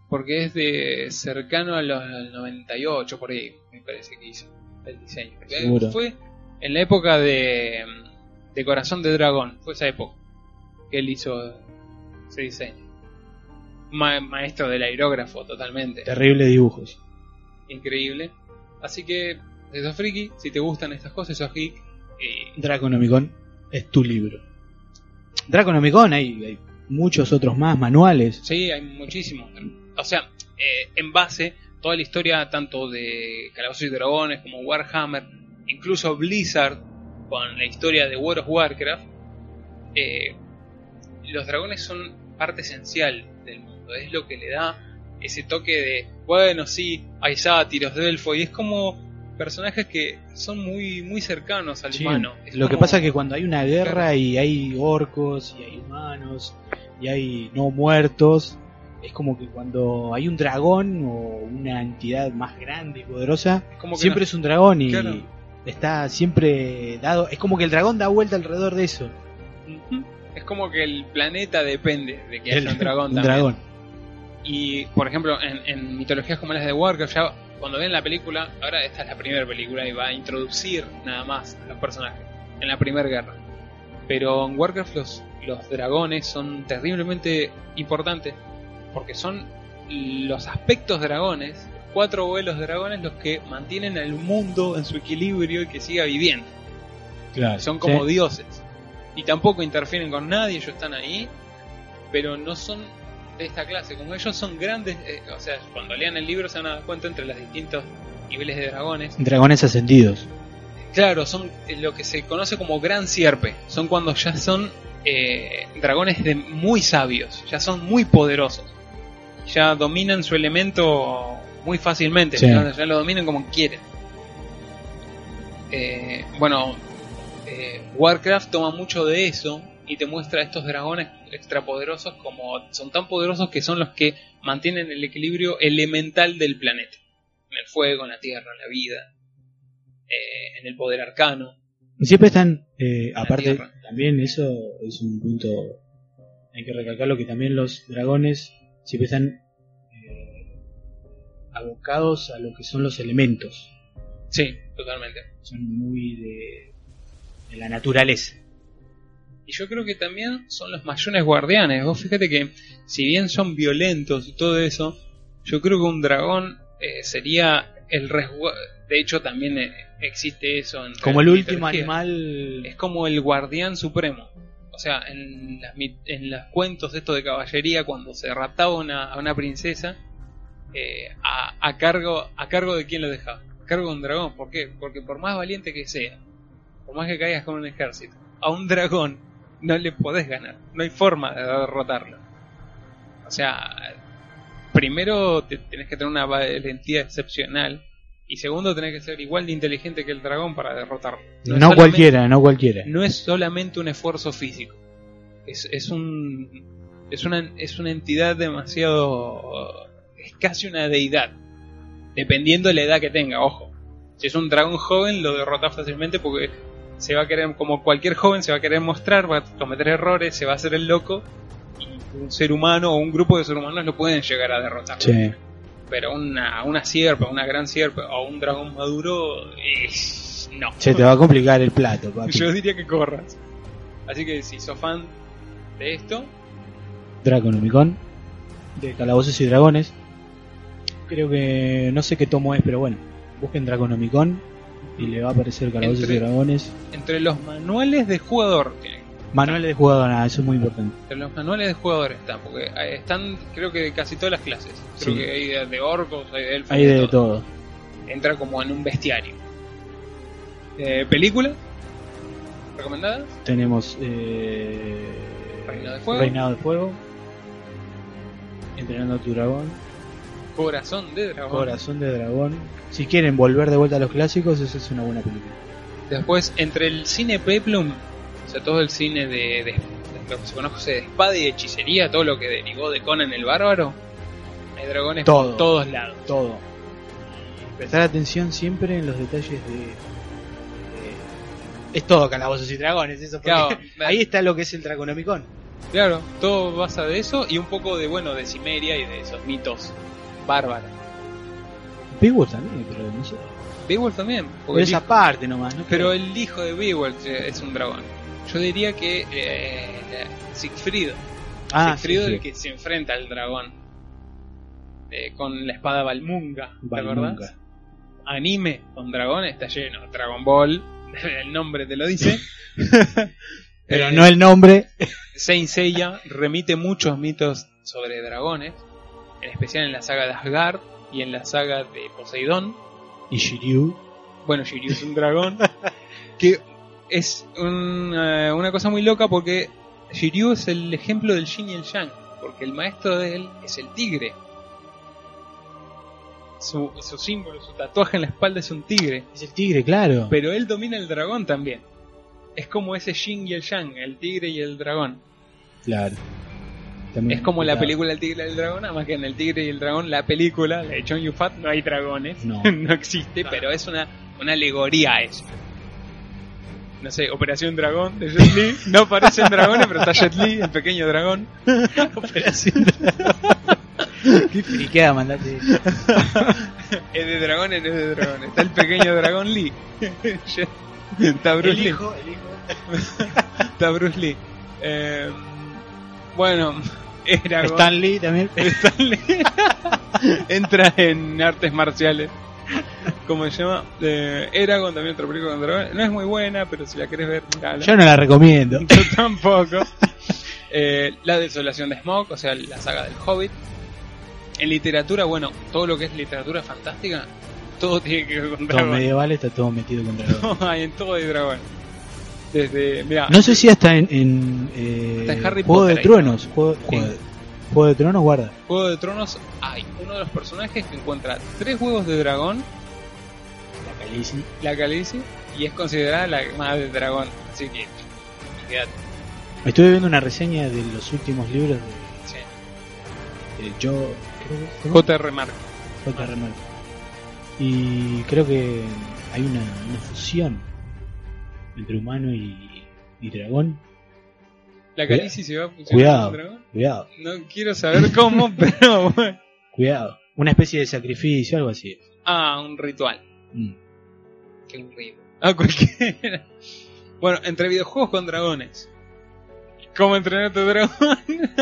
S1: Porque es de cercano a los- al 98, por ahí, me parece que hizo el diseño. Eh,
S2: Seguro.
S1: Fue en la época de, mm, de Corazón de Dragón, fue esa época que él hizo ese diseño. Ma- maestro del aerógrafo, totalmente.
S2: Terribles dibujos.
S1: increíble. Así que, si sos friki, si te gustan estas cosas, eh, sos geek. Y
S2: Draconomicon es tu libro. Draconomicon hay, hay muchos otros más, manuales.
S1: sí, hay muchísimos. O sea, eh, en base, toda la historia, tanto de Calabozos y Dragones como Warhammer, incluso Blizzard, con la historia de World of Warcraft, eh, los dragones son parte esencial del mundo. Es lo que le da ese toque de, bueno, sí, hay sátiros de elfo, y es como personajes que son muy muy cercanos al
S2: Sí.
S1: humano. Es
S2: Lo que
S1: como-
S2: pasa es que cuando hay una guerra y hay orcos y hay humanos y hay no muertos, es como que cuando hay un dragón o una entidad más grande y poderosa,
S1: Como que
S2: siempre
S1: no-
S2: es un dragón y
S1: Claro.
S2: está siempre dado. Es como que el dragón da vuelta alrededor de eso.
S1: Ujú. es como que el planeta depende de que
S2: El-
S1: haya un dragón
S2: un
S1: también.
S2: dragón.
S1: Y por ejemplo, en, en mitologías como las de Warcraft, ya cuando ven la película, ahora esta es la primera película y va a introducir nada más a los personajes en la primera guerra. Pero en Warcraft los, los dragones son terriblemente importantes porque son los aspectos dragones, los cuatro vuelos dragones, los que mantienen al mundo en su equilibrio y que siga viviendo.
S2: Claro.
S1: Son como
S2: Sí.
S1: dioses. y tampoco interfieren con nadie, ellos están ahí, pero no son de esta clase, como ellos son grandes, eh, o sea, cuando lean el libro se van a dar cuenta entre los distintos niveles de dragones,
S2: Dragones ascendidos.
S1: Claro, son eh, lo que se conoce como gran sierpe. Son cuando ya son eh, dragones de muy sabios, ya son muy poderosos. Ya dominan su elemento muy fácilmente,
S2: Sí.
S1: ya, ya lo dominan como quieren. Eh, bueno, eh, Warcraft toma mucho de eso y te muestra estos dragones extrapoderosos como son tan poderosos que son los que mantienen el equilibrio elemental del planeta. En el fuego, en la tierra, en la vida, eh, en el poder arcano.
S2: Y Siempre están, eh, aparte,
S1: tierra.
S2: también eso es un punto, hay que recalcarlo, que también los dragones siempre están eh, abocados a lo que son los elementos.
S1: Sí, totalmente.
S2: Son muy de, de la naturaleza.
S1: Y yo creo que también son los mayores guardianes. Vos fíjate que, si bien son violentos y todo eso, yo creo que un dragón eh, sería el resguardo. De hecho, también eh, existe eso. entre
S2: Como el
S1: las
S2: último
S1: mitologías.
S2: animal...
S1: Es como el guardián supremo. O sea, en, las, mit- en los cuentos estos de caballería, cuando se raptaba una, a una princesa, eh, a, a cargo, ¿a cargo de quién lo dejaba? A cargo de un dragón. ¿Por qué? Porque por más valiente que sea, por más que caigas con un ejército, a un dragón no le podés ganar. No hay forma de derrotarlo. O sea, primero te- tenés que tener una valentía excepcional. Y segundo, tenés que ser igual de inteligente que el dragón para derrotarlo.
S2: No,
S1: es solamente-
S2: cualquiera, no cualquiera.
S1: no es solamente un esfuerzo físico. Es, es un. Es una, es una entidad demasiado. Es casi una deidad. Dependiendo de la edad que tenga, ojo. Si es un dragón joven, lo derrota fácilmente porque se va a querer, como cualquier joven, se va a querer mostrar, va a cometer errores, se va a hacer el loco. Y un ser humano o un grupo de seres humanos lo pueden llegar a derrotar.
S2: Sí.
S1: Pero una, una sierpa, una gran sierpa o un dragón maduro, eh, no.
S2: Se te va a complicar el plato, papi.
S1: Yo diría que corras. Así que si sos fan de esto,
S2: Draconomicon, de Calabozos y Dragones. Creo que no sé qué tomo es, pero bueno, busquen Draconomicon y le va a aparecer Calabozos
S1: Entre-
S2: y Dragones.
S1: entre los manuales de jugador tienen.
S2: Manuales de jugador, nada, eso es muy importante.
S1: Entre los manuales de jugador están, porque eh, están creo que de casi todas las clases. Creo
S2: Sí.
S1: que hay de, de orcos, hay de elfos.
S2: Hay de todo.
S1: Entra como en un bestiario. Eh, ¿Película? ¿Recomendada?
S2: Tenemos eh,
S1: Reinado de Fuego.
S2: Reinado de Fuego, Entrenando a tu dragón,
S1: Corazón de dragón.
S2: Corazón de Dragón. Si quieren volver de vuelta a los clásicos, esa es una buena película.
S1: Después, entre el cine Peplum, o sea, todo el cine de, de- de lo que se conoce de espada y de hechicería, todo lo que derivó de Conan el Bárbaro, hay dragones
S2: Todo.
S1: por todos lados.
S2: todo. Prestar atención siempre en los detalles de. de- es todo calabozos y dragones, eso porque
S1: Claro,
S2: ahí está lo que es el Draconomicon.
S1: Claro, todo basa de eso y un poco de, bueno, de Cimeria y de esos mitos bárbaros.
S2: Beowulf también, pero no sé.
S1: Beowulf también,
S2: Pero
S1: porque el
S2: esa
S1: hijo-
S2: parte nomás, ¿no?
S1: pero el hijo de Beowulf eh, es un dragón. Yo diría que eh, la- Siegfried,
S2: ah, sí,
S1: Siegfried
S2: sí.
S1: el que se enfrenta al dragón eh, con la espada Balmunga, ¿te
S2: Valmunga.
S1: acordás? anime con dragones está lleno. Dragon Ball, el nombre te lo dice. Eh,
S2: Pero no el nombre.
S1: Saint Seiya remite muchos mitos sobre dragones, en especial en la saga de Asgard y en la saga de Poseidón.
S2: Y Shiryu.
S1: Bueno, Shiryu es un dragón que es un, eh, una cosa muy loca porque Shiryu es el ejemplo del Yin y el Yang, porque el maestro de él es el tigre. Su, su símbolo, su tatuaje en la espalda es un tigre.
S2: Es el tigre, claro.
S1: Pero él domina el dragón también. Es como ese Yin y el Yang, el tigre y el dragón.
S2: claro. También-
S1: Es como la
S2: Mm, claro.
S1: película El tigre y el dragón, nada más que en El tigre y el dragón, la película de John Yufat, no hay dragones.
S2: No.
S1: No existe, pero es una, una alegoría a eso. No sé, Operación Dragón de Jet Li. No aparecen dragones, pero está Jet Li, el pequeño dragón.
S2: Operación Dragón. Qué friqueada mandate.
S1: Es de dragones, no es de dragones. Está el pequeño dragón Lee. Jet- está Bruce Lee.
S2: el hijo.
S1: Está Bruce Lee. Eh, bueno, era
S2: Stan Lee también.
S1: Stanley entra en artes marciales ¿Cómo se llama? Eh, Eragon, también otra película con dragones. No es muy buena, pero si la querés ver, mirala.
S2: Yo no la recomiendo.
S1: Yo tampoco. Eh, la desolación de Smaug, o sea, la saga del Hobbit. En literatura, bueno, todo lo que es literatura fantástica, todo tiene que ver con
S2: Todo
S1: dragones.
S2: medieval está todo metido con dragones.
S1: Hay en todo hay dragones. Desde, mira,
S2: No sé si hasta en, en, eh,
S1: Hasta en Harry
S2: Juego
S1: Potter
S2: de
S1: hay,
S2: Truenos. Juego, Juego de, Juego de Truenos guarda.
S1: Juego de Tronos hay uno de los personajes que encuentra tres huevos de dragón,
S2: La Khaleesi.
S1: la Khaleesi, y es considerada la madre del dragón. Así que, fíjate,
S2: Estuve viendo una reseña de los últimos libros
S1: sí.
S2: de, de Joe. creo que- ¿cómo?
S1: J.R. Martin.
S2: J.R. Martin. Y creo que hay una, una fusión entre humano y, y dragón.
S1: La
S2: Cuida-
S1: Khaleesi se va a fusionar
S2: Cuidado,
S1: con el dragón.
S2: cuidado,
S1: No quiero saber cómo, pero bueno.
S2: cuidado. Una especie de sacrificio, algo así.
S1: Ah, un ritual.
S2: Mm.
S1: Qué aburrido. Ah, cualquiera. Bueno, entre videojuegos con dragones. ¿Cómo entrenar a tu dragón?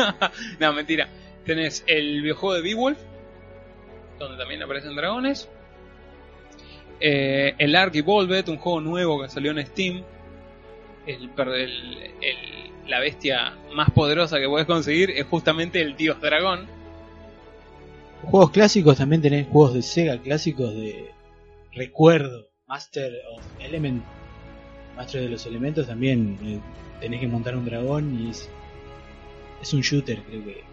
S1: no, mentira. Tenés el videojuego de Beowulf, donde también aparecen dragones. Eh, el Ark Evolved, un juego nuevo que salió en Steam. El, per- el- el- la bestia más poderosa que puedes conseguir es justamente el dios dragón.
S2: Juegos clásicos también tenés juegos de Sega clásicos de recuerdo. Master of Element, Master de los Elementos también. eh, tenés que montar un dragón y es, es un shooter, creo que,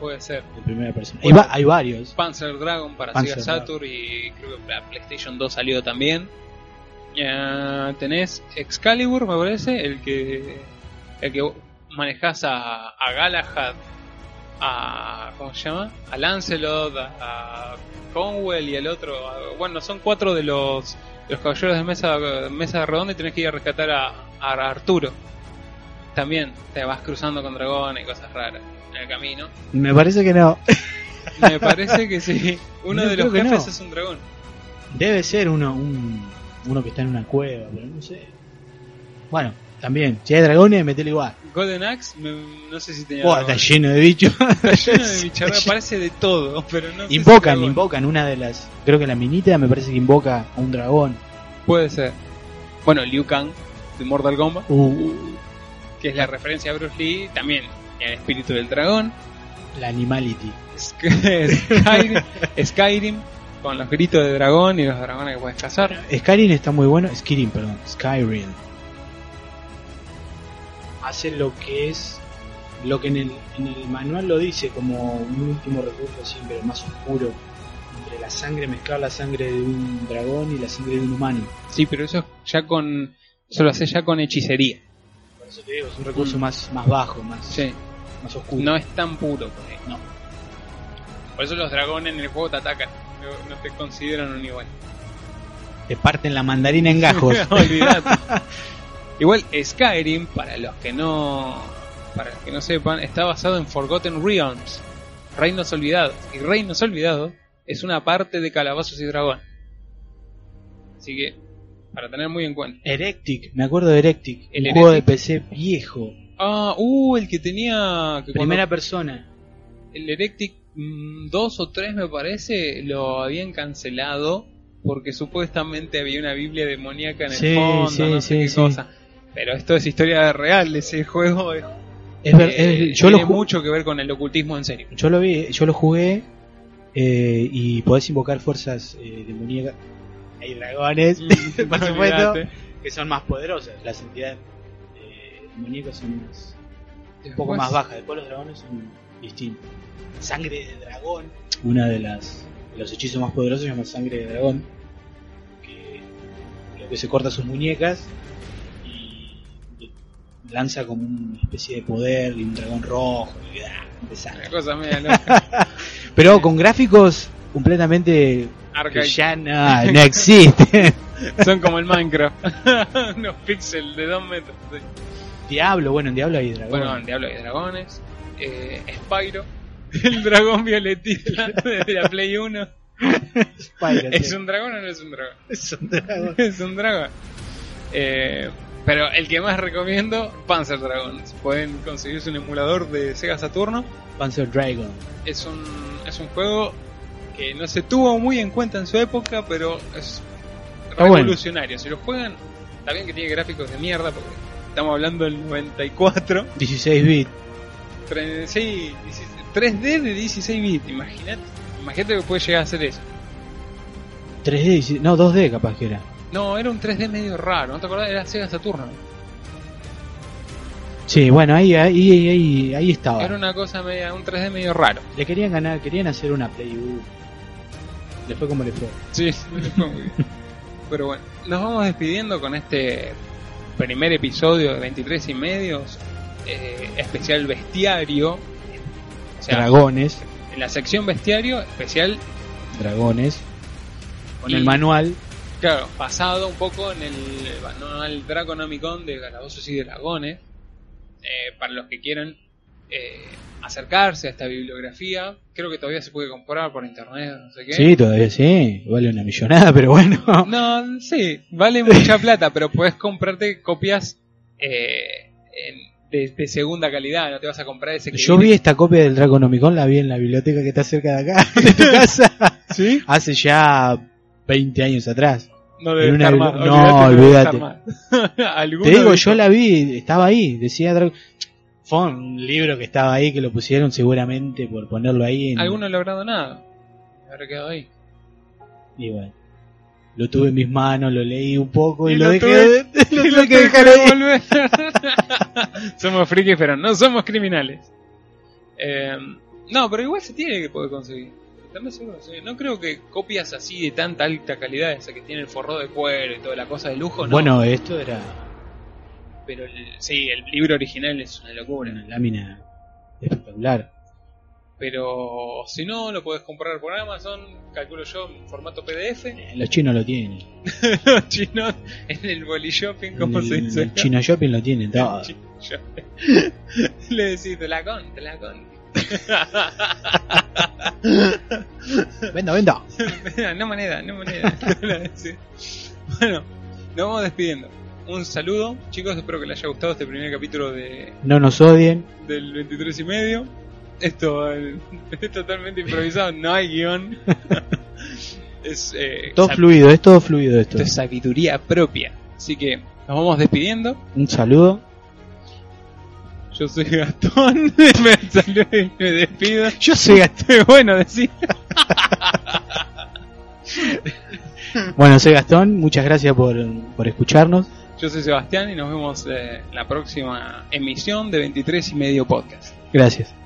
S1: Puede ser.
S2: de primera persona.
S1: Bueno.
S2: Hay va- hay varios.
S1: Panzer Dragon para
S2: Panzer
S1: Sega Saturn y creo que para PlayStation 2 salió también. Eh, tenés Excalibur, me parece, el que el que manejás a, a Galahad, a ¿cómo se llama? A Lancelot, a, a Conwell y el otro, a- bueno, son cuatro de los de los caballeros de mesa mesa redonda y tenés que ir a rescatar a, a Arturo. También te vas cruzando con dragones y cosas raras en el camino.
S2: Me parece que no.
S1: Me parece que sí. Uno
S2: No,
S1: de los
S2: creo que
S1: jefes
S2: no.
S1: es un dragón.
S2: Debe ser uno, un- uno que está en una cueva, pero no sé. Bueno, también, si hay dragones, metele igual.
S1: Golden Axe, me- no sé si tenía.
S2: Buah, está
S1: dragón.
S2: lleno de bichos.
S1: Está lleno de bicharra, parece de todo, pero no sé si
S2: Invocan,
S1: dragón.
S2: invocan una de las. Creo que la minita me parece que invoca a un dragón.
S1: Puede ser. Bueno, Liu Kang de Mortal Kombat,
S2: Uh,
S1: que es la referencia a Bruce Lee, también el espíritu del dragón.
S2: la animality.
S1: Skyrim, Skyrim, con los gritos de dragón y los dragones que puedes cazar.
S2: Skyrim está muy bueno. Skyrim, perdón. Skyrim. Hace lo que es. Lo que en el, en el manual lo dice como un último recurso siempre, más oscuro. Entre la sangre, mezclar la sangre de un dragón y la sangre de un humano.
S1: Sí, pero eso ya con. Eso lo hace ya con hechicería.
S2: Por eso te digo, es un recurso
S1: Mm.
S2: más, más bajo, más,
S1: Sí.
S2: más oscuro.
S1: No es tan puro por ahí.
S2: No.
S1: Por eso los dragones en el juego te atacan. No, no te consideran un igual.
S2: Te parten la mandarina en gajos.
S1: Olvidate. igual Skyrim, para los que no. Para los que no sepan, está basado en Forgotten Realms. Reinos Olvidados. Y Reinos Olvidados es una parte de Calabazos y Dragón. Así que, para tener muy en cuenta.
S2: Erectic, me acuerdo de Erectic,
S1: El
S2: el juego de
S1: Erectic.
S2: PC viejo,
S1: Ah, uh, el que tenía. Que cuando-
S2: primera persona.
S1: El Erectic 2 o 3 me parece lo habían cancelado porque supuestamente había una Biblia demoníaca en el
S2: Sí,
S1: fondo,
S2: sí,
S1: no
S2: sí,
S1: sé qué
S2: sí.
S1: cosa. Pero esto es historia real, ese juego es-
S2: Es ver-
S1: eh,
S2: es- yo, lo
S1: tiene
S2: ju-
S1: mucho que ver con el ocultismo en serio.
S2: yo lo vi, yo lo jugué eh, y podés invocar fuerzas eh, demoníacas. Hay dragones, por supuesto,
S1: Olvídate.
S2: que son más poderosas. Las entidades eh, demoníacas son más-
S1: Después,
S2: un poco más bajas. Después los dragones son distintos. Sangre de dragón, una de las de los hechizos más poderosos se llama sangre de dragón, que lo que se corta sus muñecas y lanza como una especie de poder y un dragón rojo y ¡ah! de
S1: Una
S2: sangre.
S1: cosa media loca,
S2: Pero con gráficos completamente que
S1: arcaica.
S2: ya no, no existen.
S1: Son como el Minecraft. Unos píxeles de 2 metros. sí.
S2: Diablo, bueno, en Diablo hay dragón.
S1: Bueno, en Diablo hay dragones. Eh, Spyro. El dragón violetita de la Play 1.
S2: Spyro,
S1: ¿Es
S2: sí.
S1: un dragón o no es un dragón?
S2: Es un dragón.
S1: es un dragón. Eh, pero el que más recomiendo, Panzer Dragon. Si Pueden conseguirse un emulador de Sega Saturno.
S2: Panzer Dragon.
S1: Es un, es un juego eh, no se tuvo muy en cuenta en su época, pero es
S2: Está bueno.
S1: revolucionario. Si lo juegan, está bien que tiene gráficos de mierda, porque estamos hablando del 94.
S2: 16 bits.
S1: tre- sí, 16 3D de 16 bits, imagínate. Imagínate que puede llegar a ser eso.
S2: 3D, 16 no, 2D capaz que era.
S1: No, era un 3D medio raro, ¿no te acordás? Era Sega Saturno.
S2: Sí, bueno, ahí, ahí, ahí, ahí, ahí estaba.
S1: Era una cosa media, un 3D medio raro.
S2: Le querían ganar, querían hacer una Play U. Le fue como le fue.
S1: Sí, le fue muy bien. Pero bueno, nos vamos despidiendo con este primer episodio de 23 y medios, eh, especial bestiario. O sea,
S2: dragones,
S1: en la sección bestiario, especial,
S2: dragones. Con
S1: Y-
S2: el manual.
S1: claro, basado un poco en el manual Draconomicon de Calabozos y Dragones. Eh, para los que quieran eh, acercarse a esta bibliografía, creo que todavía se puede comprar por internet, no sé qué.
S2: Sí, todavía sí. Vale una millonada, pero bueno.
S1: No, sí, vale mucha plata, pero puedes comprarte copias eh, en- de, de segunda calidad, no te vas a comprar ese que
S2: Yo vi esta copia del Draconomicon, la vi en la biblioteca que está cerca de acá, de tu casa.
S1: ¿Sí?
S2: Hace ya 20 años atrás.
S1: No debe
S2: en una
S1: estar
S2: bibli-
S1: más.
S2: no, Te digo, yo la vi, estaba ahí, decía Dra- Fue un libro que estaba ahí, que lo pusieron seguramente por ponerlo ahí. En...
S1: Alguno no ha logrado nada. Me habrá quedado ahí.
S2: Y bueno, lo tuve en mis manos, lo leí un poco y,
S1: Y
S2: lo,
S1: lo
S2: dejé,
S1: tuve-
S2: lo
S1: Y
S2: tuve
S1: lo
S2: que
S1: tengo
S2: dejar
S1: que
S2: ahí.
S1: devolver. somos frikis, pero no somos criminales. Eh, no, pero igual se tiene que poder conseguir. También se puede conseguir. No creo que copias así de tanta alta calidad, esa que tiene el forrado de cuero y toda la cosa de lujo, no.
S2: Bueno, esto era
S1: Pero el- sí, el libro original es una locura.
S2: una lámina espectacular.
S1: Pero si no, lo podés comprar por Amazon, calculo yo, en formato PDF.
S2: Eh, Los chinos lo tienen.
S1: Los chinos en el boli shopping, como
S2: el,
S1: se dice.
S2: el
S1: acá.
S2: chino shopping lo tienen todo.
S1: Chino shopping. Le decís, te la con, te la con.
S2: Venda, venda.
S1: no moneda, no moneda. Le decís. bueno, nos vamos despidiendo. Un saludo, chicos, espero que les haya gustado este primer capítulo de,
S2: No nos odien.
S1: del 23 y medio. Esto eh, es totalmente improvisado, no hay guión. es eh,
S2: Todo
S1: sab-
S2: fluido, es todo fluido esto.
S1: esto es sabiduría propia. Así que nos vamos despidiendo.
S2: Un saludo.
S1: Yo soy Gastón, me saludo y me despido.
S2: Yo soy Gastón.
S1: Bueno, decir.
S2: Bueno, soy Gastón. Muchas gracias por, por escucharnos.
S1: Yo soy Sebastián y nos vemos eh, en la próxima emisión de 23 y medio podcast.
S2: Gracias.